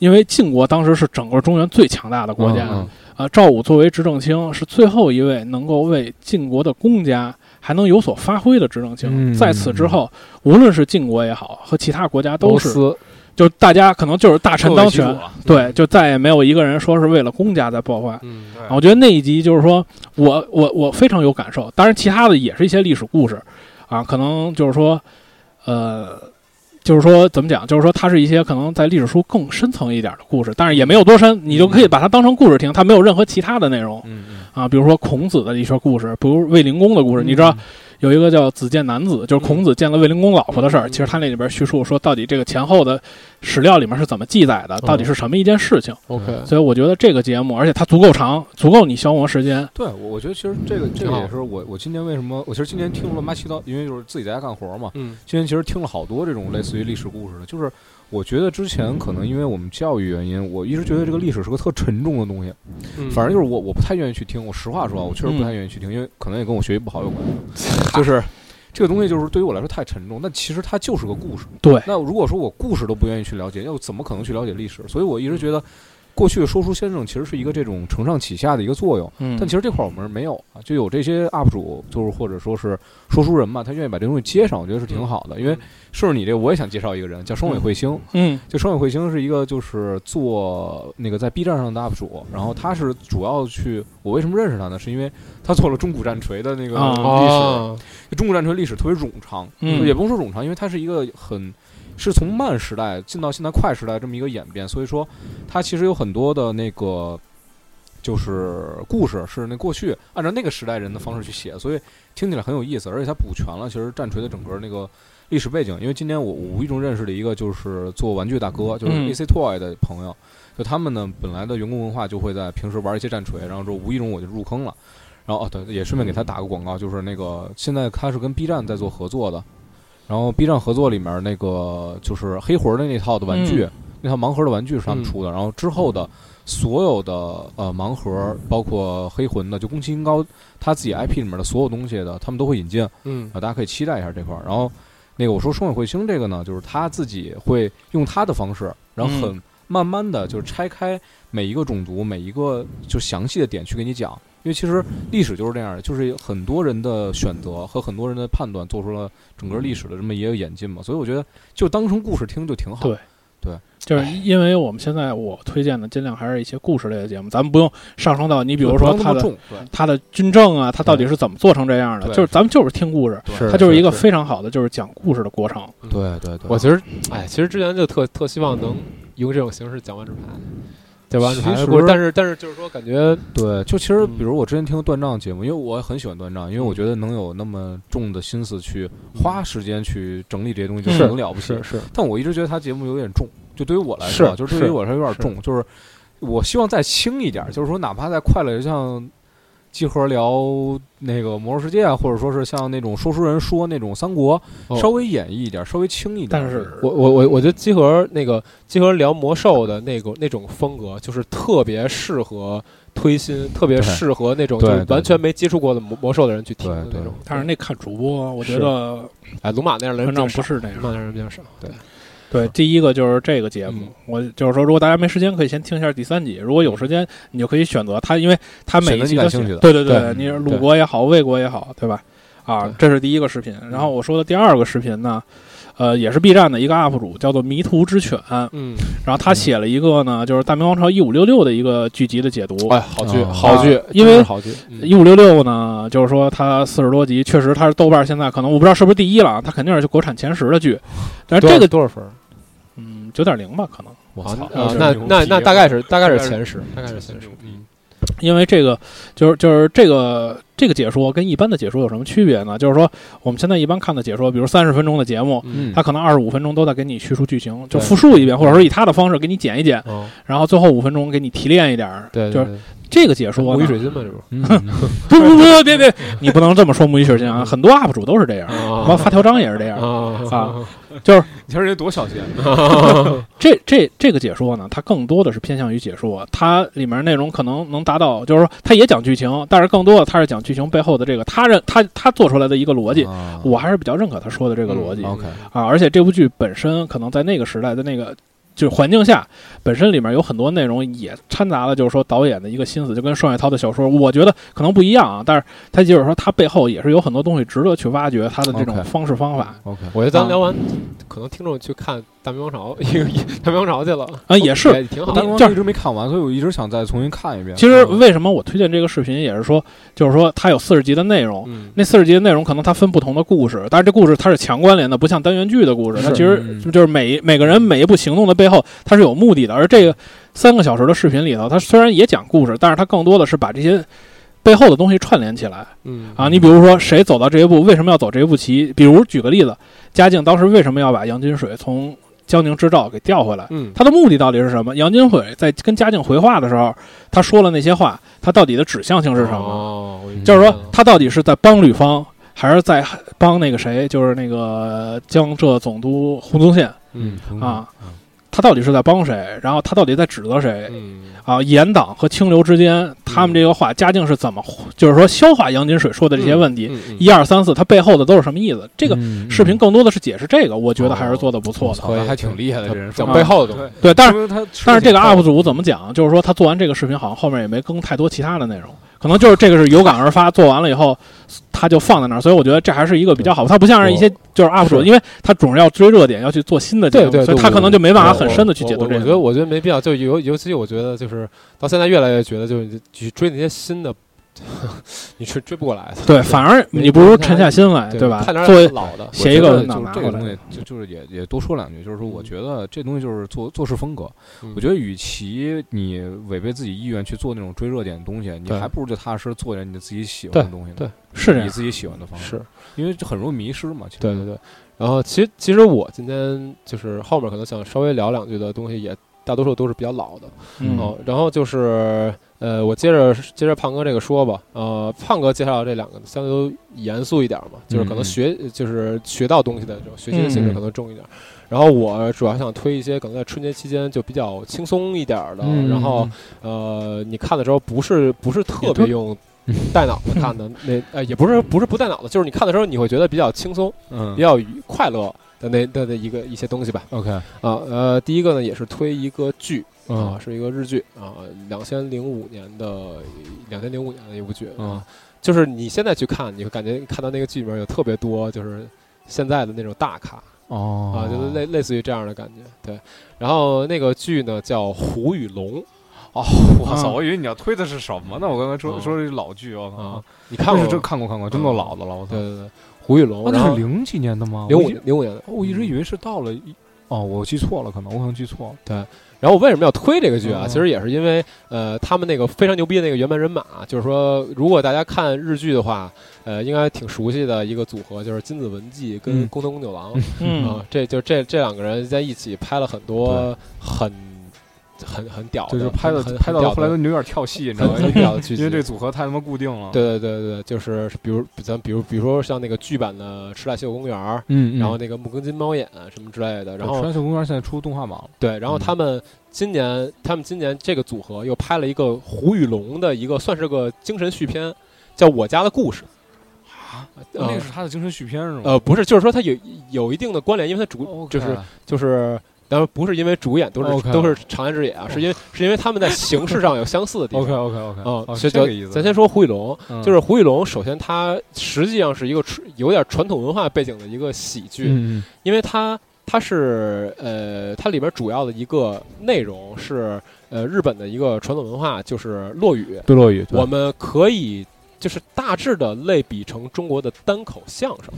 C: 因为晋国当时是整个中原最强大的国家。
A: 嗯
C: 呃，赵武作为执政卿，是最后一位能够为晋国的公家还能有所发挥的执政卿。
A: 嗯
C: 在此之后，无论是晋国也好，和其他国家都
A: 都
C: 是，
A: 私，
C: 就大家可能就是大臣当
D: 各为
C: 权
D: 其主，啊
C: 对，就再也没有一个人说是为了公家在破坏。
B: 嗯
A: 哎
C: 啊我觉得那一集就是说我我我非常有感受，当然其他的也是一些历史故事啊，可能就是说，呃，就是说怎么讲，就是说它是一些可能在历史书更深层一点的故事，但是也没有多深，你就可以把它当成故事听，它没有任何其他的内容
A: 嗯
C: 啊，比如说孔子的一些故事，比如卫灵公的故事，你知
A: 嗯
C: 道。有一个叫子建男子，就是孔子见了卫灵公老婆的事儿。
B: 嗯
C: 其实他那里边叙述说，到底这个前后的史料里面是怎么记载的，到底是什么一件事情。
B: ，OK，
C: 所以我觉得这个节目，而且它足够长，足够你消磨时间。
A: 对，我我觉得其实这个这
B: 挺
A: 个
B: 好
A: 也是我我今年为什么我其实今年听了妈七糟，因为就是自己在家干活嘛，
B: 嗯
A: 今天其实听了好多这种类似于历史故事的，就是我觉得之前可能因为我们教育原因，我一直觉得这个历史是个特沉重的东西。
B: 嗯，
A: 反正就是我我不太愿意去听，我实话说啊，我确实不太愿意去听，因为可能也跟我学习不好有 关系。就是这个东西就是对于我来说太沉重，但其实它就是个故事。
C: 对，
A: 那如果说我故事都不愿意去了解，要怎么可能去了解历史？所以我一直觉得。过去的说书先生其实是一个这种承上启下的一个作用，
C: 嗯
A: 但其实这块儿我们没有啊，就有这些 UP 主，就是或者说是说书人嘛，他愿意把这东西接上，我觉得是挺好的。因为顺着你这，我也想介绍一个人，叫双尾彗星。
C: 嗯
A: 就双尾彗星是一个就是做那个在 B 站上的 UP 主，然后他是主要去，我为什么认识他呢？是因为他做了中古战锤的那个
C: 啊
A: 历史，
B: 哦，
A: 就中古战锤历史特别冗长，
C: 嗯
A: 也不用说冗长，因为它是一个很是从慢时代进到现在快时代这么一个演变，所以说它其实有很多的那个就是故事是那过去按照那个时代人的方式去写，所以听起来很有意思，而且它补全了其实战锤的整个那个。历史背景，因为今年我我无意中认识了一个就是做玩具大哥，就是
C: 嗯
A: AC Toy 的朋友，就他们呢本来的员工文化就会在平时玩一些战锤，然后说无意中我就入坑了，然后哦对，也顺便给他打个广告，就是那个现在他是跟 B 站在做合作的，然后 B 站合作里面那个就是黑魂的那套的玩具，那套盲盒的玩具是他们出的，然后之后的所有的呃盲盒，包括黑魂的，就宫崎英高他自己 IP 里面的所有东西的，他们都会引进，
B: 嗯
A: 啊，大家可以期待一下这块儿。然后，那个我说双尾彗星这个呢，就是他自己会用他的方式，然后很慢慢的就是拆开每一个种族、每一个就详细的点去给你讲。因为其实历史就是这样的，就是很多人的选择和很多人的判断做出了整个历史的这么一个演进嘛，所以我觉得就当成故事听就挺好。
C: 对就是因为我们现在我推荐的尽量还是一些故事类的节目，咱们不用上升到你比
A: 比
C: 如说
A: 那
C: 他
A: 么
C: 的
A: 重，对
C: 他的军政啊，他到底是怎么做成这样的？
A: 对
C: 就是咱们就是听故事，
A: 是
C: 它就是一个非常好的就是讲故事的过程。
A: 对对对，
B: 我其实，哎，其实之前就特特希望能用这种形式讲万智牌，讲万智牌的故事，
A: 其实
B: 但是但是就是说，感觉
A: 对，就其实比
B: 嗯
A: 如我之前听断账节目，因为我很喜欢断账，因为我觉得能有那么重的心思去花时间去整理这些东西，
C: 嗯
A: 就是很了不起。
B: 是
A: 但我一直觉得他节目有点重，就对于我来说啊，
B: 是
A: 就是对于
B: 是
A: 我来说有点
B: 是
A: 重，就是我希望再轻一点，就是说哪怕再快乐，就像集合聊那个《魔兽世界》啊，或者说是像那种说书人说那种三国，
B: 哦
A: 稍微演绎一点，稍微轻一点。
C: 但是
B: 我我我我觉得集合那个集合聊魔兽的那个那种风格，就是特别适合推新，特别
A: 对
B: 适合那种就
A: 对
B: 是
A: 对
B: 完全没接触过的魔魔兽的人去听
A: 对
B: 的那种。
C: 但是那看主播，我觉得
B: 哎，鲁马那样的人
C: 反
B: 比较
C: 正
B: 少
C: 不，是
B: 鲁
C: 那样。
B: 马那样的人比较少。对，
A: 嗯
C: 对，第一个就是这个节目，我就是说，如果大家没时间，可以先听一下第三集；如果有时间，你就可以选择它，因为它每一集都
A: 选择你感兴趣的
C: 对对
A: 对
C: 你是鲁国也好，魏国也好，对吧？啊
B: 对，
C: 这是第一个视频。然后我说的第二个视频呢，呃，也是 B 站的一个 UP 主，叫做迷途之犬。
B: 嗯，
C: 然后他写了一个呢，就是《大明王朝一五六六》的一个剧集的解读。
B: 哎，好剧，
A: 啊
B: 好剧，
C: 因
B: 真是
C: 为
B: 好剧，嗯
C: 一五六六呢，就是说它四十多集，确实它是豆瓣现在可能我不知道是不是第一了，它肯定是国产前十的剧，但是这个
B: 多少多少分？
C: 嗯九点零吧，可能
A: 我
B: 啊
A: 操！哦
B: 啊
A: 真
B: 那
A: 牛
B: 那
A: 逼
B: 那大概是大概
A: 大
B: 是
A: 概是
B: 前十，大概是
A: 真
B: 前十
A: 牛。逼
C: 因为这个就是就是这个这个解说跟一般的解说有什么区别呢？就是说我们现在一般看的解说，比如三十分钟的节目，
B: 嗯，
C: 他可能二十五分钟都在给你叙述剧情，就
B: 对嗯
C: 复述一遍，或者说以他的方式给你剪一剪，
B: 哦，
C: 然后最后五分钟给你提炼一点儿。
B: 对，
C: 就
B: 对
C: 是
B: 对
C: 这个解说
B: 母
C: 呢
B: 语，水晶嘛，这不是
A: 嗯 嗯
C: 不 不不，别别，你不能这么说母语水晶啊！很多 UP 主都是这样，
B: 啊
C: 包括发条章也是这样。
B: 啊
A: 你瞧人家多小心，
C: 这这这个解说呢，它更多的是偏向于解说，它里面内容可能能达到，就是说它也讲剧情，但是更多的它是讲剧情背后的这个他认他他做出来的一个逻辑，
A: 啊
C: 我还是比较认可他说的这个逻辑、
B: 嗯
A: OK
C: 啊。而且这部剧本身可能在那个时代的那个。就是环境下，本身里面有很多内容也掺杂了，就是说导演的一个心思，就跟双雪涛的小说，我觉得可能不一样啊。但是他就是说，他背后也是有很多东西值得去挖掘他的这种
A: OK 嗯
C: 方式方法。
A: OK，
B: 我觉得
C: 啊
B: 咱聊完，可能听众去看《大明王朝》 一个《大明王朝》去了
C: 啊也是
B: 挺
A: 我
B: 好
A: 大
B: 的。
A: 光
C: 这儿
A: 一直没看完，所以我一直想再重新看一遍。嗯
C: 其实为什么我推荐这个视频，也是说，就是说它有四十集的内容，
B: 嗯，
C: 那四十集的内容可能它分不同的故事，但是这故事它是强关联的，不像单元剧的故事，
B: 是
C: 它其实
A: 嗯
C: 就是每每个人每一步行动的背后，它是有目的的。而这个三个小时的视频里头，它虽然也讲故事，但是它更多的是把这些。背后的东西串联起来
B: 嗯
C: 啊！你比如说，谁走到这一步，为什么要走这一步棋？比如举个例子，嘉靖当时为什么要把杨金水从江宁织造给调回来？
B: 嗯，
C: 他的目的到底是什么？杨金悔在跟嘉靖回话的时候，他说了那些话，他到底的指向性是什么？
B: 哦，我明白
C: 就是说
B: 了，
C: 他到底是在帮吕方，还是在帮那个谁？就是那个江浙总督胡宗宪
B: 嗯
C: 啊？他到底是在帮谁？然后他到底在指责谁？
B: 嗯
C: 啊，严党和清流之间，他们这个话，嘉靖是怎么，就是说消化杨金水说的这些问题？
B: 嗯
C: 一二三四，他背后的都是什么意思？这个
A: 嗯
C: 视频更多的是解释这个，我觉得还是做的不错
A: 我
C: 的。
A: 操，那还挺厉害的，这人
B: 讲
A: 说
B: 背后的东西。
C: 对，但是
A: 说明他吃得
C: 但是这个
A: 挺透
C: UP 主怎么讲？就是说他做完这个视频，好像后面也没更太多其他的内容，可能就是这个是有感而发，做完了以后他就放在那儿。所以我觉得这还是一个比较好，他不像是一些就是 UP 主，
B: 是
C: 因为他总是要追热点，要去做新的节
B: 对
C: 目，
B: 对，
C: 所以
B: 对
C: 他
B: 我
C: 可能就没办法很
B: 我
C: 深的去解
B: 我
C: 读这
B: 我
C: 个
B: 觉。得，我觉得没必要。就尤尤其我觉得，就是到现在越来越觉得，就是你去追那些新的， 你追追不过来的。
C: 对，反而你不如沉下心来，
B: 对
C: 吧
B: 看点？
C: 作为
B: 老的，
C: 写一
A: 我觉
C: 个
A: 得
C: 那
A: 就
C: 拿
A: 这
C: 过
A: 个
C: 来
A: 东西，嗯就就是也也多说两句，就是说，我觉得这东西就是做做事风格。
B: 嗯
A: 我觉得，与其你违背自己意愿去做那种追热点的东西，你
B: 对
A: 还不如就踏实做点你自己喜欢的东西呢。
B: 对
C: 是这
A: 你
C: 样，
A: 自己喜欢的方式，
B: 是
A: 因为就很容易迷失嘛。其实
B: 对对对。然后其实其实我今天就是后面可能想稍微聊两句的东西，也大多数都是比较老的。
C: 嗯
B: 哦，然后就是呃，我接着接着胖哥这个说吧。呃，胖哥介绍的这两个相对都严肃一点嘛，就是可
A: 嗯嗯
B: 能学就是学到东西的这种学习的性质
A: 嗯
B: 可能重一点。然后我主要想推一些可能在春节期间就比较轻松一点儿的，
A: 嗯，
B: 然后呃，你看的时候不是不是特别用
A: 嗯。
B: 带脑子看的那呃也不是不是不带脑子，就是你看的时候你会觉得比较轻松，
A: 嗯
B: 比较愉快乐的那的的一个一些东西吧。
A: ，OK，
B: 啊呃，第一个呢也是推一个剧啊
A: 嗯，
B: 是一个日剧啊，两千零五年的两千零五年的一部剧
A: 嗯
B: 啊，就是你现在去看，你会感觉看到那个剧里面有特别多就是现在的那种大咖
A: 哦
B: 啊，就是类类似于这样的感觉。对，然后那个剧呢叫《虎与龙》
A: 哦，我操！
C: 嗯
A: 我以为你要推的是什么呢？我刚才说
B: 嗯
A: 说这老剧，我靠
B: 啊，，你看
A: 不
B: 过
A: 是
B: 吗
A: 这看过看过，真够老的了，我操
B: 对！对对，《虎与龙
A: 嗯哦》，
B: 然
A: 那
B: 后
A: 是零几年的吗？
B: 零
A: 我
B: 五
A: 一直
B: 零五年的，嗯
A: 哦我一直以为是到了一，哦，我记错了，可能我可能记错了。
B: 然后我为什么要推这个剧啊？
A: 嗯
B: 其实也是因为，呃，他们那个非常牛逼的那个原班人马，啊就是说，如果大家看日剧的话，呃，应该挺熟悉的一个组合，就是金子文纪跟
A: 嗯
B: 宫藤宫九郎
C: 嗯
B: 啊，这就这这两个人在一起拍了很多很很很屌
A: 对，
B: 的，
A: 就拍的
B: 很很
A: 拍到
B: 很屌
A: 后来都有点跳戏，你知道
B: 很
A: 吗？
B: 很屌的剧集，
A: 因为这组合太他妈固定了。，
B: 对对对对对，就是比如咱比如比如说像那个剧版的《池袋西口公园》，
A: 嗯
B: 然后那个木根金猫眼什么之类的，然后
A: 川秀公园现在出动画版了。
B: 对，然后
A: 嗯
B: 他们今年，他们今年这个组合又拍了一个《虎与龙》的一个，算是个精神续篇，叫《我家的故事》
A: 啊那
B: 呃
A: 个是他的精神续片是吗？哦
B: 呃，不是，就是说它有有一定的关联，因为它主
A: OK，
B: 就是就是，当然不是因为主演都是
A: OK
B: 都是长安之野啊，是因为是因为他们在形式上有相似的地方。
A: OK OK OK，
B: 啊，
A: 哦，
B: 所
A: 是
B: 以
A: 这
B: 就
A: 个意思。
B: 咱先说胡与龙，
A: 嗯
B: 就是胡与龙，首先它实际上是一个纯有点传统文化背景的一个喜剧，
A: 嗯
B: 因为它它是呃，它里边主要的一个内容是呃日本的一个传统文化，就是落语。
A: 对落雨，对
B: 我们可以就是大致的类比成中国的单口相声，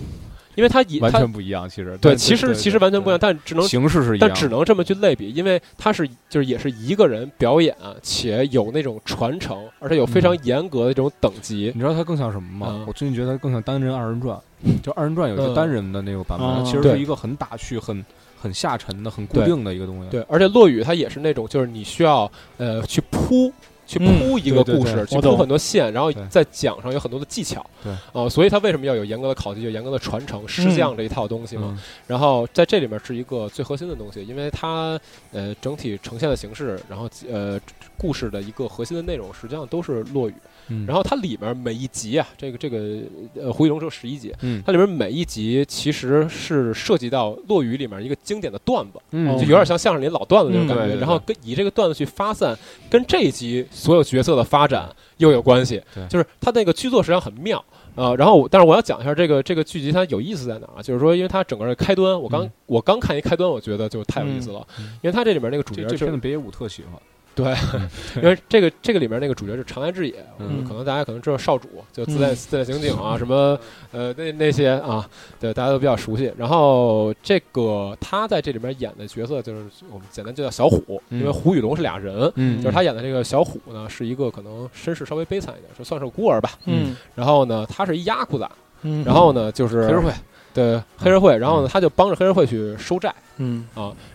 B: 因为它也
A: 完
B: 它
A: 全不一样。其实
B: 对，其实其实完全不一样，但只能
A: 形式是一样
B: 但
A: 的，
B: 只能这么去类比，因为他是就是也是一个人表演，啊且有那种传承，而且有非常严格的这种等级。
A: 你知道它更像什么吗？
B: 嗯
A: 我最近觉得它更像单人二 人转，就二人转有一
B: 嗯
A: 些单人的那个版本，
C: 哦
A: 它其实
B: 对
A: 是一个很打趣、很很下沉的、很固
B: 对
A: 定的一个东西。
B: 对，而且落雨它也是那种，就是你需要呃去铺。去
C: 嗯
B: 铺一个
A: 对对
B: 故
A: 对
B: 事，去
C: 我
B: 铺
C: 懂
B: 很多线，然后
A: 对
B: 在讲上有很多的技巧，
A: 对
B: 啊、所以它为什么要有严格的考据、有严格的传承、师匠这一套东西嘛？
A: 嗯，
B: 然后在这里面是一个最核心的东西，因为它呃整体呈现的形式，然后呃故事的一个核心的内容，实际上都是落雨。
A: 嗯
B: 然后它里面每一集啊，这个这个呃《胡一龙》只有十一集，
A: 嗯
B: 它里面每一集其实是涉及到落雨里面一个经典的段子，
A: 嗯，
B: 就有点像相声里老段子那种感
A: 嗯对
B: 觉。
A: 对对
B: 然后跟以这个段子去发散，跟这一集所有角色的发展又有关系
A: 对。
B: 就是它那个剧作实际上很妙。呃，然后我，但是我要讲一下这个这个剧集它有意思在哪儿啊？就是说，因为它整个的开端，我刚、
A: 嗯
B: 我刚看一开端，我觉得就太有意思了，
A: 嗯嗯
B: 因为它这里面那个主角就
A: 这这
B: 是
A: 片子北野武特喜欢，
B: 因为这个这个里面那个主角就是长安志也，
A: 嗯
B: 可能大家可能知道少主，就自在、自在刑警啊，什么呃那那些啊，对大家都比较熟悉。然后这个他在这里面演的角色就是我们简单就叫小虎，
A: 嗯
B: 因为胡与龙是俩人。
A: 嗯
B: 就是他演的这个小虎呢，是一个可能身世稍微悲惨一点，就算是个孤儿吧。
C: 嗯
B: 然后呢，他是一压裤仔，
C: 嗯，
B: 然后呢就是
A: 黑社会，嗯
B: 对黑社会，然后呢他就帮着黑社会去收债，
C: 嗯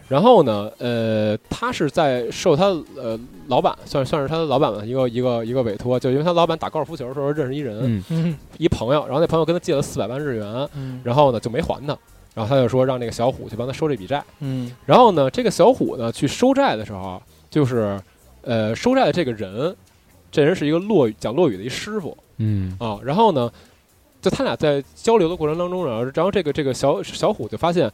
B: 然后呢，呃，他是在受他呃老板，算算是他的老板吧，一个一个一个委托，就因为他老板打高尔夫球的时候认识一人，
A: 嗯
C: 嗯
B: 一朋友，然后那朋友跟他借了四百万日元，
C: 嗯
B: 然后呢就没还他，然后他就说让那个小虎去帮他收这笔债，
C: 嗯
B: 然后呢，这个小虎呢去收债的时候，就是呃收债的这个人，这人是一个落语讲落语的一师傅，
A: 嗯
B: 啊，然后呢，就他俩在交流的过程当中，然后然后这个这个小小虎就发现。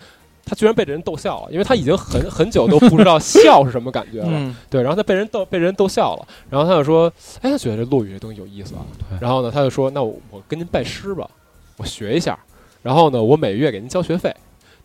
B: 他居然被人逗笑了，因为他已经很很久都不知道笑是什么感觉了。
C: 嗯
B: 对，然后他被人逗被人逗笑了，然后他就说：“哎，他觉得这落雨这东西有意思啊。”
A: 对
B: 然后呢，他就说：“那我我跟您拜师吧，我学一下。然后呢，我每月给您交学费。”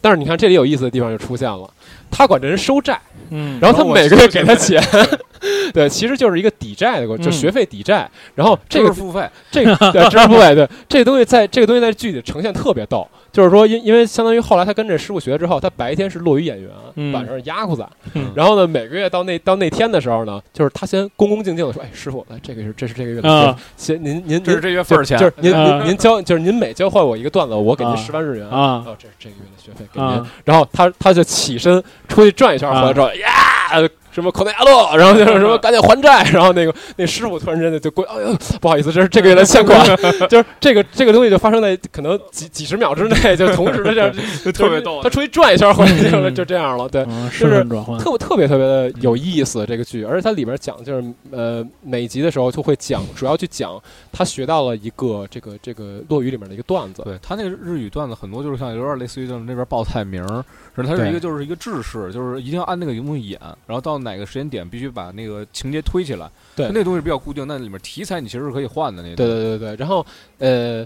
B: 但是你看这里有意思的地方就出现了，他管这人收债，
C: 嗯，
B: 然后他每个月给他钱， 对，其实就是一个抵债的过程，就
C: 嗯
B: 学费抵债。然后这个
A: 知识付费，
B: 这个对 知识付费，对这个东西在这个东西在剧里呈现特别逗，就是说因因为相当于后来他跟这师傅学之后，他白天是落语演员，
C: 嗯
B: 晚上是压裤子，
C: 嗯
B: 然后呢每个月到那到那天的时候呢，就是他先恭恭敬敬的说，哎师傅，哎这个是这是这个月的
C: 啊
B: 费，先您您
A: 这是
B: 您
A: 这月份儿钱，嗯
B: 就是您
C: 啊
B: 您您交就是您每交换我一个段子，我给您
C: 啊
B: 十万日元。
C: 啊
B: 哦，这是这个月的学费给您
C: 啊，
B: 然后他他就起身出去转一圈，回来之后呀，什么口袋阿乐，然后就是什么赶紧还债，然后那个那师傅突然之间就就跪，哎呦，不好意思，这是这个月的欠款，就是这个这个东西就发生在可能几几十秒之内，就同时的这样，就
D: 特别逗
B: 他出去转一圈回来就
C: 嗯
B: 就这样了，对。
C: 啊身份转换，
B: 特特别特别的有意思这个剧，而且它里边讲就是呃每集的时候就会讲，主要去讲他学到了一个这个这个落语里面的一个段子，
A: 对他那个日语段子很多，就是像有点类似于就是那边报菜名儿，是它是
B: 对
A: 一个就是一个制式，就是一定要按那个东西演，然后到哪个时间点必须把那个情节推起来。
B: 对
A: 那个东西比较固定，但里面题材你其实是可以换的那
B: 对
A: 种。
B: 对对对，然后呃，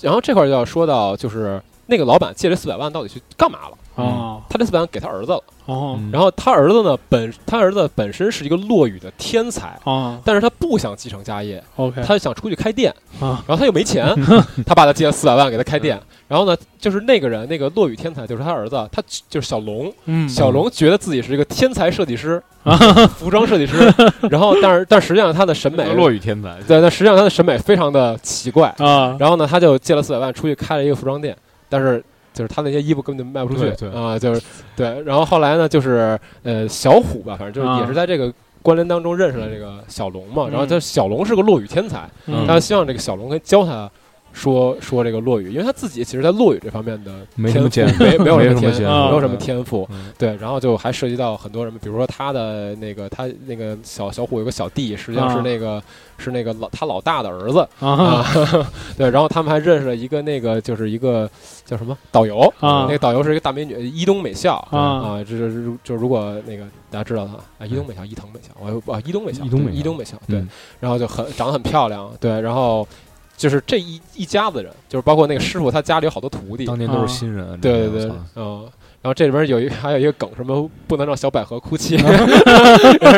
B: 然后这块儿就要说到，就是那个老板借这四百万到底去干嘛了？
C: 哦
B: 他这四百万给他儿子了，
C: 哦
A: 嗯，
B: 然后他儿子呢本他儿子本身是一个落雨的天才。
C: 哦
B: 但是他不想继承家业，
A: 哎
C: ，OK，
B: 他想出去开店，
C: 啊
B: 然后他又没钱， 他爸他借了四百万给他开
A: 嗯
B: 店，然后呢，就是那个人，那个落雨天才，就是他儿子，他就是小龙，
C: 嗯
B: 小龙觉得自己是一个天才设计 师，
A: 啊
B: 服装设计师，然后但是但实际上他的审美，
A: 呃落雨天才，
B: 对，但实际上他的审美非常的奇怪，
C: 啊，
B: 然后呢，他就借了四百万出去开了一个服装店，但是就是他那些衣服根本就卖不出去
A: 对对
B: 啊、就是对。然后后来呢，就是呃小虎吧，反正就是
C: 啊
B: 也是在这个关联当中认识了这个小龙嘛。
C: 嗯
B: 然后他小龙是个落语天才，
C: 嗯
B: 他希望这个小龙可以教他。说说这个落语，因为他自己其实，在落语这方面的
A: 没什么
B: 天 赋没没有
A: 没
B: 什
A: 什
B: 天
A: 么天
B: 赋，
A: 赋
B: 没有什么
A: 嗯
B: 天赋，
A: 嗯
B: 对，然后就还涉及到很多什么，比如说他的那个他那个小小虎有个小弟，实际上是
C: 啊
B: 那个、是那个老他老大的儿子，
C: 啊
B: 啊， 对，然后他们还认识了一个那个就是一个叫什么导游嗯
C: 啊
B: 那个导游是一个大美女伊东美孝
C: 啊
B: 这就是就如果那个大家知道她啊，伊东美孝、伊藤美孝，我啊伊东美孝，
A: 伊东美
B: 对
A: 孝
B: 伊东美孝，对
A: 嗯，
B: 然后就很长得很漂亮，对，然后就是这一一家子人，就是包括那个师傅他家里有好多徒弟，
A: 当年都是新人。
B: 啊对对对
A: 我操，
B: 嗯，然后这里边有一还有一个梗，什么不能让小百合哭 泣，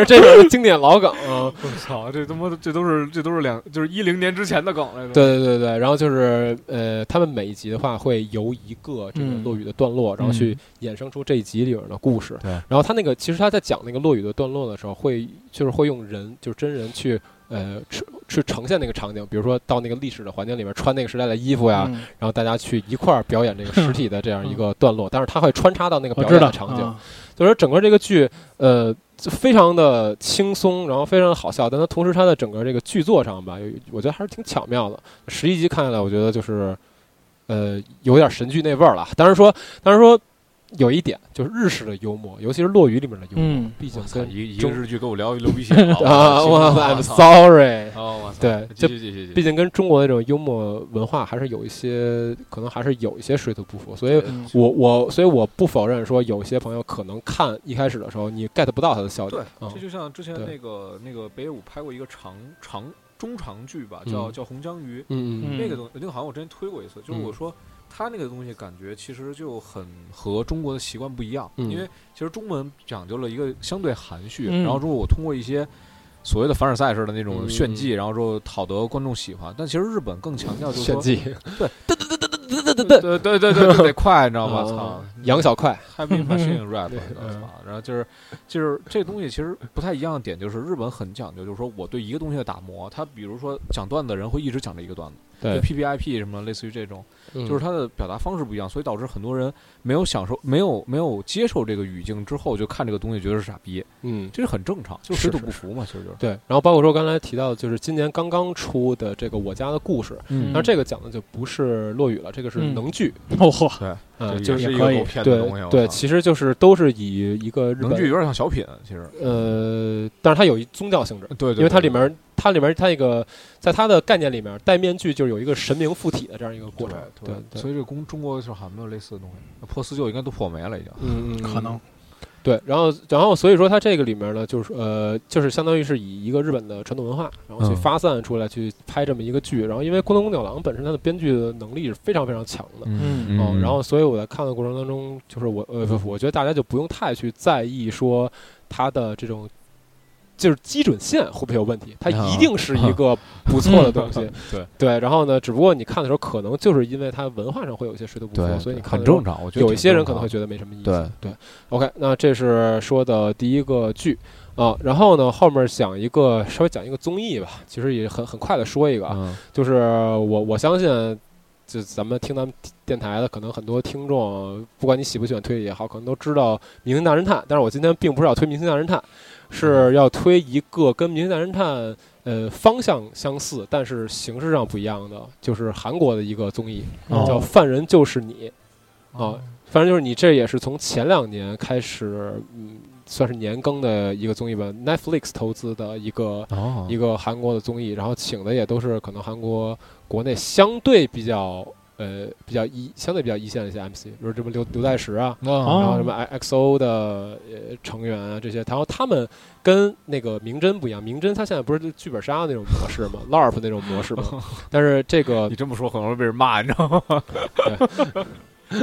B: 这是经典老梗啊！
A: 我操，这他妈这都是这都是两就是一零年之前的梗来着。
B: 对对对对，然后就是呃，他们每一集的话会由一个这个
C: 嗯
B: 落雨的段落，然后去衍生出这一集里边的故事。
A: 对
B: 然后他那个其实他在讲那个落雨的段落的时候，会就是会用人就是真人去呃去去呈现那个场景，比如说到那个历史的环境里边穿那个时代的衣服呀，
C: 嗯
B: 然后大家去啊一块儿表演这 个实体的这样一个段落，但是它会穿插到那个
C: 我
B: 表
C: 知
B: 演
C: 道
B: 的场景，
C: 啊
B: 所以说整个这个剧呃就非常的轻松，然后非常的好笑，但它同时它的整个这个剧作上吧，有我觉得还是挺巧妙的。十一集看下来，我觉得就是呃有点神剧那味儿了。当然说，当然说有一点就是日式的幽默，尤其是落语里面的幽默，
C: 嗯，
B: 毕竟
A: 我操，
B: 跟
A: 一一个
B: 中
A: 日剧给我聊流鼻血了
B: 啊，
A: 我
B: 我
A: 操
B: I'm
A: 啊
B: sorry，
A: 我操，
B: 对这
A: 继续继续继
B: 毕
A: 续，
B: 竟跟中国的这种幽默文化还是有一些，可能还是有一些水土不服，所以
C: 嗯
B: 我我所以我不否认说有些朋友可能看一开始的时候你 get 不到他的笑点
A: 对，，
B: 嗯
A: 这就像之前
B: 对
A: 那个那个北野武拍过一个长长中长剧吧，
B: 嗯
A: 叫叫《红章鱼》，
B: 嗯嗯
C: 嗯
A: 那个东那个好像我之前推过一次，就是
B: 嗯
A: 我说他那个东西感觉其实就很和中国的习惯不一样，
B: 嗯
A: 因为其实中文讲究了一个相对含蓄，
C: 嗯
A: 然后之后我通过一些所谓的凡尔赛式的那种
B: 嗯
A: 炫技，然后之后讨得观众喜欢，但其实日本更强调就是
B: 炫
A: 说，
B: 技，
A: 对对对对对对对，得快，你知道吗？操
B: 啊，杨小快，
A: Happy Machine Rap，
B: 对
A: 我
B: 嗯
A: 操！然后就是就是这东西其实不太一样的点，就是日本很讲究，就是说我对一个东西的打磨，他比如说讲段子的人会一直讲这一个段子，
B: 对嗯
A: 就 P P I P 什么类似于这种，
B: 就
A: 就是他的表达方式不一样，所以导致很多人没有享受，没有没有接受这个语境之后，就看这个东西觉得是傻逼，
B: 嗯。
A: 这是很正常，就是水土
B: 是
A: 不服嘛，其实就是。
B: 对，然后包括说刚才提到，就是今年刚刚出的这个《我家的故事》，
A: 嗯
B: 那这个讲的就不是落雨了，这个是
C: 嗯
B: 能剧，
C: 哦嚯，
B: 啊，
A: 这
B: 就是
A: 也是一
C: 可
A: 个
C: 以
A: 狗骗的东西
B: 对
A: 我
B: 对，
A: 操
B: 其实就是都是以一个日
A: 能剧
B: 本
A: 有点像小品，其实
B: 呃，但是它有一宗教性质，
A: 对对，
B: 因为它
A: 对
B: 里面它里面它那个在它的概念里面，戴面具就是有一个神明附体的这样一个过程。对
A: 对，所以这个公中国的时候好像没有类似的东西，破四旧应该都破没了已经。
B: 嗯，嗯
C: 可能
B: 对。然后然后所以说它这个里面呢，就是呃，就是相当于是以一个日本的传统文化，然后去
A: 嗯
B: 发散出来去拍这么一个剧。然后因为宫藤宫九郎本身他的编剧的能力是非常非常强的。
C: 嗯
B: 哦，然后所以我在看的过程当中，就是我呃，不我觉得大家就不用太去在意说它的这种就是基准线会不会有问题，它
C: 啊
B: 一定是一个不错的东 西。
A: 对
B: 对，然后呢，只不过你看的时候，可能就是因为它文化上会有一些水土不服，所以你看
A: 很
B: 的时候
A: 正常，我觉
B: 有
A: 得
B: 一
A: 挺
B: 些人
A: 正
B: 可能
A: 常
B: 会觉得没什么意思。
A: 对
B: 对，OK，那这是说的第一个剧啊，然后呢，后面讲一个稍微讲一个综艺吧，其实也很很快的说一个啊，
A: 嗯
B: 就是我我相信，就咱们听咱们电台的，可能很多听众，不管你喜不喜欢推理也好，可能都知道《明星大侦探》。但是我今天并不是要推《明星大侦探》，
A: 嗯
B: 是要推一个跟《明星大侦探》呃方向相似，但是形式上不一样的，就是韩国的一个综艺，
C: 哦
B: 叫《犯人就是你》啊。反正就是你这也是从前两年开始，嗯，算是年更的一个综艺吧，Netflix 投资的一个
A: 哦
B: 一个韩国的综艺，然后请的也都是可能韩国国内相对比较呃比较一相对比较一线的一些 MC，比如什么刘刘在石啊，
C: 哦
A: 嗯
B: 然后什么 XO 的呃成员啊这些，然后他们跟那个明侦不一样，明侦他现在不是剧本杀那种模式吗，LARP 那种模式吗？但是这 个
A: 你这么说很容易被人骂，你知道吗？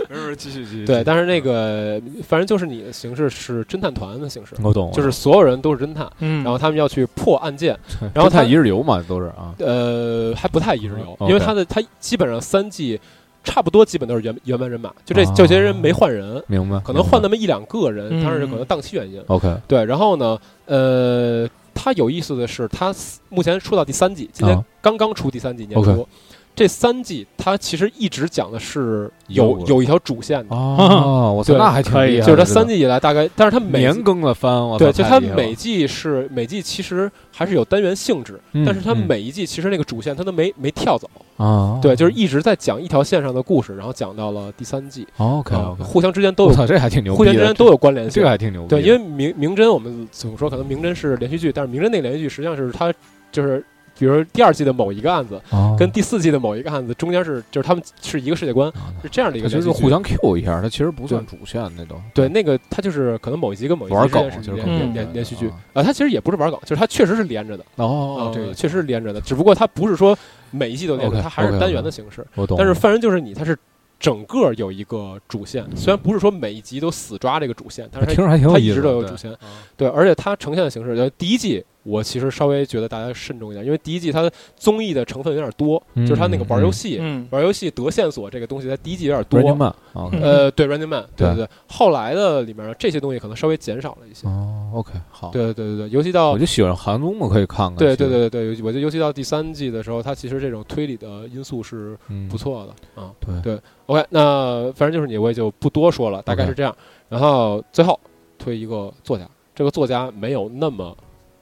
A: 没事，继续继续。
B: 对，但是那个反正就是你的形式是侦探团的形式，
A: 我懂，
B: 就是所有人都是侦探，
C: 嗯，
B: 然后他们要去破案件，然后
A: 后
B: 他
A: 他一日游嘛，都是啊，
B: 呃，还不太一日游，
A: 嗯
B: 因为
A: OK
B: 他的他基本上三季差不多基本都是原原班人马，就这
A: 啊
B: 这些人没换人，
A: 明白？
B: 可能换那么一两个人，
C: 嗯
B: 当然是可能档期原因。
A: OK，
B: 对，然后呢，呃，他有意思的是，他目前出到第三季，今年
A: 啊
B: 刚刚出第三季年
A: OK
B: 初。这三季，他其实一直讲的是
A: 有
B: 有有一条主线的，
A: 哦，我操，
B: 对
A: 那还挺
C: 可以
A: 厉害的，
B: 就是他
A: 这
B: 三
A: 个
B: 季以来大概，但是他每
A: 年更了番，我操
B: 对，就
A: 太
B: 它
A: 厉害
B: 每
A: 了
B: 季是每季其实还是有单元性质，
A: 嗯
B: 但是它
A: 嗯
B: 每一季其实那个主线它都没没跳走，
A: 啊，
B: 对，就是一直在讲一条线上的故事，然后讲到了第三季，
A: OK
B: 啊
A: OK，
B: 互相之间都
A: 我
B: 有，
A: 操，这还挺牛
B: 互
A: 逼
B: 相之
A: 的
B: 间，都有关联
A: 这
B: 性
A: 个。还挺牛逼的。
B: 对，因为明明侦我们总说可能明侦是连续剧，但是明侦那个连续剧实际上是它就是，比如第二季的某一个案子
A: 哦
B: 跟第四季的某一个案子中间是就是他们是一个世界观，
A: 啊
B: 是这样的一
A: 它
B: 个
A: 其
B: 连
A: 实
B: 续剧。
A: 互相 Q 一下，它其实不算主线那都。
B: 对，那个它就是可能某一集跟某一集
A: 玩
B: 之间
A: 梗
B: 是
A: 就是
B: 连
A: 梗
B: 连
C: 嗯
B: 连连续剧
A: 啊
B: 啊，它其实也不是玩梗，就是它确实是连着的。
A: 哦
B: 呃，
A: 这个
B: 确实是连着的，只不过它不是说每一季都连着，
A: OK，
B: 它还是
A: OK，OK
B: 单元的形式。
A: 我懂
B: 但
A: 了
B: 是犯人就是你，它是整个有一个主线，虽然不是说每一集都死抓这个主线，但是
A: 听着哎还挺
B: 它
A: 有意
B: 一
A: 思
B: 直
A: 的，
B: 都有
A: 对
B: 主线。对，而且它呈现的形式，呃就第一季我其实稍微觉得大家慎重一点，因为第一季它综艺的成分有点多，
A: 嗯
B: 就是它那个玩游戏、
C: 嗯，
B: 玩游戏得线索这个东西在第一季有点多。
A: Running Man 啊，
C: 嗯
B: 呃，对，Running Man，对
A: 对
B: 对，后来的里面这些东西可能稍微减少了一些。
A: 哦，OK，好，，
B: 啊对对对对，尤其到
A: 我就喜欢韩综嘛，可以看看，
B: 对
A: 啊其
B: 对对对
A: 实，
B: 对，我觉得尤其到第三季的时候，它其实这种推理的因素是
A: 嗯，
B: 不，错的啊。
A: 对
B: 对，OK，那反正就是你，我也就不多说了，大概
A: OK
B: 是这样。然后最后推一个作家，这个作家没有那么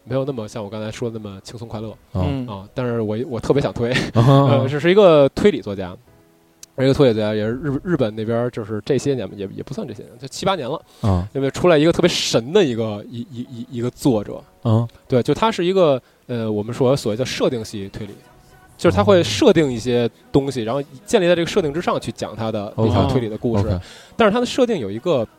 B: 没有那么像我刚才说的那么轻松快乐
A: 嗯，
C: 嗯
B: 啊，但是我我特别想推，
A: 啊
B: 呃，这是一个推理作家。一个推理作家也是日日本那边，就是这些年吧也也不算这些年，就七八年了，
A: 啊
B: 那边出来一个特别神的一个一一一一个作者，
A: 啊，
B: 对，就它是一个呃，我们说所谓的设定系推理，就是它会
A: 哦
B: 设定一些东西，然后建立在这个设定之上去讲它的一条
C: OK
B: 推理的故事。
A: 哦 OK，
B: 但是它的设定有一个，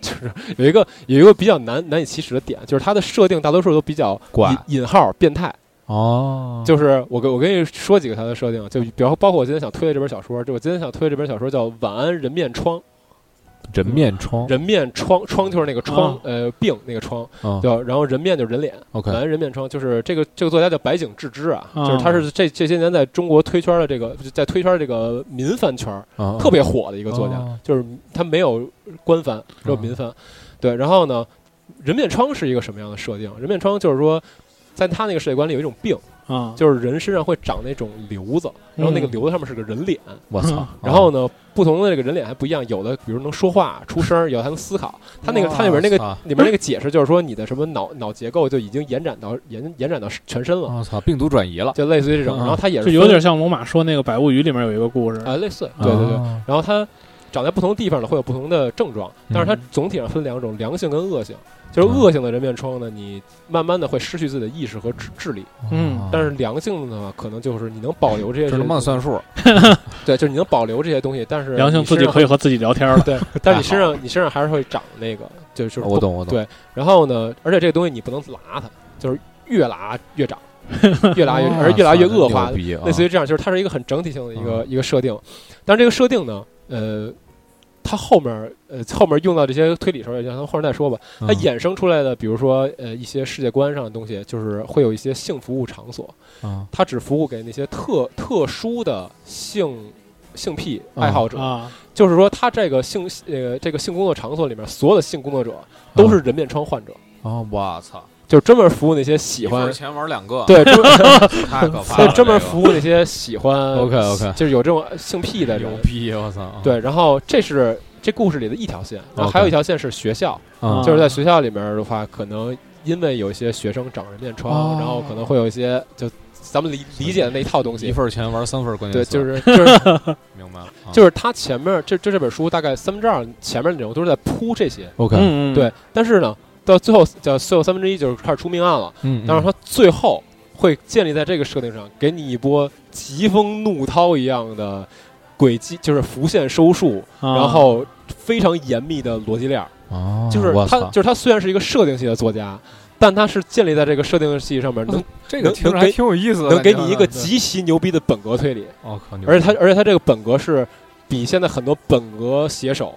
B: 就是有一个有一个比较难难以启齿的点，就是它的设定大多数都比较
A: 怪
B: 引引号变态。
A: 哦，
B: 就是我跟我跟你说几个它的设定，就比如包括我今天想推的这本小说，就我今天想推的这本小说叫《晚安人面疮》，
A: 人面疮，
B: 人面疮疮就是那个疮、
C: 哦
B: 呃病那个疮，
A: 啊
B: 叫然后人面就是人脸。
A: ，OK，嗯
B: 男人面疮就是这个这个作家叫白井智之啊，
C: 啊
B: 就是他是这这些年在中国推圈的这个就在推圈这个民番圈儿
A: 啊
B: 特别火的一个作家，
A: 哦
B: 就是他没有官番，只有民番。对，然后呢，人面疮是一个什么样的设定？人面疮就是说。在他那个世界观里有一种病，
C: 啊，
B: 就是人身上会长那种瘤子，然后那个
C: 嗯
B: 瘤子上面是个人脸，
A: 我操，
B: 嗯然后呢，不同的这个人脸还不一样，有的比如能说话出声儿，有的还能思考。它
A: 哦
B: 那个它里面那个
A: 哇塞
B: 里面那个解释就是说，你的什么脑脑结构就已经延展到延延展到全身了，
A: 我操，病毒转移了，
B: 就类似于这种。
A: 嗯
B: 然后它也是
C: 啊就
B: 分
C: 有点像龙马说那个《百物语》里面有一个故事，
B: 啊，类似，对对对。
A: 啊
B: 然后它长在不同地方呢，会有不同的症状，但是它
C: 嗯啊
B: 总体上分两种，良性跟恶性。就是
A: 嗯
B: 恶性的人面疮呢，你慢慢的会失去自己的意识和智智力，
C: 嗯
B: 但是良性的呢，可能就是你能保留这些，
A: 这他妈的算数，
B: 对，就是你能保留这些东西，但是
C: 良性
B: 你
C: 自己
B: 身上
C: 可以和自己聊天了。
B: 对，但你身上你身上还是会长那个，就就是
A: 我懂我懂，
B: 对然后呢，而且这个东西你不能拉它，就是越拉越长，越拉越
A: 哇
B: 而且越拉越
A: 塞
B: 恶化
A: 牛，逼啊嗯
B: 类似于这样，就是它是一个很整体性的一个一个设定。但是这个设定呢，呃，它后面儿呃后面儿用到这些推理时候，也就咱后面再说吧。它
A: 嗯
B: 衍生出来的，比如说呃一些世界观上的东西，就是会有一些性服务场所，
A: 啊
B: 它只服务给那些特特殊的性性癖爱好者。
C: 啊，
B: 就是说，他这个性呃这个性工作场所里面，所有的性工作者都是人面疮患者，
A: 啊，嗯我操，
B: 就是专门服务那些喜
A: 一份
B: 欢
A: 儿钱玩两个，
B: 对专 门
A: 太可怕
B: 对
A: 了，
B: 专门
A: 这个
B: 服务那些喜欢
A: OK，OK
B: 就是有这种性癖的人
A: 牛。逼，我操，
B: 对，然后这是这故事里的一条线，然后
A: OK
B: 还有一条线是学校，
A: 啊
B: 就是在学校里面的话，可能因为有一些学生长人面疮，
A: 哦
B: 然后可能会有一些就咱们理理解的那一套东
A: 一
B: 西。
A: 份儿钱玩三份儿关键
B: 对，
A: 词，
B: 就是就是
A: 明白了，啊
B: 就是他前面这这这本书大概三分之二前面内容都是在铺这些。
A: OK，
C: 嗯嗯，
B: 对，但是呢，到最后叫最后三分之一就是开始出命案了，
A: 嗯，
B: 但是它最后会建立在这个设定上，给你一波疾风怒涛一样的轨迹，就是伏线收束，
C: 啊，
B: 然后非常严密的逻辑链儿。
A: 哦，
B: 就是
A: 我
B: 他
A: 操
B: 就是他虽然是一个设定系的作家。但他是建立在这个设定系上面，能
A: 这
B: 能能给
A: 挺有意思
B: 能给你一个
A: 感觉
B: 极其牛逼的本格推理，
A: 我靠，牛逼
B: 而且他而且他这个本格是比现在很多本格写手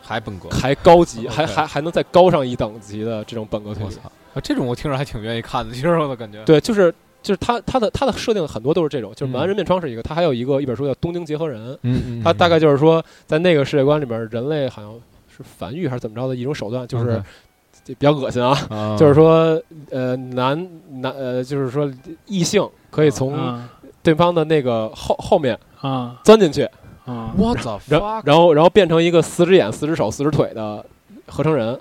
A: 还本格，
B: 还高级，还
A: OK
B: 还还能再高上一等级的这种本格推
A: 我
B: 理。
A: 操，啊这种我听着还挺愿意看的，其实我的感觉，
B: 对，就是就是他他的他的设定很多都是这种，就是《
A: 嗯
B: 满安人面疮》是一个，他还有一个一本书叫《东京结合人》，
A: 嗯，嗯
B: 他大概就是说在那个世界观里面，人类好像是繁育还是怎么着的一种手段，就是比较恶心啊，
A: 嗯
B: 就是，说呃男男呃就是说异性
A: 嗯
B: 可以从
C: 啊
B: 对方的那个后后面
C: 啊
B: 钻进去，
C: 啊，
A: 我操，
B: 然然后然后变成一个四只眼、四只手、四只腿的合成
A: 啊
B: 人，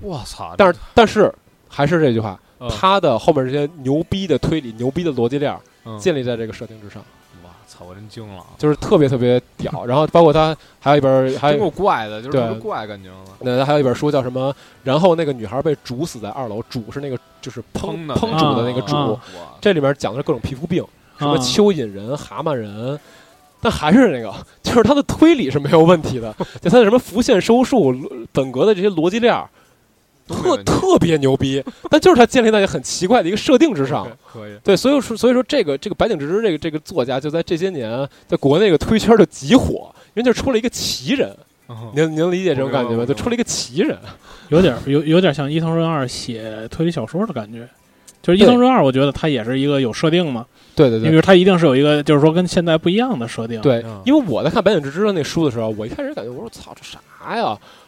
A: 我操，
B: 但是但是还是这句话，
A: 嗯
B: 他的后面这些牛逼的推理、牛逼的逻辑链儿
A: 嗯
B: 建立在这个设定之上。
A: 我操，我真惊了啊。
B: 就是特别特别屌。然后包括他还有一本，还
A: 真
B: 有
A: 够怪的，就是
B: 对
A: 特别怪，感觉了。
B: 那还有一本书叫什么？然后那个女孩被煮死在二楼，煮是那个就是烹
A: 烹的
B: 烹
C: 那
B: 煮
C: 个
B: 的那个煮。
C: 啊
A: 哇
B: 这里面讲的是各种皮肤病，什么
C: 啊
B: 蚯蚓人、蛤蟆人。但还是那个， 就是他的推理是没有问题的，就他的什么伏线收束、本格的这些逻辑链儿，特特别牛逼，但就是他建立在很奇怪的一个设定之上。
A: 可以，
B: 对，所以说所以说这个这个白井直之这个这个作家就在这些年啊在国内个推圈就极火，因为就出了一个奇人，
A: 嗯
B: 你能你能理解这种感觉吗？就出了一个奇人，
C: 有点有有点像伊藤润二写推理小说的感觉。就是伊藤润二，我觉得他也是一个有设定嘛。
B: 对对对，
C: 因为他一定是有一个，就是说跟现在不一样的设定。
B: 对，因为我在看白井直之的那书的时候，我一开始感觉我说操这啥呀？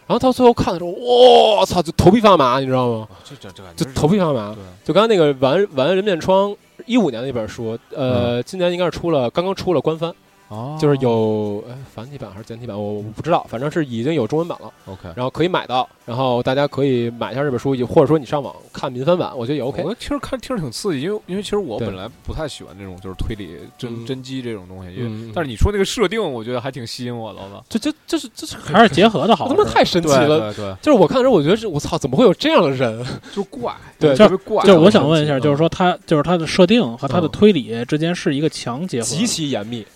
B: 然后到最后看的时候，我、哦、操，就头皮发麻，你知道吗？
A: 这这这
B: 就头皮发麻。就刚才那个完完人面疮一五年那本书，呃，嗯、今年应该是出了，刚刚出了官翻，
A: 哦、
B: 就是有、哎、繁体版还是简体版，我我不知道，反正是已经有中文版了。
A: 哦 OK，
B: 然后可以买到，然后大家可以买一下这本书，或者说你上网看民翻版，我觉得也 OK。
A: 我其实看听着挺刺激，因为因为其实我本来不太喜欢这种就是推理真真机这种东西，因为、
B: 嗯、
A: 但是你说那个设定，我觉得还挺吸引我的吧。
B: 这这这是这是
C: 还是结合的好，
B: 他妈太神奇了。
A: 对，对对
B: 就是我看的时候，我觉得我操，怎么会有这样的人？
A: 就怪，
B: 对，
C: 就
A: 特别怪。
C: 就是我想问一下，就是说
A: 嗯
C: 他就是他的设定和他的推理之间是一个强结合，
B: 极其严密。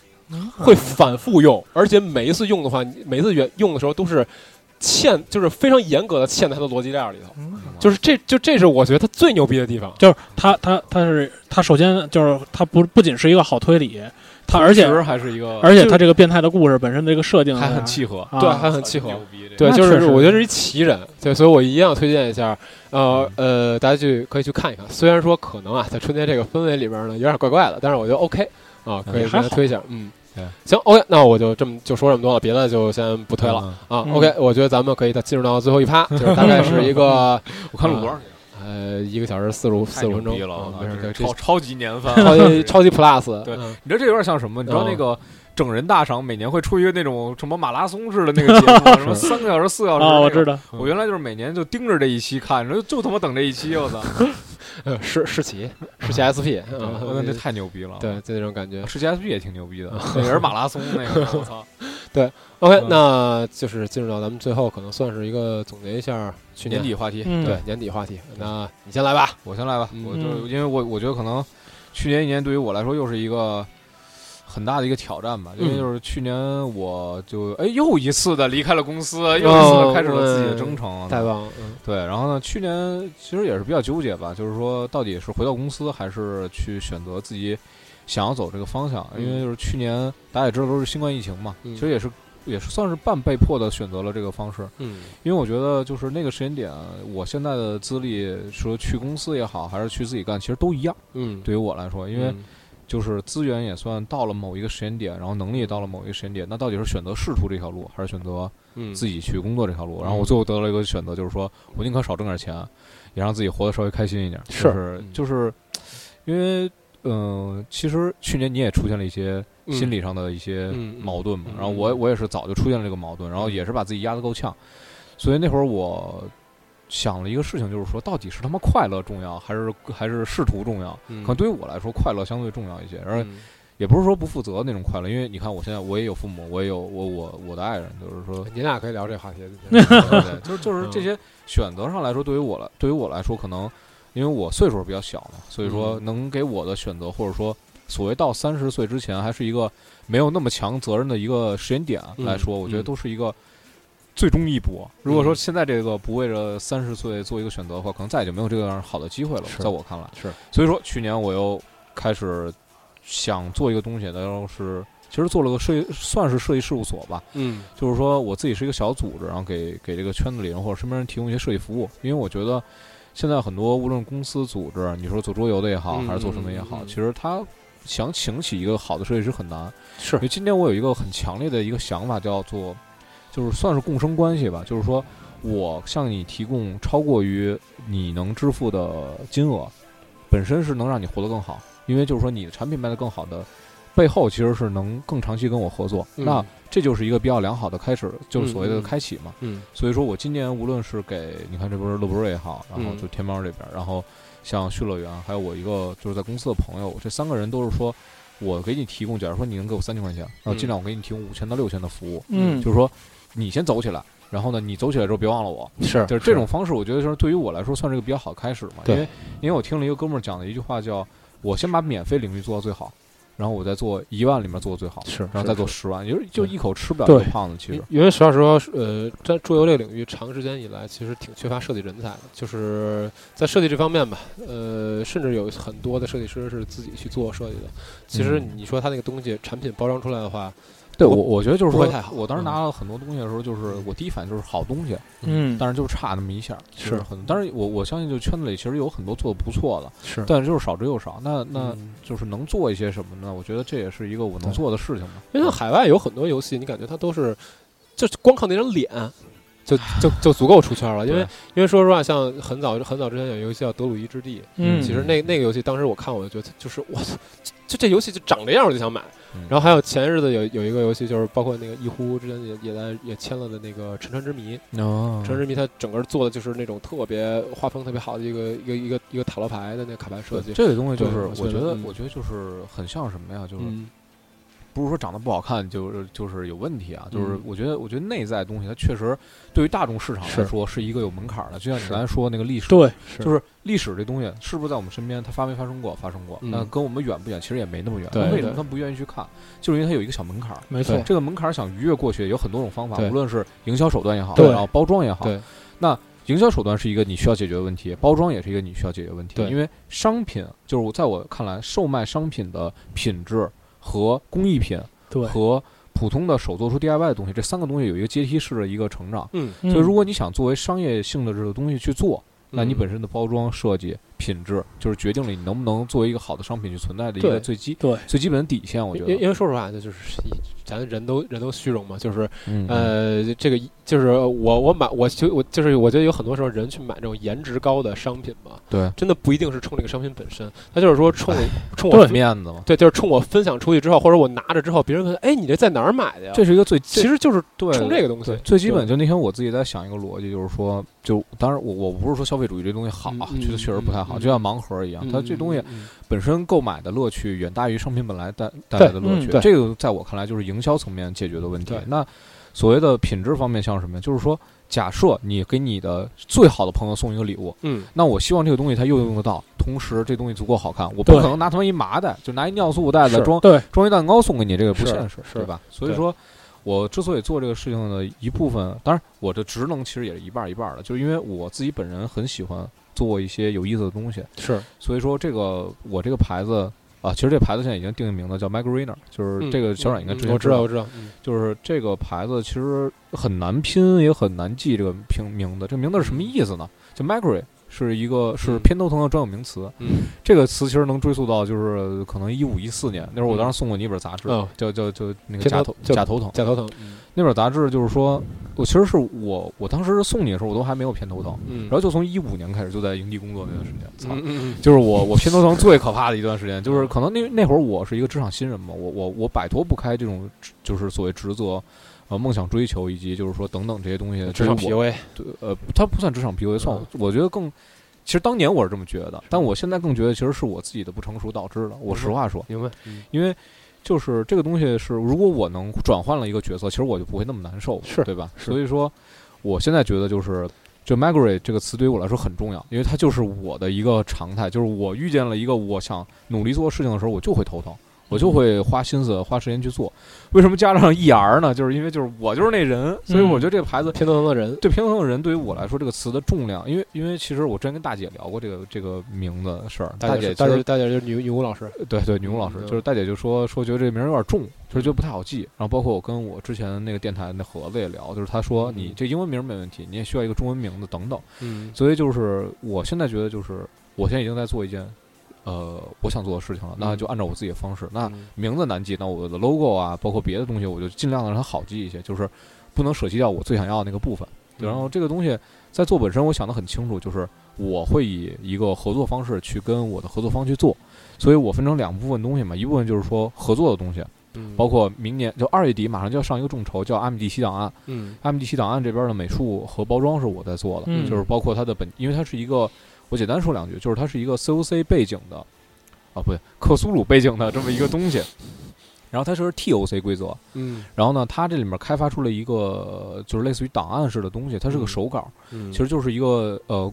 B: 会反复用，而且每一次用的话，每一次用用的时候都是嵌，就是非常严格的嵌在它的逻辑链里
C: 嗯
B: 头。
A: 嗯
B: 就是这就这是我觉得它最牛逼的地方，
C: 就是它它它是它首先就是它不不仅是一个好推理，它而且
A: 还是一个，
C: 而且它这个变态的故事本身这个设定啊
A: 还很契合，
B: 对，啊还很契合。
A: 对，
B: 就是我觉得是一奇人，对，所以我一样推荐一下，呃
A: 嗯
B: 呃，大家去可以去看一看。虽然说可能啊，在春节这个氛围里边呢有点怪怪的，但是我觉得 OK。啊，可以给他推一下，嗯，行，OK，那我就这么就说这么多了，别的就先不推了
A: 嗯
B: 啊。OK，我觉得咱们可以进入到最后一趴，就是大概是一 个，
A: 我看了多少
B: 呃，一个小时四十五嗯四十五分钟，啊哦没事，
A: 啊超超级年番，
B: 超 级超嗯级 Plus，嗯
A: 对，你知道这有点像什么？你知道那个。整人大赏每年会出一个那种什么马拉松式的那个节 目，什么三个小时、四个小时。
B: 哦
C: 啊，
A: 我
C: 知道。
A: 我原来就是每年就盯着这一期看，然后就他妈等这一期，我操！
B: 世世奇，世 奇 SP，
A: 那太牛逼了。啊
B: 对，就那种感觉。
A: 世奇 SP 也挺牛 逼的，也是马拉松那个。我操！
B: 对，OK，那
A: 嗯
B: 就是进入到咱们最后，可能算是一个总结一下去嗯
A: 年底话嗯题。
B: 对，嗯年底话题，那你先来吧，
A: 我先来吧。我就因为我我觉得可能去年一年对于我来说又是一个。很大的一个挑战吧，
B: 嗯
A: 因为就是去年我就哎又一次的离开了公司，又一次开始了自己的征程，
B: 哦太棒了。嗯、
A: 对，然后呢，去年其实也是比较纠结吧，就是说到底是回到公司，还是去选择自己想要走这个方向？因为就是去年大家也知道都是新冠疫情嘛，
B: 嗯、
A: 其实也是也是算是半被迫的选择了这个方式。
B: 嗯，
A: 因为我觉得就是那个时间点，我现在的资历说去公司也好，还是去自己干，其实都一样。
B: 嗯，
A: 对于我来说，因为。就是资源也算到了某一个时间点，然后能力也到了某一个时间点，那到底是选择仕途这条路，还是选择自己去工作这条
B: 嗯、
A: 路？然后我最后得了一个选择，就是说我宁可少挣点钱，也让自己活得稍微开心一点。
B: 是，，
A: 就是就是因为，嗯、呃，其实去年你也出现了一些
B: 嗯
A: 心理上的一些矛盾嘛，
B: 嗯嗯、嗯
A: 然后我我也是早就出现了这个矛盾，然后也是把自己压得够呛，所以那会儿我。想了一个事情，就是说，到底是他妈快乐重要，还是还是仕途重要？
B: 嗯、
A: 可能对于我来说，快乐相对重要一些。而也不是说不负责那种快乐，因为你看，我现在我也有父母，我也有我我我的爱人，就是说，
B: 嗯你俩可以聊这话 题。
A: 就是就是这些选择上来说，对于我来对于我来说，可能因为我岁数比较小嘛，所以说能给我的选择，或者说所谓到三十岁之前，还是一个没有那么强责任的一个时间点来说，
B: 嗯、
A: 我觉得都是一个。最终一搏。如果说现在这个不为了三十岁做一个选择的话，可能再也就没有这样好的机会了。在我看来，
B: 是。
A: 所以说，去年我又开始想做一个东西，然后是其实做了个设计，算是设计事务所吧。
B: 嗯，
A: 就是说我自己是一个小组织，然后给给这个圈子里人或者身边人提供一些设计服务。因为我觉得现在很多无论公司组织，你说做桌游的也好，
B: 嗯、
A: 还是做什么也好，
B: 嗯、
A: 其实他想请起一个好的设计师很难。
B: 是。
A: 因为今天我有一个很强烈的一个想法，叫做。就是算是共生关系吧，就是说我向你提供超过于你能支付的金额，本身是能让你活得更好，因为就是说你的产品卖得更好的背后，其实是能更长期跟我合作，
B: 嗯、
A: 那这就是一个比较良好的开始，就是所谓的开启嘛。
B: 嗯，嗯
A: 所以说我今年无论是给你看这不是乐博瑞也好，
B: 嗯
A: 然后就天猫这边，然后像旭乐园，还有我一个就是在公司的朋友，这三个人都是说。我给你提供，假如说你能给我三千块钱，
B: 嗯
A: 然后尽量我给你提供五千到六千的服务，
C: 嗯，
A: 就是说你先走起来，然后呢，你走起来之后别忘了我，
B: 是，
A: 就是这种方式，我觉得就是对于我来说算是个比较好开始嘛，因为因为我听了一个哥们儿讲的一句话叫，我先把免费领域做到最好，然后我再做一万里面做最好，
B: 是
A: 然后再做十万，就是就一口吃不了
C: 对
A: 一个胖子。其实
B: 因为实话实说，呃，在桌游这个领域，长时间以来其实挺缺乏设计人才的，就是在设计这方面吧，呃，甚至有很多的设计师是自己去做设计的。其实
A: 嗯
B: 你说他那个东西产品包装出来的话，
A: 对我
B: 我
A: 我觉得就是
B: 不
A: 说
B: 会太，好
A: 我当
B: 嗯
A: 时拿了很多东西的时候，就是我第一反应就是好东西，
C: 嗯，
A: 但是就差那么一下，就是
B: 是
A: 很。但是我我相信，就圈子里其实有很多做的不错的，
B: 是
A: 但是就是少之又少。那那
B: 嗯
A: 就是能做一些什么呢？我觉得这也是一个我能
B: 对
A: 做的事情嘛。
B: 因为像海外有很多游戏，你感觉它都是就是光靠那张脸。就就就足够出圈了，因为
A: 对
B: 因为说实话，像很早很早之前有一个游戏叫《德鲁伊之地》，
C: 嗯，
B: 其实那那个游戏当时我看我就觉得就是我操，就就这游戏就长这样我就想买。
A: 嗯
B: 然后还有前日子有有一个游戏就是包括那个一呼之前也也在也签了的那个《沉船之谜》，
A: 哦
B: 《沉船之谜》它整个做的就是那种特别画风特别好的一个一个一个一个塔罗牌的那个卡牌设计。
A: 这个东西就
B: 对
A: 是，
B: 我
A: 我
B: 觉
A: 觉
B: 得
A: 得
B: 嗯，
A: 我觉得就是很像什么呀？就是
B: 嗯，
A: 不是说长得不好看，就是就是有问题啊。就是
B: 嗯
A: 我觉得，我觉得内在的东西，它确实对于大众市场来
B: 是
A: 说是一个有门槛儿的。就像你
B: 是
A: 刚才说那个历史，
C: 对，
A: 就是历史这东西是不是在我们身边，它发没发生过？发生过，
B: 嗯
A: 那跟我们远不远？其实也没那么远。
B: 对
A: 那为什么
B: 对
A: 他不愿意去看？就是因为它有一个小门槛儿。
C: 没错
B: 对，
A: 这个门槛儿想逾越过去，有很多种方法，
B: 对
A: 无论是营销手段也好，
C: 对
A: 然后包装也好，
B: 对
A: 营销手段是一个你需要解决的问题，包装也是一个你需要解决的问题。
B: 对
A: 因为商品就是我在我看来，售卖商品的品质和工艺品
C: 对，
A: 和普通的手做出 DIY 的东西，这三个东西有一个阶梯式的一个成长。
B: 嗯，
C: 嗯
A: 所以，如果你想作为商业性质的东西去做，那你
B: 嗯
A: 本身的包装设计、品质，就是决定了你能不能作为一个好的商品去存在的一个
B: 对
A: 最基
C: 对
A: 最基本的底线。我觉
B: 因
A: 得，
B: 因为说实话，就是咱人都人都虚荣嘛，就是
A: 嗯，
B: 呃，这个就是我我买我就我就是我觉得有很多时候人去买这种颜值高的商品嘛，
A: 对，
B: 真的不一定是冲这个商品本身，他就是说冲冲我
A: 哎对
B: 分
A: 面子嘛，
B: 对，就是冲我分享出去之后，或者我拿着之后，别人问，哎，你这在哪儿买的呀？
A: 这是一个最
B: 其实就是
A: 对
B: 冲这个东
A: 对
B: 西，
A: 最基本就那天我自己在想一个逻辑，就是说，就当然我我不是说消费主义这东西好啊，
B: 嗯嗯
A: 觉得确实不太好，
B: 嗯嗯
A: 就像盲盒一样，
B: 嗯
A: 它这东西，
B: 嗯
A: 本身购买的乐趣远大于商品本来带带来的乐趣
C: 嗯。对
A: 这个在我看来就是营销层面解决的问题
B: 对。
A: 那所谓的品质方面像什么呀？就是说，假设你给你的最好的朋友送一个礼物，
B: 嗯，
A: 那我希望这个东西它又用得到，同时这东西足够好看，我不
C: 对
A: 可能拿他妈一麻袋，就拿一尿素袋子
B: 是
A: 装
C: 对
A: 装一蛋糕送给你，这个不
B: 是
A: 现实，
B: 是
A: 对吧？所以
B: 对
A: 说。我之所以做这个事情的一部分，当然我的职能其实也是一半儿一半儿的，就是因为我自己本人很喜欢做一些有意思的东西，
B: 是
A: 所以说这个我这个牌子啊，其实这牌子现在已经定名字叫 m a g r i n e r 就是这个小冉应该之前、
B: 嗯我知道，我，知道，嗯
A: 就是这个牌子其实很难拼，也很难记这个拼名字。这个名字是什么意思呢？就 m a g r i 是一个是
B: 嗯
A: 偏头疼的专有名词，
B: 嗯
A: 这个词其实能追溯到就是可能一五一四年那会儿，我当时送过你一本杂志，
B: 嗯
A: 叫叫叫那个
B: 偏头
A: 假头
B: 叫
A: 假头疼
B: 假头疼，
C: 嗯
A: 那本杂志，就是说我其实是我我当时送你的时候，我都还没有偏头疼，
B: 嗯，
A: 然后就从一五年开始就在营地工作那段时间，操。
B: 嗯嗯
A: 就是我我偏头疼最可怕的一段时间，就是可能那那会儿我是一个职场新人嘛，我我我摆脱不开这种职就是所谓职责。呃，梦想追求以及就是说等等这些东西，
B: 嗯，职场
A: 其实
B: PUA，
A: 我呃，它不算职场 PUA，算我我觉得更，其实当年我是这么觉得，但我现在更觉得其实是我自己的不成熟导致的。我实话说，
B: 明白？
A: 因为就是这个东西是，如果我能转换了一个角色，其实我就不会那么难受，
B: 是
A: 对吧？
B: 是
A: 所以说，我现在觉得就是。就 m a g r e t 这个词对于我来说很重要，因为它就是我的一个常态，就是我遇见了一个我想努力做事情的时候，我就会头疼，我
B: 嗯
A: 就会花心思、花时间去做。为什么加上 ER 呢？就是因为就是我就是那人，所以我
B: 嗯
A: 觉得这个牌子
B: 偏头疼的人，
A: 对平衡的人对于我来说这个词的重量，因为因为其实我之前跟大姐聊过这个这个名字的事儿，
B: 大
A: 姐
B: 姐，
A: 其
B: 大
A: 实
B: 姐，大姐就是女女巫老师，
A: 对对，女巫老师
B: 嗯
A: 就是大姐就说说觉得这名儿有点重，就是觉得不太好记。然后包括我跟我之前那个电台那盒子也聊，就是她说
B: 嗯
A: 你这英文名儿没问题，你也需要一个中文名字等等。
B: 嗯
A: 所以就是我现在觉得就是我现在已经在做一件呃我想做的事情了，那
B: 嗯
A: 就按照我自己的方式。那名字难记，那我的 logo 啊，包括别的东西，我就尽量的让它好记一些，就是不能舍弃掉我最想要的那个部分。对，然后这个东西在做本身，我想的很清楚，就是我会以一个合作方式去跟我的合作方去做，所以我分成两部分东西嘛，一部分就是说合作的东西，
B: 嗯
A: 包括明年就二月底马上就要上一个众筹叫 MDC 档案
B: 嗯
A: ，MDC 档案这边的美术和包装是我在做的，
C: 嗯
A: 就是包括它的本，因为它是一个，我简单说两句，就是它是一个 COC 背景的，啊不对，克苏鲁背景的这么一个 东西，然后它是 TOC 规则，
B: 嗯
A: 然后呢，它这里面开发出了一个就是类似于档案式的东西，它是个
B: 嗯
A: 手稿，
B: 嗯，
A: 其实就是一个呃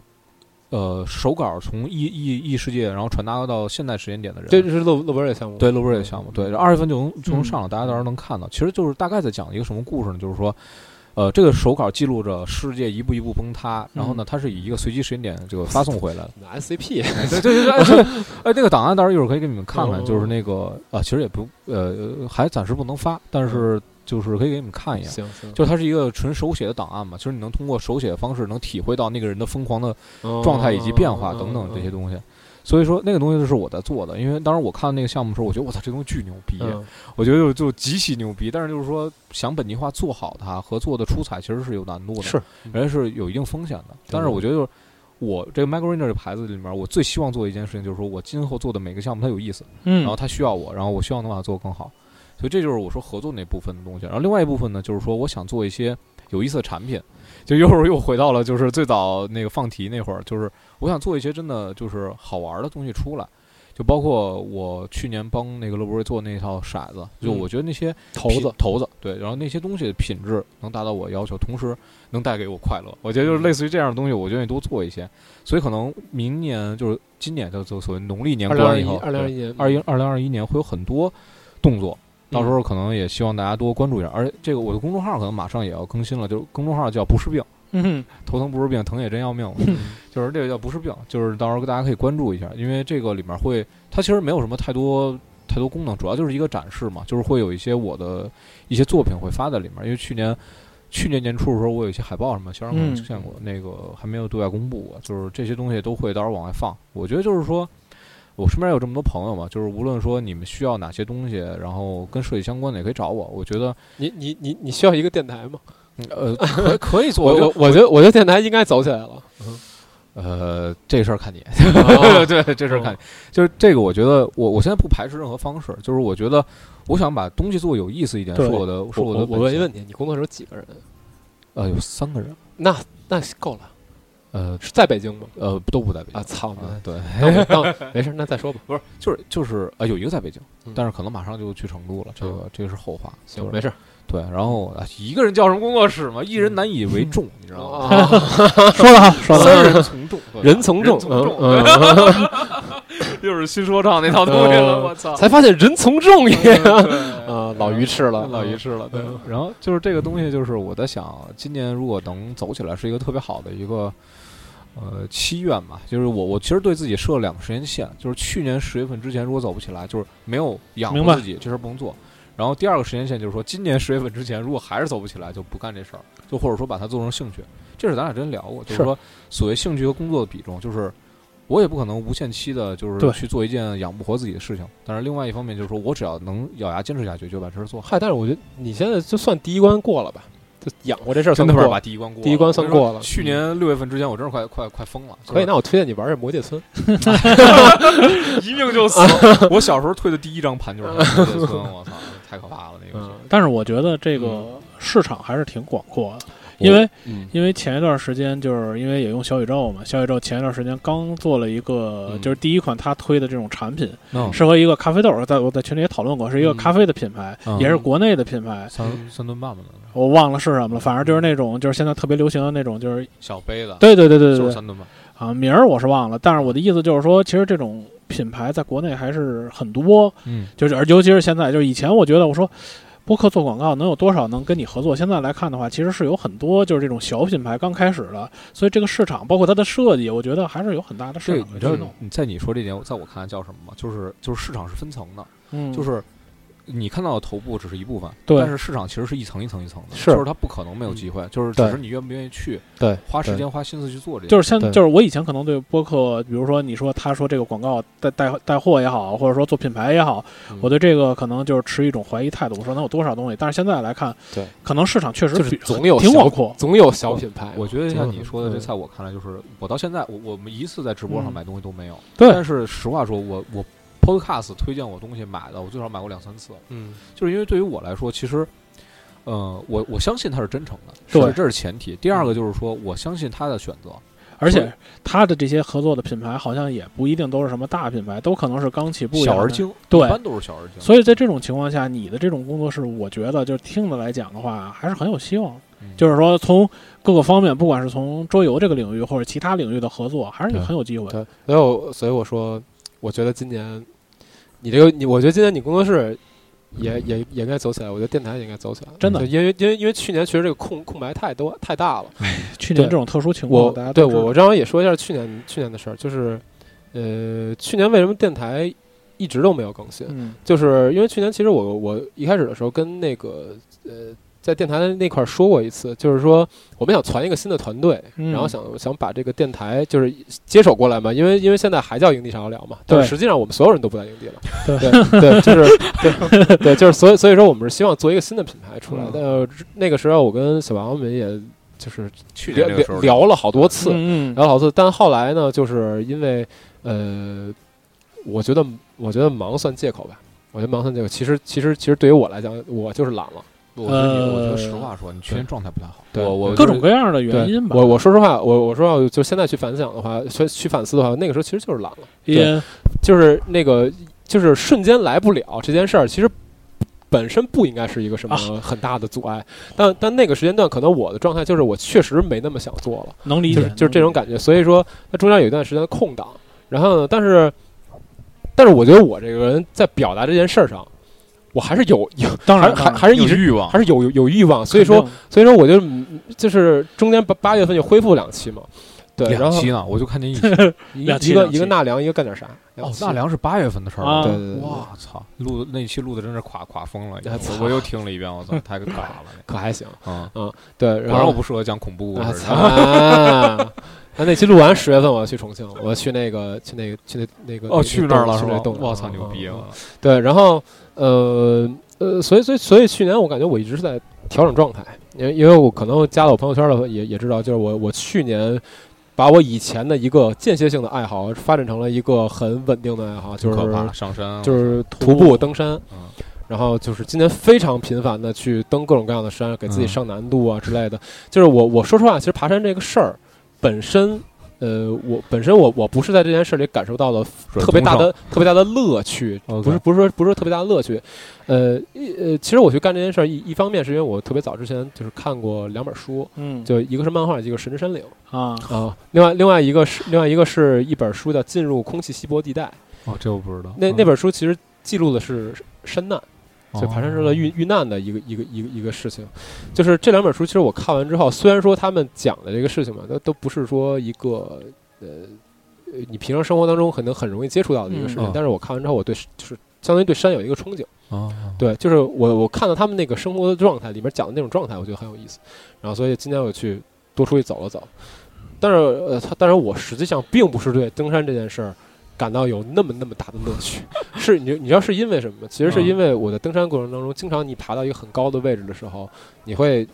A: 呃手稿从异异异世界，然后传达到现代时间点的人。
B: 这是乐乐本也项目，
A: 对，路边的项目，对，二月份就能就能
C: 嗯
A: 上了，大家到时候能看到。其实就是大概在讲一个什么故事呢？就是说，呃，这个手稿记录着世界一步一步崩塌，然后呢，它是以一个随机时间点这个发送回来的。
B: 那 SCP
A: 对对对，哎对 哎，那个档案到时候一会儿可以给你们看看，
B: 哦
A: 就是那个啊，其实也不呃，还暂时不能发，但是就是可以给你们看一眼。
B: 行行，
A: 就是它是一个纯手写的档案嘛，其实你能通过手写的方式能体会到那个人的疯狂的
B: 哦
A: 状态以及变化等等这些东西。所以说那个东西是我在做的，因为当时我看那个项目的时候，我觉得我操，这东西巨牛逼，
B: 嗯
A: 我觉得就就极其牛逼。但是就是说，想本地化做好它和做的出彩，其实是有难度的，
B: 是
A: 而且是有一定风险的。但是我觉得就是我这个 Micro Ranger 这牌子里面，我最希望做的一件事情就是说我今后做的每个项目它有意思，
C: 嗯，
A: 然后他需要我，然后我希望能把它做得更好。所以这就是我说合作那部分的东西。然后另外一部分呢，就是说我想做一些有意思的产品，就又是又回到了就是最早那个放题那会儿，就是我想做一些真的就是好玩的东西出来。就包括我去年帮那个乐博瑞做那套骰子，就
B: 嗯
A: 我觉得那些
B: 头
A: 品
B: 子，
A: 头子对，然后那些东西的品质能达到我要求，同时能带给我快乐。我觉得
B: 嗯
A: 就是类似于这样的东西，我就愿意多做一些。所以可能明年就是今年，就就所谓农历年
B: 二零二
A: 过完以
B: 一
A: 后，
B: 二零二
A: 对
B: 一年
A: 二一二零二一年会有很多动作，
B: 嗯
A: 到时候可能也希望大家多关注一下。而且这个我的公众号可能马上也要更新了，就是公众号叫不是病，
C: 嗯
A: 头疼不是病，疼也真要命， 就是这个叫不是病，就是到时候大家可以关注一下，因为这个里面会它其实没有什么太多。太多功能，主要就是一个展示嘛，就是会有一些我的一些作品会发在里面。因为去年去年年初的时候，我有一些海报什么，销售可能
C: 嗯
A: 出现过，那个还没有对外公布过，就是这些东西都会到时候往外放。我觉得就是说，我身边有这么多朋友嘛，就是无论说你们需要哪些东西，然后跟设计相关的也可以找我。我觉得，
B: 你你你你需要一个电台吗？
A: 呃，可可以做，
B: 我我我觉得我觉得电台应该走起来了。
A: 呃，这事儿看你，
B: 啊
A: 对，这事儿看你，就是这个，我觉得我我现在不排斥任何方式，就是我觉得我想把东西做有意思一点，
C: 对
A: 是我的，是
B: 我
A: 我的
B: 我
A: 本
B: 问一
A: 心，
B: 问你，你工作时候几个人？啊
A: 呃，有三个人，
B: 那那够了，
A: 呃
B: 是在北京吗？
A: 呃，都不在北京
B: 啊，操！
A: 啊，对，
B: 那我那我没事，那再说吧。
A: 不是，就是就是啊、呃有一个在北京
B: 嗯，
A: 但是可能马上就去成都了，这个这个是后话，
B: 行，
A: 对
B: 没事。
A: 对，然后啊一个人叫什么工作室嘛，一人难以为众，你知道吗？
B: 啊，
C: 说了啊说 了啊，
A: 三人从众，对
B: 人从众，
D: 从
B: 嗯
D: 众
B: 嗯，
D: 又是新说唱那套东西了，
B: 嗯
D: 我操！
B: 才发现人从众也
D: 对
B: 啊，老鱼吃了，
A: 老于是了，对。然后就是这个东西，就是我在想，今年如果能走起来，是一个特别好的一个呃期愿吧。就是我我其实对自己设了两个时间线，就是去年十月份之前如果走不起来，就是没有养
C: 明
A: 活
C: 白
A: 自己，这事儿不能做。然后第二个时间线就是说，今年十月份之前如果还是走不起来，就不干这事儿，就或者说把它做成兴趣。这是咱俩真聊过，就是
C: 是
A: 说所谓兴趣和工作的比重，就是我也不可能无限期的，就是
C: 对
A: 去做一件养不活自己的事情。但是另外一方面就是说我只要能咬牙坚持下去，就把这事儿做好。
B: 嗨，但是我觉得你现在就算第一关过了吧，就养活这事儿
A: 真
B: 算
A: 的
B: 过
A: 是
B: 了
A: 把。第一关过了，
B: 第一关算过了嗯
A: 我跟你说去年六月份之前，我真是快快快疯了。
B: 可以，
A: 就是
B: 那我推荐你玩这《魔界村》。
A: 一命就死 了。我小时候退的第一张盘就是这个村，我操，太可怕了那个。
B: 嗯
C: 但是我觉得这个
A: 嗯
C: 市场还是挺广阔的，因为
B: 嗯
C: 因为前一段时间就是因为也用小宇宙嘛，小宇宙前一段时间刚做了一个
A: 嗯，
C: 就是第一款他推的这种产品
B: 嗯
A: 那
C: 是和一个咖啡豆，在我在群里也讨论过，是一个咖啡的品牌
A: 嗯，
C: 也是国内的品牌，
A: 三三吨半吧，那个
C: 我忘了是什么了，反正就是那种就是现在特别流行的那种，就是
A: 小杯的，
C: 对对对对
A: 啊就
C: 对
A: 是
C: 对
A: 三吨半。
C: 啊，名儿我是忘了，但是我的意思就是说，其实这种品牌在国内还是很多，
A: 嗯，
C: 就是而尤其是现在，就是以前我觉得我说。播客做广告能有多少能跟你合作？现在来看的话，其实是有很多就是这种小品牌刚开始的，所以这个市场包括它的设计，我觉得还是有很大的市
A: 这
C: 场
A: 你
C: 可以
A: 知道
C: 去弄。
A: 你在你说这点，在我看来叫什么吗？就是就是市场是分层的，
C: 嗯，
A: 就是。你看到的头部只是一部分，
C: 对
A: 但是市场其实是一层一层一层的，
B: 是嗯
A: 就是它不可能没有机会，就是只
B: 对
A: 是你愿不愿意去，
B: 对，
A: 花时间花心思去做这件事。
C: 就是现
B: 对
C: 就是我以前可能对播客，比如说你说他说这个广告带带带货也好，或者说做品牌也好
A: 嗯，
C: 我对这个可能就是持一种怀疑态度。我说能有多少东西？但是现在来看，
B: 对，
C: 可能市场确实
B: 就是
C: 比
B: 总有
C: 挺
B: 小
C: 广阔。
B: 总有小品牌。
A: 我觉得像你说的，这
B: 嗯
A: 在我看来就是，我到现在我我们一次在直播上
C: 嗯
A: 买东西都没有。
C: 对
A: 但是实话说，我我 Podcast 推荐我东西买的，我最少买过两三次，
B: 嗯，
A: 就是因为对于我来说，其实，呃，我我相信它是真诚的，
C: 对
A: 是这是前提。第二个就是说，我相信他的选择，
C: 而且他的这些合作的品牌好像也不一定都是什么大品牌，都可能是刚起步
A: 小而
C: 的
A: 精，
C: 对
A: 一般都是小而精。
C: 所以在这种情况下，你的这种工作室，我觉得就是听的来讲的话，还是很有希望。
A: 嗯
C: 就是说，从各个方面，不管是从桌游这个领域或者其他领域的合作，还是
B: 对
C: 很有机会。
B: 对，所以我所以我说，我觉得今年你这个你，我觉得今年你工作室也也也应该走起来，我觉得电台也应该走起来，
C: 真的
B: 就因为因为因为去年确实这个空空白太多太大了。
C: 去
B: 对
C: 年这种特殊情
B: 我
C: 况，哎大家
B: 对
C: 都知
B: 我
C: 道
B: 我正好也说一下去年去年的事儿，就是呃，去年为什么电台一直都没有更新？
C: 嗯
B: 就是因为去年其实我我一开始的时候跟那个呃在电台的那块儿说过一次，就是说我们想传一个新的团队，
C: 嗯
B: 然后想想把这个电台就是接手过来嘛，因为因为现在还叫营地上聊聊嘛，但是
C: 对
B: 实际上我们所有人都不在营地了，
C: 对
B: 对对， 就是对对就是所以所以说我们是希望做一个新的品牌出来
C: 嗯，
B: 但是那个时候我跟小王我们也就是
D: 去
B: 聊
D: 年那个时
B: 聊
D: 候
B: 聊了好多次，
C: 嗯嗯
B: 呃然后老四，但后来呢，就是因为呃，我觉得我觉得忙算借口吧，我觉得忙算借口。其实其实其实对于我来讲，我就是懒了。
A: 我觉得你，
C: 呃
A: 我觉得实话说，你去年状态不太好。
B: 对
A: 我我
C: 各种各样的原
B: 对
C: 因吧。
B: 我我说实话，我我说要就现在去反省的话，去去反思的话，那个时候其实就是懒了，
C: 也
B: 就是那个就是瞬间来不了这件事儿，其实。本身不应该是一个什么
C: 啊
B: 很大的阻碍，但但那个时间段，可能我的状态就是我确实没那么想做了。
C: 能理
B: 就
C: 解
B: 是，就是这
A: 嗯
B: 种感觉。所以说，它中间有一段时间的空档。然后呢，但是，但是我觉得我这个人在表达这件事儿上，我还是有有，
C: 嗯能理解。当
B: 还
C: 然
B: 还还是一
D: 有
B: 直
D: 欲望
B: 还，是有有有欲望。所以说，，所以说，我就嗯就是中间八八月份就恢复两期嘛，对，然
A: 两
B: 后
A: 期呢，我就看见一期。
B: 一
C: 两期
B: 一个
C: 两期
B: 一个纳凉，一个干点啥，两
A: 哦，
B: 期
A: 纳凉是八月份的事儿
C: 啊
A: 了。
B: 对对对，
A: 哇操！录的那一期录的真是垮垮疯了，
B: 啊操
A: 我我又听了一遍，我操，太垮了。
B: 可还行，
A: 嗯，
B: 对，然
A: 果然
B: 后
A: 我不适合讲恐怖故
B: 啊
A: 事
B: 操。！他那期录完十月份，我要去重庆，我要去那个去那个去那那个
A: 哦，去那儿了是
B: 去
A: 吧
B: 那洞？
A: 我操，牛逼！
B: 啊！
A: 啊！
B: 对，然后呃呃，所以所以所以去年我感觉我一直是在调整状态，因为因为我可能加了我朋友圈的也也知道，就是我我去年把我以前的一个间歇性的爱好发展成了一个很稳定的爱好，就
A: 可怕，
B: 是
A: 上山
B: 啊就是徒步啊登山。
A: 嗯
B: 然后就是今年非常频繁的去登各种各样的山，给自己
A: 嗯
B: 上难度啊之类的。就是我我说实话，其实爬山这个事儿本身，呃，我本身我我不是在这件事里感受到了
A: 软
B: 特别大
A: 通
B: 的特别大的乐趣，
A: OK
B: 不是不是说不是说特别大的乐趣，呃一呃，其实我去干这件事儿，一一方面是因为我特别早之前就是看过两本书，
C: 嗯
B: 就一个是漫画，一个是《神之 山岭
C: 啊》
B: 啊，另外另外一个是另外一个是一本书叫《进入空气稀薄地带》，
A: 上哦，这我不知道。
B: 那那本书其实记录的是山难，
A: 哦
B: 就爬山时候的遇遇难的一个一个一个一个事情，就是这两本书，其实我看完之后，虽然说他们讲的这个事情嘛，都都不是说一个呃呃你平常生活当中可能很容易接触到的一个事情，
A: 嗯
B: 但是我看完之后，我对就是相当于对山有一个憧憬，
A: 哦，
B: 对，就是我我看到他们那个生活的状态里面讲的那种状态，我觉得很有意思，然后所以今天我去多出去走了走，但是呃，他但是我实际上并不是对登山这件事儿感到有那么那么大的乐趣，是你你知道是因为什么吗？其实
A: 嗯
B: 是因为我在登山过程当中，经常你爬到一个很高的位置的时候，你会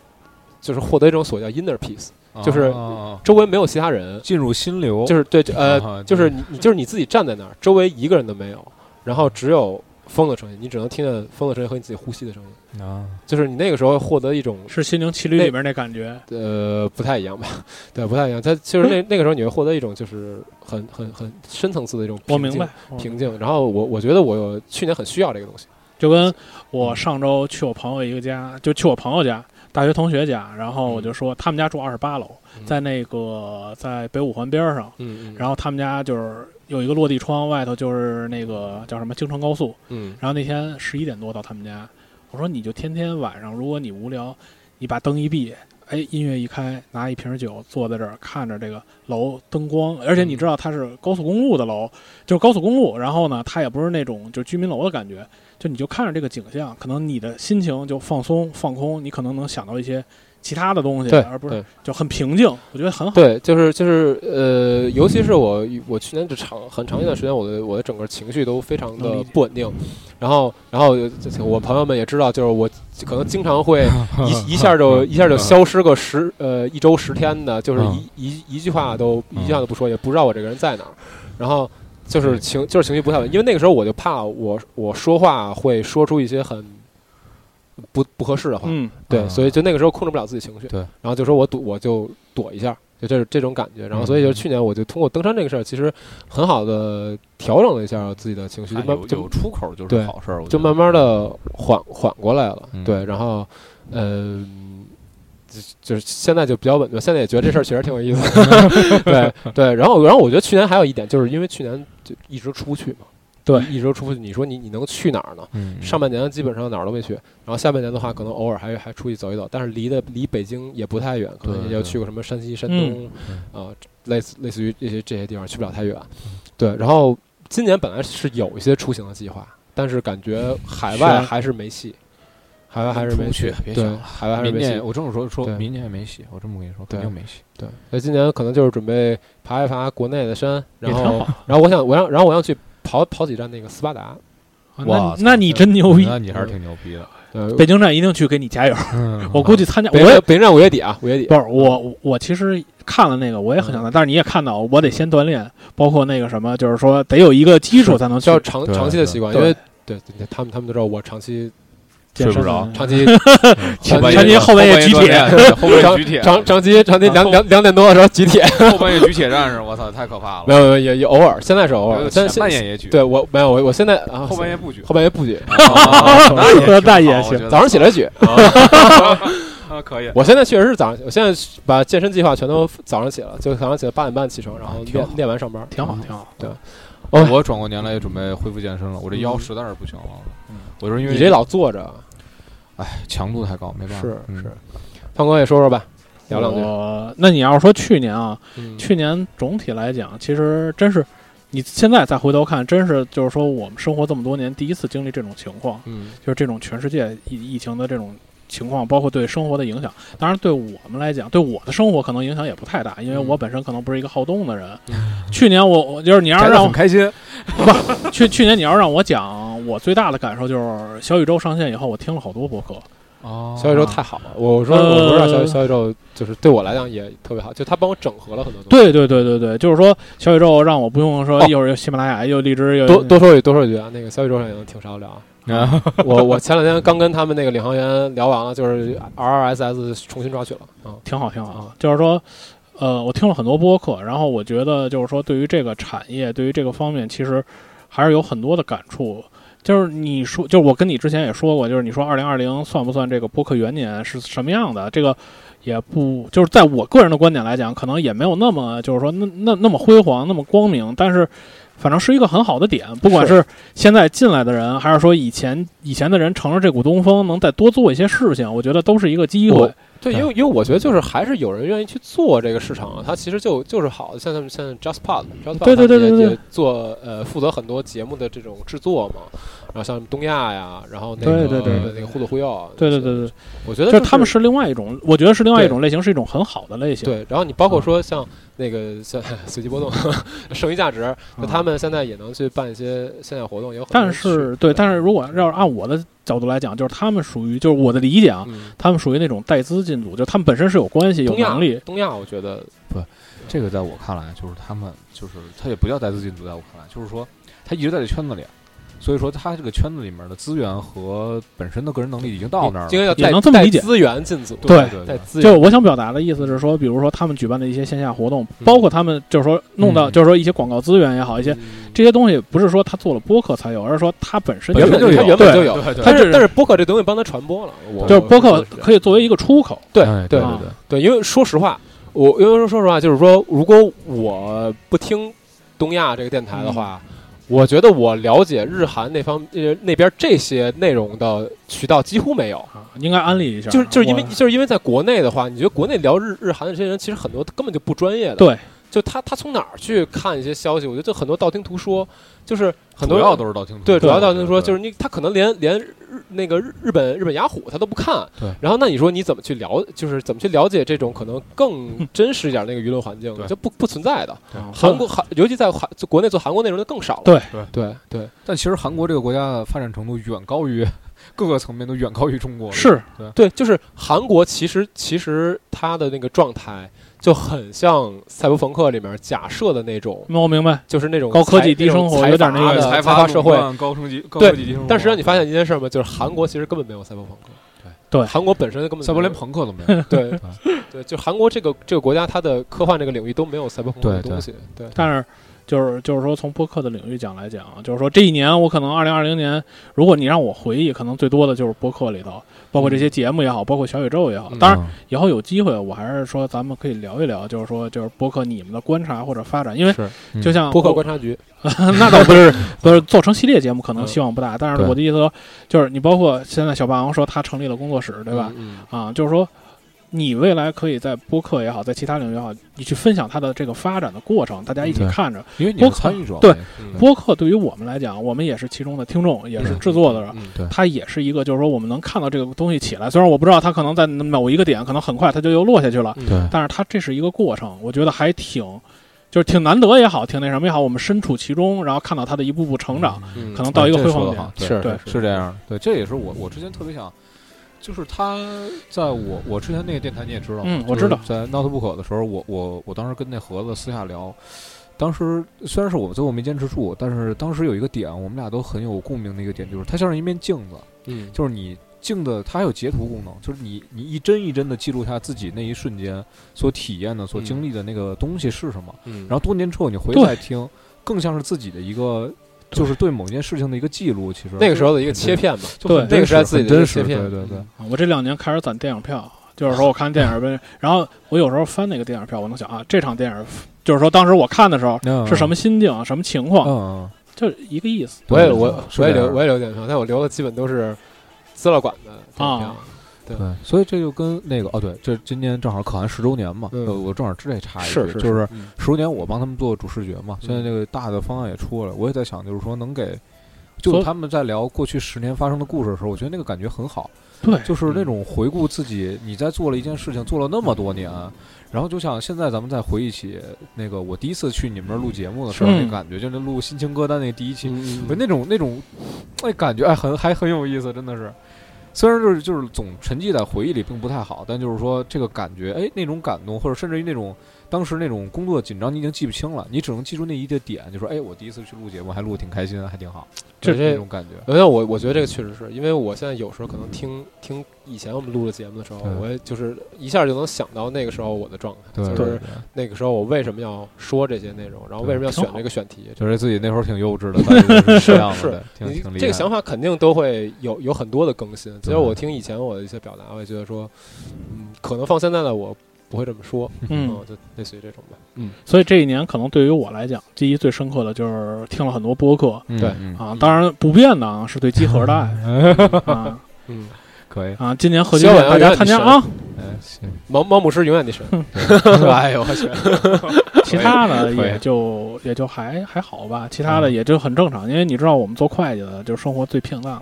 B: 就是获得一种所谓叫 inner peace，
A: 哦
B: 就是
A: 哦哦
B: 周围没有其他人，
A: 进入心流，
B: 就是对
A: 啊
B: 呃，就是
A: 对
B: 你你就是你自己站在那儿，周围一个人都没有，然后只有风的声音，你只能听见风的声音和你自己呼吸的声音，
A: 啊，
B: 就是你那个时候获得一种
C: 是《心灵奇旅》
B: 那
C: 里边那感觉，
B: 呃，不太一样吧？ 对，不太一样。他其 实那那个时候你会获得一种就是很很很深层次的一种
C: 我
B: 平
C: 明
B: 静
C: 白。嗯我
B: 平静。然后我我觉得我有去年很需要这个东西。
C: 就跟我上周去我朋友一个家，就去我朋友家，大学同学家，然后我就说他们家住二十八楼，
B: 嗯
C: 在那个在北五环边上，
B: 嗯
C: 然后他们家就是有一个落地窗，外头就是那个叫什么京承高速。
B: 嗯
C: 然后那天十一点多到他们家，我说你就天天晚上，如果你无聊，你把灯一闭，哎，音乐一开，拿一瓶酒坐在这儿看着这个楼灯光，而且你知道它是高速公路的楼，就是高速公路，然后呢，它也不是那种就居民楼的感觉，就你就看着这个景象，可能你的心情就放松放空，你可能能想到一些其他的东西，
B: 对
C: 而不
B: 对
C: 是就很平静，我觉得很好。
B: 对，就是就是呃，尤其是我我去年这长很长一段时间，我的我的整个情绪都非常
C: 能
B: 的
C: 理解
B: 不稳定。然后然后这我朋友们也知道，就是我可能经常会
A: 嗯
B: 一一下就一下就消失个十呃一周十天的，就是
A: 嗯
B: 一一一句话都
A: 嗯嗯
B: 一句话都不说，也不知道我这个人在哪儿。然后就是情就是情绪不太稳，因为那个时候我就怕我我说话会说出一些很不不合适的话，
C: 嗯，
B: 对，
A: 嗯
B: 所以就那个时候控制不了自己情绪，
A: 对
B: 然后就说我躲我就躲一下，就这这种感觉。然后
A: 嗯
B: 所以就是去年我就通过登山这个事儿，其实很好的调整了一下自己的情绪，
A: 哎
B: 慢
A: 有
B: 就
A: 有出口就是
B: 对
A: 好事儿，我
B: 就
A: 觉得
B: 慢慢的缓缓过来了。
A: 嗯
B: 对，然后嗯。就就是现在就比较稳定，现在也觉得这事儿确实挺有意思 的，对对。然后，然后我觉得去年还有一点，就是因为去年就一直出不去嘛，
C: 对
B: 一一直都出不去。你说你你能去哪儿呢？
A: 嗯
B: 上半年基本上哪儿都没去，然后下半年的话，可能偶尔还还出去走一走，但是离的离北京也不太远，可能
A: 对
B: 也就
A: 对
B: 去过什么山西、山
C: 嗯
B: 东，啊、类似类似于这些这些地方，去不了太远。
A: 嗯
B: 对，然后今年本来是有一些出行的计划，但是感觉海外
C: 是
B: 还是没戏，海外还是
A: 啊出
B: 没
A: 不
B: 戏
A: 去，别想
B: 对，
A: 了
B: 海外还是
A: 明
B: 没戏
A: 年。我这么说说，
B: 对
A: 明年没戏，我这么跟你说，
B: 对
A: 肯定没戏。
B: 对，所以今年可能就是准备爬一爬国内的山，然
C: 也挺
B: 后然后我想我想然后我想去跑跑几站那个斯巴达，
C: 啊
A: 哇
C: 那
A: 塞
C: 那你真牛逼！
A: 那你还是挺牛逼的。
B: 呃，
C: 北京站一定去给你加油。我估计参加我
B: 北京
C: 也
B: 北京站五月底啊，五月底
C: 不是我我我其实看了那个，我也很想看，但是你也看到，我得先锻炼，包括那个什么，就是说得有一个基础才能去
B: 需要长
A: 对
B: 长期的习惯，因
C: 对
B: 为对对他们他们都知道我长期
C: 健
A: 睡
C: 身
A: 不着
C: 的
B: 长期
A: 前半夜
C: 前期后半夜举铁，
D: 后半夜举铁，
B: 长长期长期
D: 然
B: 两
D: 后
B: 两两点多的时候集体，
D: 后半夜举铁战士，我操，太可怕
B: 没
D: 了。
B: 有没有也也偶尔，现在是偶尔，
D: 我
B: 现在
D: 前
B: 现
D: 半夜也举，
B: 对我没有我我现在啊
D: 后半夜不举。
B: 后半夜不举，
D: 啊
B: 哦
C: 那也
A: 哦
D: 也
C: 行
B: 早上起
D: 来
B: 来举。
D: 啊，可以。
B: 我现在确实是早上，我现在把健身计划全都早上起了，就早上起来八点半起床，然后
A: 挺
B: 练
A: 好
B: 练完上班。
C: 挺好挺好。
B: 哦嗯
A: 我转过年来也准备恢复健身了，我这腰实在是不行了。我说因为
B: 你这老坐着
A: 哎强度太高，没办法。
B: 是
A: 嗯
B: 是，胖哥也说说吧，聊两
D: 哦
B: 句。
C: 我那你要是说去年啊，
B: 嗯
C: 去年总体来讲，其实真是你现在再回头看，真是就是说我们生活这么多年第一次经历这种情况，
B: 嗯
C: 就是这种全世界疫疫情的这种情况，包括对生活的影响。当然，对我们来讲，对我的生活可能影响也不太大，因为
B: 嗯
C: 我本身可能不是一个好动的人。
B: 嗯
C: 去年我我就是你要
D: 宅得
C: 让
D: 很 开心，
C: 我去去年你要让我讲，我最大的感受就是小宇宙上线以后，我听了好多播客。
A: 哦
B: 小宇宙太好了，我说
C: 呃
B: 我说让小小宇宙就是对我来讲也特别好，就他帮我整合了很多东西。
C: 对对对对对，就是说小宇宙让我不用说
B: 哦
C: 一会儿有喜马拉雅又荔枝又
B: 多多说一句，多说一句啊！那个小宇宙上也能挺少 聊啊。
A: 啊
B: 我我前两天刚跟他们那个领航员聊完了，就是 RRSS 重新抓取了。嗯
C: 挺好，挺好
B: 啊。
C: 就是说，呃，我听了很多播客，然后我觉得就是说，对于这个产业，对于这个方面，其实还是有很多的感触。就是你说，就是我跟你之前也说过，就是你说二零二零算不算这个播客元年是什么样的？这个也不就是在我个人的观点来讲，可能也没有那么就是说那那那么辉煌，那么光明，但是反正是一个很好的点。不管是现在进来的人，还是说以前以前的人乘着这股东风，能再多做一些事情，我觉得都是一个机会
B: 我。对，因为因为我觉得就是还是有人愿意去做这个市场，啊它其实就就是好的。像他们现在 JustPod，JustPod
C: 对对对对
B: 他们也
C: 对
B: 也做呃负责很多节目的这种制作嘛，然后像东亚呀，然后那个呃
C: 对对对对
B: 那个互左互右，
C: 对对对，对，
B: 我觉得
C: 就是
B: 啊是
C: 他们是另外一种，我觉得是另外一种类型，是一种很好的类型。，
B: 对，然后你包括说像那个像随 机波动、剩余价值，就他们现在也能去办一些线下活动，也有很多
C: 嗯但
B: 人
C: 是
B: 去
C: 对，但是如果要是按我的角度来讲，就是他们属于，就是我的理解啊，
B: 嗯，
C: 他们属于那种带资进组，就他们本身是有关系、有
B: 东亚
C: 能力。
B: 东亚，我觉得
A: 这个在我看来，就是他们就是他也不叫带资进组，在我看来，就是说他一直在这圈子里，所以说他这个圈子里面的资源和本身的个人能力已经到那儿了。
B: 应该叫
C: 也
B: 带
C: 能这么
B: 带
C: 理解
B: 资源进组，
A: 对
B: 带
A: 对，
B: 资
C: 就
B: 源，
C: 是我想表达的意思是说，比如说他们举办的一些线下活动，
B: 嗯
C: 包括他们就是说弄到，
A: 嗯
C: 就是说一些广告资源也好，一些
B: 嗯
C: 这些东西，不是说他做了播客才有，而是说他本身
B: 原
A: 本就
B: 它
A: 有
B: 原本就
C: 对
B: 有，
A: 对对
B: 但是
C: 对
B: 但是播客这东西帮他传播了，我
C: 就是播客
B: 我觉得是
C: 可以作为一个出口。
B: 对
A: 哎
B: 对
A: 对
C: 啊
A: 对，
B: 对，因为说实话，我因为说实话，就是说，如果我不听东亚这个电台的话，
C: 嗯
B: 我觉得我了解日韩那方呃那边这些内容的渠道几乎没有。
C: 啊，应该安利一下，
B: 就是就是因为
C: 我
B: 就是因为在国内的话，你觉得国内聊日日韩的这些人，其实很多根本就不专业的。
C: 对，
B: 就他他从哪儿去看一些消息？我觉得就很多道听途说，就是很多
A: 主要都是道听途
B: 对，
A: 说
B: 主要到就是说，就是
A: 是
B: 你他可能连连日那个日日本日本雅虎他都不看，
A: 对
B: 然后那你说你怎么去了，就是怎么去了解这种可能 更真实一点那个舆论环境呢，
A: 对
B: 就不不存在的。
C: 啊
B: 韩国韩，尤其在韩就国内做韩国内容的更少了。
C: 对
B: 对对
A: 但其实韩国这个国家的发展程度远高于各个层面都远高于中国。
C: 是
B: 对，就是韩国其实其实他的那个状态就很像《赛博朋克》里面假设的那种，
C: 那我明白，
B: 就是那种
C: 高科技
B: 财
C: 低生活
B: 种财
C: 有点那
B: 阀
C: 个
B: 的
D: 财
B: 财
D: 阀
B: 阀社会。，
D: 高升级，高
B: 对
D: 科技进入。
B: 但实际
C: 嗯
B: 上你发现一件事儿吗？就是韩国其实根本没有赛博朋克。
C: 对
B: 韩国本身根本
A: 赛博
B: 没
A: 连
B: 有
A: 朋克都没有。
B: 对，对，就韩国这个这个国家，它的科幻这个领域都没有赛博朋克的东西。对，
C: 但是就是就是说，从播客的领域讲来讲，啊就是说这一年我可能二零二零年，如果你让我回忆，可能最多的就是播客里头，包括这些节目也好，包括小宇宙也
B: 嗯
C: 好。当然，以后有机会，我还是说咱们可以聊一聊，就是说就是播客你们的观察或者发展，因为
B: 是嗯
C: 就像
B: 播客观察局，
C: 那倒不是， 不是做成系列节目可
B: 嗯
C: 能希望不大，但是我的意思说，就是你包括现在小霸王说他成立了工作室，对吧？
B: 嗯
C: 啊，就是说。你未来可以在播客也好，在其他领域也好，你去分享它的这个发展的过程，大家一起看着。
A: 因为你
C: 播
A: 是
C: 客
A: 参与者，
C: 对
B: 嗯
C: 播客对于我们来讲，我们也是其中的听众，也是制作的人，
B: 嗯
A: 对
C: 它也是一个，就是说我们能看到这个东西起来。虽然我不知道它可能在某一个点，可能很快它就又落下去了，
B: 嗯
A: 对
C: 但是它这是一个过程，我觉得还挺，就是挺难得也好，挺那什么也好，我们身处其中，然后看到它的一步步成长，
B: 嗯
C: 可能到一个
A: 哎
C: 辉
A: 这说得
C: 煌点
A: 好。对
B: 是
C: 对
A: 是这样的，对，这也是我我之前特别想，就是他在我我之前那个电台你也知道，
C: 嗯我
A: 就是
C: 知道
A: 在 Not 不可的时候，我我我当时跟那盒子私下聊，当时虽然是我最后没坚持住，但是当时有一个点，我们俩都很有共鸣的一个点，就是它像是一面镜子，
B: 嗯
A: 就是你镜子它还有截图功能，就是你你一帧一帧的记录下自己那一瞬间所体验的、所经历的那个东西是什么，
B: 嗯，
A: 然后多年之后你回
C: 对
A: 来听，更像是自己的一个。就是对某件事情的一个记录，其实
B: 那个时候的一个切片嘛，
A: 就很
C: 对
B: 那个
A: 真
B: 时代
A: 实
B: 自己
A: 很
B: 的一个
A: 真
B: 切
A: 实，
B: 片
A: 对对对，
C: 啊
B: 嗯
C: 我这两年开始攒电影票，就是说我看电影呗，然后我有时候翻那个电影票，我能想啊，这场电影就是说当时我看的时候
A: 嗯
C: 是什么？心境、什么情
A: 嗯
C: 况，
A: 嗯，
C: 就是一个意思。
B: 我也
A: 对
B: 我
A: 是
B: 我也
A: 这
B: 留
A: 样
B: 我也留电票，但我留的基本都是资料馆的电票
C: 啊。
B: 对
A: 对，嗯所以这就跟那个哦，对，这今年正好可汗十周年嘛，
B: 嗯
A: 呃我正好这插一句，
B: 是是
A: 就是
B: 嗯
A: 十周年我帮他们做主视觉嘛，现在这个大的方案也出来了，我也在想，就是说能给。就
C: 所以
A: 是他们在聊过去十年发生的故事的时候，我觉得那个感觉很好，
C: 对，
A: 就是那种回顾自己，你在做了一件事情，做了那么多年，然后就像现在咱们再回忆起那个我第一次去你们那儿录节目的时候，
C: 是
A: 那感觉，就那录新情歌单那第一期，
B: 嗯
A: 不那种那种，哎，感觉哎很还很有意思，真的是。虽然就是就是总沉浸在回忆里并不太好，但就是说这个感觉，哎，那种感动，或者甚至于那种当时那种工作紧张，你已经记不清了，你只能记住那一个点，就说哎，我第一次去录节目，还录得挺开心，还挺好，
B: 这
A: 就是那种感觉。
B: 没有，我我觉得这个确实是因为我现在有时候可能听听以前我们录的节目的时候，
A: 对
B: 我也就是一下就能想到那个时候我的状态，
A: 对，
B: 就是那个时候我为什么要说这些内容，然后为什么要
C: 挺
B: 选
C: 好
B: 这个选题。
A: 就是自己那会儿挺幼稚的，但就是这样
B: 是
A: 的，挺
B: 你
A: 挺厉害。
B: 这个想，法肯定都会有有很多的更新。其实
A: 对
B: 我听以前我的一些表达，我也觉得说，嗯，可能放现在的我不会这么说，
C: 嗯，
B: 就类似于这种吧。
C: 所以这一年可能对于我来讲，记忆最深刻的就是听了很多播客
B: 对
A: 嗯，
C: 啊，当然不变的啊是对集合的爱啊
B: 嗯，
A: 可以，
C: 啊！今年合集
B: 希望
C: 大
B: 要
C: 家
B: 让
C: 参
B: 你
C: 加
B: 神
C: 啊，
A: 哎，行，
B: 毛毛姆师永远的神。
A: 哎呦我去，
C: 其他的
A: 哎可以嗯
C: 也就也就还还好吧，其他的也就很正常，因为你知道我们做会计的，就是生活最平淡。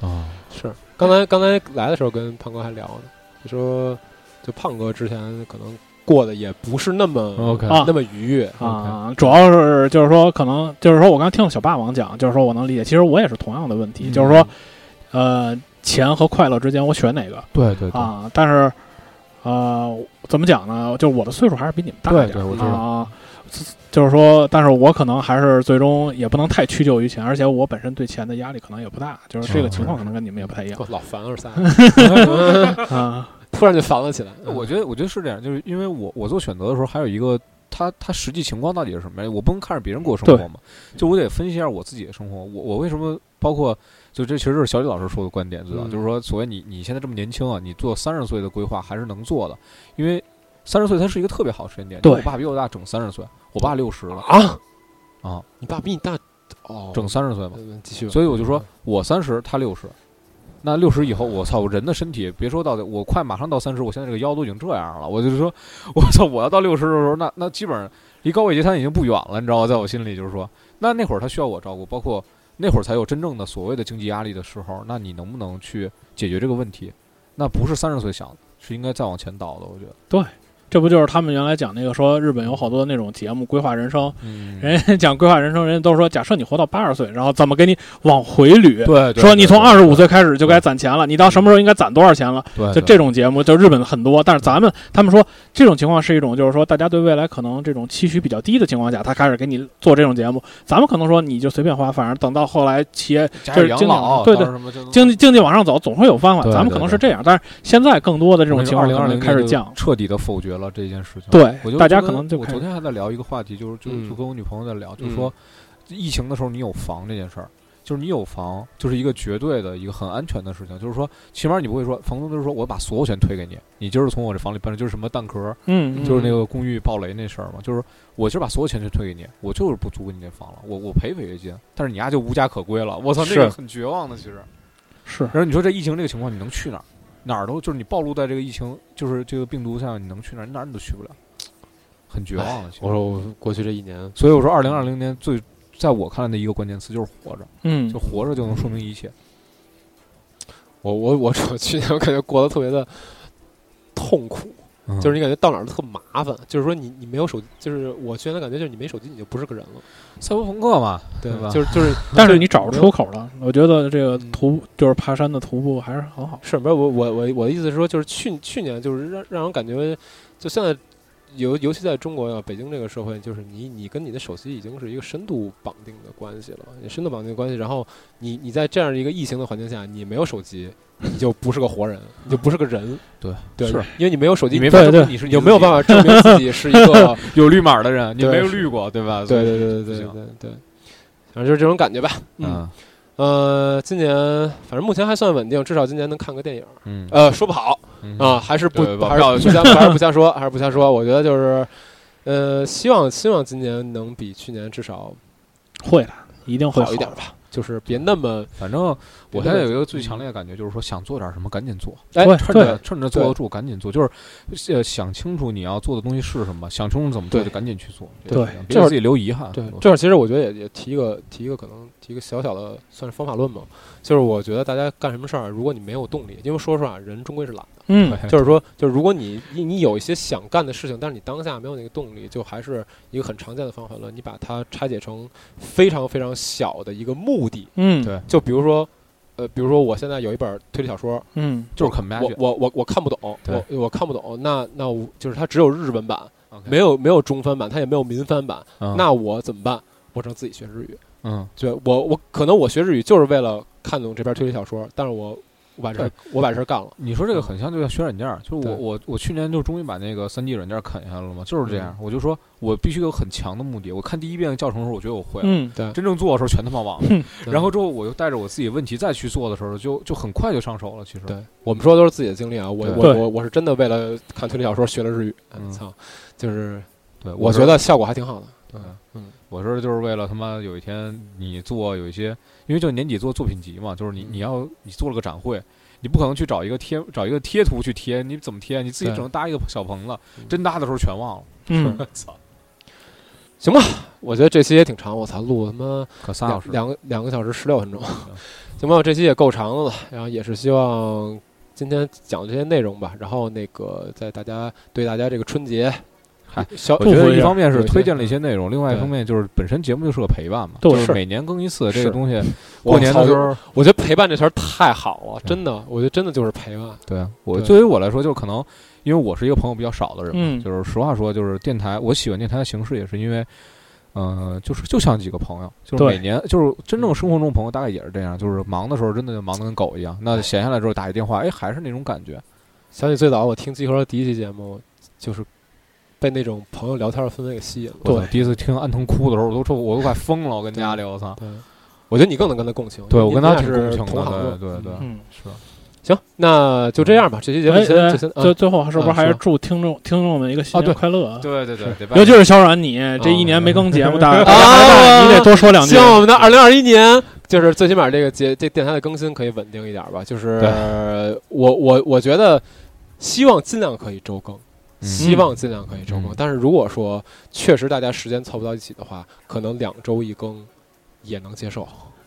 A: 啊，
B: 是，刚才刚才来的时候跟胖哥还聊呢，就说就胖哥之前可能过得也不是那么
A: OK
C: 啊
B: 那么愉悦，
C: 啊，主要是就是说，可能就是说我刚听了小霸王讲，就是说我能理解，其实我也是同样的问题，
B: 嗯
C: 就是说，呃，钱和快乐之间我选哪个
A: 对对对，
C: 啊？但是，呃，怎么讲呢？就是我的岁数还是比你们大一
A: 对
C: 点
A: 对，我知道，
C: 啊，就是说，但是我可能还是最终也不能太屈就于钱，而且我本身对钱的压力可能也不大，就是这个
A: 嗯
C: 情况可能跟你们也不太一样
B: 我老烦二三，
C: 啊。
B: 突然就烦了起来。嗯
A: 我觉得，我觉得是这样，就是因为我我做选择的时候，还有一个他他实际情况到底是什么呀？我不能看着别人过生活嘛，就我得分析一下我自己的生活。我我为什么包括就这其实是小李老师说的观点，对吧？
B: 嗯
A: 就是说，所谓你你现在这么年轻啊，你做三十岁的规划还是能做的，因为三十岁它是一个特别好的时间点。
C: 对
A: 我爸比我大整三十岁，我爸六十了，
B: 啊
A: 啊，
B: 你爸比你大哦，
A: 整三十岁嘛。
B: 嗯继续吧。
A: 所以我就说我三十，他六十。那六十以后，我操！我人的身体，别说到我快马上到三十，我现在这个腰都已经这样了。我就是说， 我操！我要到六十的时候，那那基本上离高位截瘫已经不远了，你知道吗？在我心里就是说，那那会儿他需要我照顾，包括那会儿才有真正的所谓的经济压力的时候，那你能不能去解决这个问题？那不是三十岁想的，是应该再往前倒的。我觉得
C: 对，这不就是他们原来讲那个说日本有好多那种节目规划人生，
A: 嗯
C: 人家讲规划人生，人家都说假设你活到八十岁，然后怎么给你往回捋，
A: 对，对
C: 说你从
A: 对
C: 二十五岁开始就该攒钱了，你到什么时候应该攒多少钱了？
A: 对，
C: 就这种节目，就日本很多，但是咱们他们说这种情况是一种，就是说大家对未来可能这种期许比较低的情况下，他开始给你做这种节目。咱们可能说你就随便花，反正等到后来企业
A: 加
C: 就
A: 点
C: 是
A: 养
C: 经
A: 老，
C: 济对
A: 到
C: 对
A: 时候什么就
C: 经济经济往上走，总会有方法。
A: 对
C: 咱们可能是这样，但是现在更多的这种情
A: 二
C: 况
A: 零
C: 可
A: 二零
C: 能开始降。
A: 彻底的否决了这件事情。
C: 对
A: 我就，
C: 大家
A: 觉得
C: 可能就
A: 我
C: 开
A: 昨
C: 始
A: 天还在聊一个话题，就是就
B: 嗯
A: 就跟我女朋友在聊，就
B: 嗯
A: 是说疫情的时候你有房这件事儿，就是你有房就是一个绝对的一个很安全的事情，就是说起码你不会说房东就是说我把所有权推给你，你今儿从我这房里搬出，就是什么蛋壳，
C: 嗯，
A: 就是那个公寓暴雷那事儿嘛，就是我就是把所有钱全推给你，我就是不租给你这房了，我我赔违约金，但是你丫就无家可归了，我操，那
B: 是
A: 个很绝望的其实。
C: 是
A: 然后你说这疫情这个情况，你能去哪儿？哪儿都就是你暴露在这个疫情，就是这个病毒下，你能去哪儿？你哪儿你都去不了，很绝望啊了。其实
B: 我说我过去这一年，
A: 所以我说，二零二零年最在我看来的一个关键词就是活着，
C: 嗯
A: 就，活着就能说明一切。
B: 我我我我去年我感觉过得特别的痛苦，
A: 嗯
B: 就是你感觉到哪儿都特麻烦，就是说你你没有手，就是我去年的感觉就是你没手机你就不是个人了，
A: 赛博朋克嘛，
B: 对
A: 吧？
B: 就是 就是
C: 但是你找着出口了，我觉得这个
A: 嗯
C: 徒就是爬山的徒步还是很好。
B: 是不是我我我我的意思是说，就是去去年就是让让人感觉，就现在尤尤其在中国啊呀、北京这个社会，就是你你跟你的手机已经是一个深度绑定的关系了，也深度绑定的关系。然后你你在这样一个疫情的环境下，你没有手机，你就不是个活人，你就不是个人。
A: 对
B: 对，
A: 是
B: 因为你没有手机，
A: 你没
C: 法
B: 对
C: 证
B: 对
A: 明你是
B: 你
A: 你
B: 就
A: 自
B: 没有
A: 己
B: 办法证明自己是一个
A: 有绿码的人，你
B: 对
A: 没有
B: 是
A: 绿过，对吧？
B: 对对对对
A: 不
B: 对
A: 行
B: 对对，反正就是这种感觉吧。嗯
A: 嗯
B: 呃，今年反正目前还算稳定，至少今年能看个电影。
A: 嗯
B: 呃，说不好。
A: 嗯
B: 啊，，还是不
A: 对吧
B: 还是
A: 不要
B: 不瞎还是不瞎说，还是不瞎说。我觉得就是，呃，希望希望今年能比去年至少
C: 会的，一定会
B: 好一点吧，就是别那么
A: 反正我现在有一个最强烈的感觉，就是说想做点什么赶紧做，
B: 哎
C: 对
A: 趁
C: 对
A: 着趁着坐得住赶紧做，就是呃想清楚你要做的东西是什么，想清楚怎么做
B: 对
A: 就赶紧去做，
C: 对
B: 这
A: 别
B: 会
A: 给
B: 儿
A: 自己留遗憾。
B: 对
A: 我，
B: 这儿其实我觉得也也提一个提一个可能提一个小小的算是方法论吧，就是我觉得大家干什么事儿，如果你没有动力，因为说实话，人终归是懒的，
C: 嗯，
A: 对
B: 就是说，就是如果你你你有一些想干的事情，但是你当下没有那个动力，就还是一个很常见的方法论，你把它拆解成非常非常小的一个目的，
C: 嗯，
A: 对
B: 就比如说，呃，比如说我现在有一本推理小说，
C: 嗯，
A: 就是啃不下
B: 我
A: 去，
B: 我我我看不懂，我
A: 对
B: 我看不懂。那那我就是它只有日本版，
A: OK，
B: 没有没有中翻版，它也没有民翻版。
A: 嗯
B: 那我怎么办？我只能自己学日语。
A: 嗯，
B: 就我我可能我学日语就是为了看懂这篇推理小说，但是我我把这事儿我把这事儿干了。
A: 你说这个很像就像学软件儿，就是
B: 嗯对
A: 我我我去年就终于把那个三 D 软件儿啃下来了嘛，就是
B: 嗯
A: 这样，我就说我必须有很强的目的。我看第一遍教程的时候，我觉得我会了，
C: 嗯，
B: 对，
A: 真正做的时候全他妈忘了，
B: 嗯对
A: 然后之后我又带着我自己问题再去做的时候，就就很快就上手了。其实，
B: 对我们说的都是自己的经历啊。我
A: 对
B: 我我我是真的为了看推理小说学了日语。哎
A: 嗯
B: 操，就是
A: 对
B: 我
A: 是
B: 觉得效果还挺好的。
A: 对
B: 嗯，
A: 我说就是为了他妈有一天你做有一些，因为就年底做作品集嘛，就是你
B: 嗯
A: 你要你做了个展会，你不可能去找一个贴找一个贴图去贴，你怎么贴？啊你自己
B: 对
A: 只能搭一个小棚子
B: 嗯，
A: 真搭的时候全忘了。
C: 嗯，
A: 操，
B: 我觉得这期也挺长，我操，录他妈。
A: 可仨小
B: 两
A: 时，嗯
B: 两个两个小时十六分钟， 行吧，这期也够长的了，然后也是希望今天讲的这些内容吧，然后那个在大家对大家这个春节
A: 嗨，
B: 小
A: 我觉
C: 祝福
A: 得
C: 一
A: 一
C: 下
A: 方面是
B: 对
A: 推荐了一些嗯内容，另外一
B: 对
A: 方面就是本身节目就是个陪伴嘛，
C: 对
A: 就是
B: 是
A: 每年更一次这
B: 是
A: 个东西。
B: 我
A: 过年
B: 操
A: 的时候，
B: 我觉得陪伴这词儿太好
A: 嗯
B: 了，真的，我觉得真的就是陪伴，
A: 对我
B: 对
A: 对于我来说，就可能因为我是一个朋友比较少的人嘛，
C: 嗯
A: 就是实话说，就是电台，我喜欢电台的形式也是因为，呃，就是就像几个朋友，就是
C: 对
A: 每年就是真正生活中朋友大概也是这样，就是忙的时候真的就忙得跟狗一样，那闲下来之后打一电话，哎，还是那种感觉，
B: 想起最早我听集合的第一期节目，就是被那种朋友聊天的氛围给吸引了，
A: 我操，第一次听安藤哭的时候，我都说我都快疯了，我跟家里，我操，
B: 对，我觉得你更能跟他共情，
A: 对
B: 因为
A: 我跟他
B: 你
A: 挺
B: 们俩
A: 共
B: 是
A: 情
B: 同行
A: 的，
B: 嘛
A: 对对对，
B: 嗯
C: 嗯。
A: 是，
B: 行，那就这样吧，这期节目
C: 哎，
B: 先
C: 哎
B: 就先啊
C: 最最后是不是
B: 啊
C: 还是
B: 说
C: 祝听众听众们一个新
A: 嗯啊对
C: 年快乐 啊？
A: 对对对，
C: 尤其是小阮，你这一年没更节 目，大家大家还
B: 啊
C: 在你得多说两句
B: 希。望我们的二零二一年，就是最起码这个节这电台的更新可以稳定一点吧。就是我我我觉得，希望尽量可以周更，
C: 嗯
B: 希望尽量可以周更
A: 嗯。
B: 但是如果说确实大家时间凑不到一起的话，可能两周一更也能接受，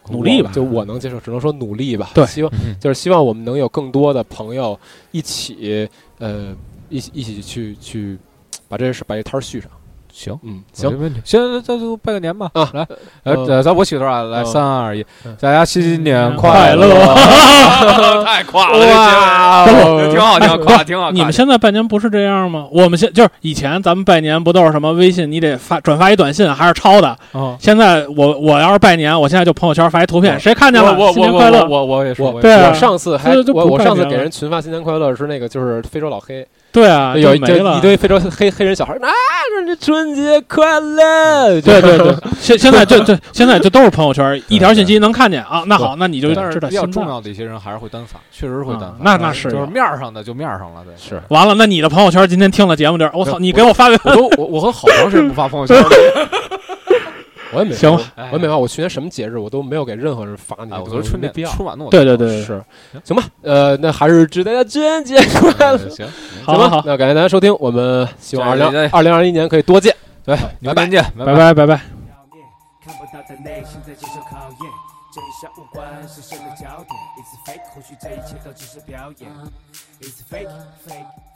C: 努力吧
B: 我就我能接受，只能说努力吧。
C: 对
B: 希望
A: 嗯
B: 就是希望我们能有更多的朋友一起，呃，一起一起去去把这事把这摊儿续上。
A: 行，
B: 嗯，
A: 没
B: 行，
A: 问题。行，再就拜个年吧。
B: 啊
A: 来，呃，咱我起个头啊，来，
B: 嗯
A: 三二一
B: 嗯，
A: 大家新年
C: 快
A: 乐！
D: 太垮了，这结
B: 哇
D: 尾
B: 哦，
D: 挺好，挺好，垮，挺好。
A: 啊
C: 你们现在拜年不是这样吗？我们现就是以前咱们拜年不都是什么微信你得发转发一短信还是抄的？
A: 啊，
C: 现在我我要是拜年，我现在就朋友圈发一图片，谁看见
A: 我
C: 了？
A: 我
C: 新
A: 我
C: 年快
A: 我
C: 乐！
A: 我我也是，
B: 我
A: 我
C: 对啊
B: 我上次还
C: 这就
B: 我
C: 不
B: 我
C: 拜
B: 上次
C: 年
B: 给
C: 了
B: 人群发新年快乐是那个就是非洲老黑，
C: 对啊，
B: 有
C: 就没
B: 就
C: 了。
B: 一堆非洲黑黑人小孩儿啊，这春节快乐！对
C: 嗯对对 对，现现在就对，现在就都是朋友圈，一条信息能看见啊。那好，那你就
A: 但是
C: 知道
A: 比较
C: 现在
A: 重。要的一些人还是会单发，确实会单发
C: 啊。那那是
A: 就是
C: 有
A: 面儿上的就面儿上了，对。
B: 是
C: 完了，那你的朋友圈今天听了节目就是，我操，你给我发个
A: 我都我我和好长时间不发朋友圈了。
B: 我也没
C: 行
B: 我
A: 哎
B: 也没办法，我去年什么节日我都没有给任何人发那
A: 哎，
B: 个，
A: 我都是
B: 是
A: 春
B: 没
A: 节
B: 必要。
A: 春晚弄的。
C: 对对对，
B: 是，行吧，呃，那还是祝大家春节快乐，
A: 嗯行，
C: 好
B: 行吧
C: 好好，
B: 那感谢大家收听，我们希望二
A: 下一
B: 零
A: 位
B: 二零二一年可以多见，对，
A: 牛哎年见，拜
C: 拜。拜拜拜。
E: 表演，看不到的内心在接受考验，这一下无关是谁的焦点。It's fake，或许这一切都只是表演。It's fake，fake，fake。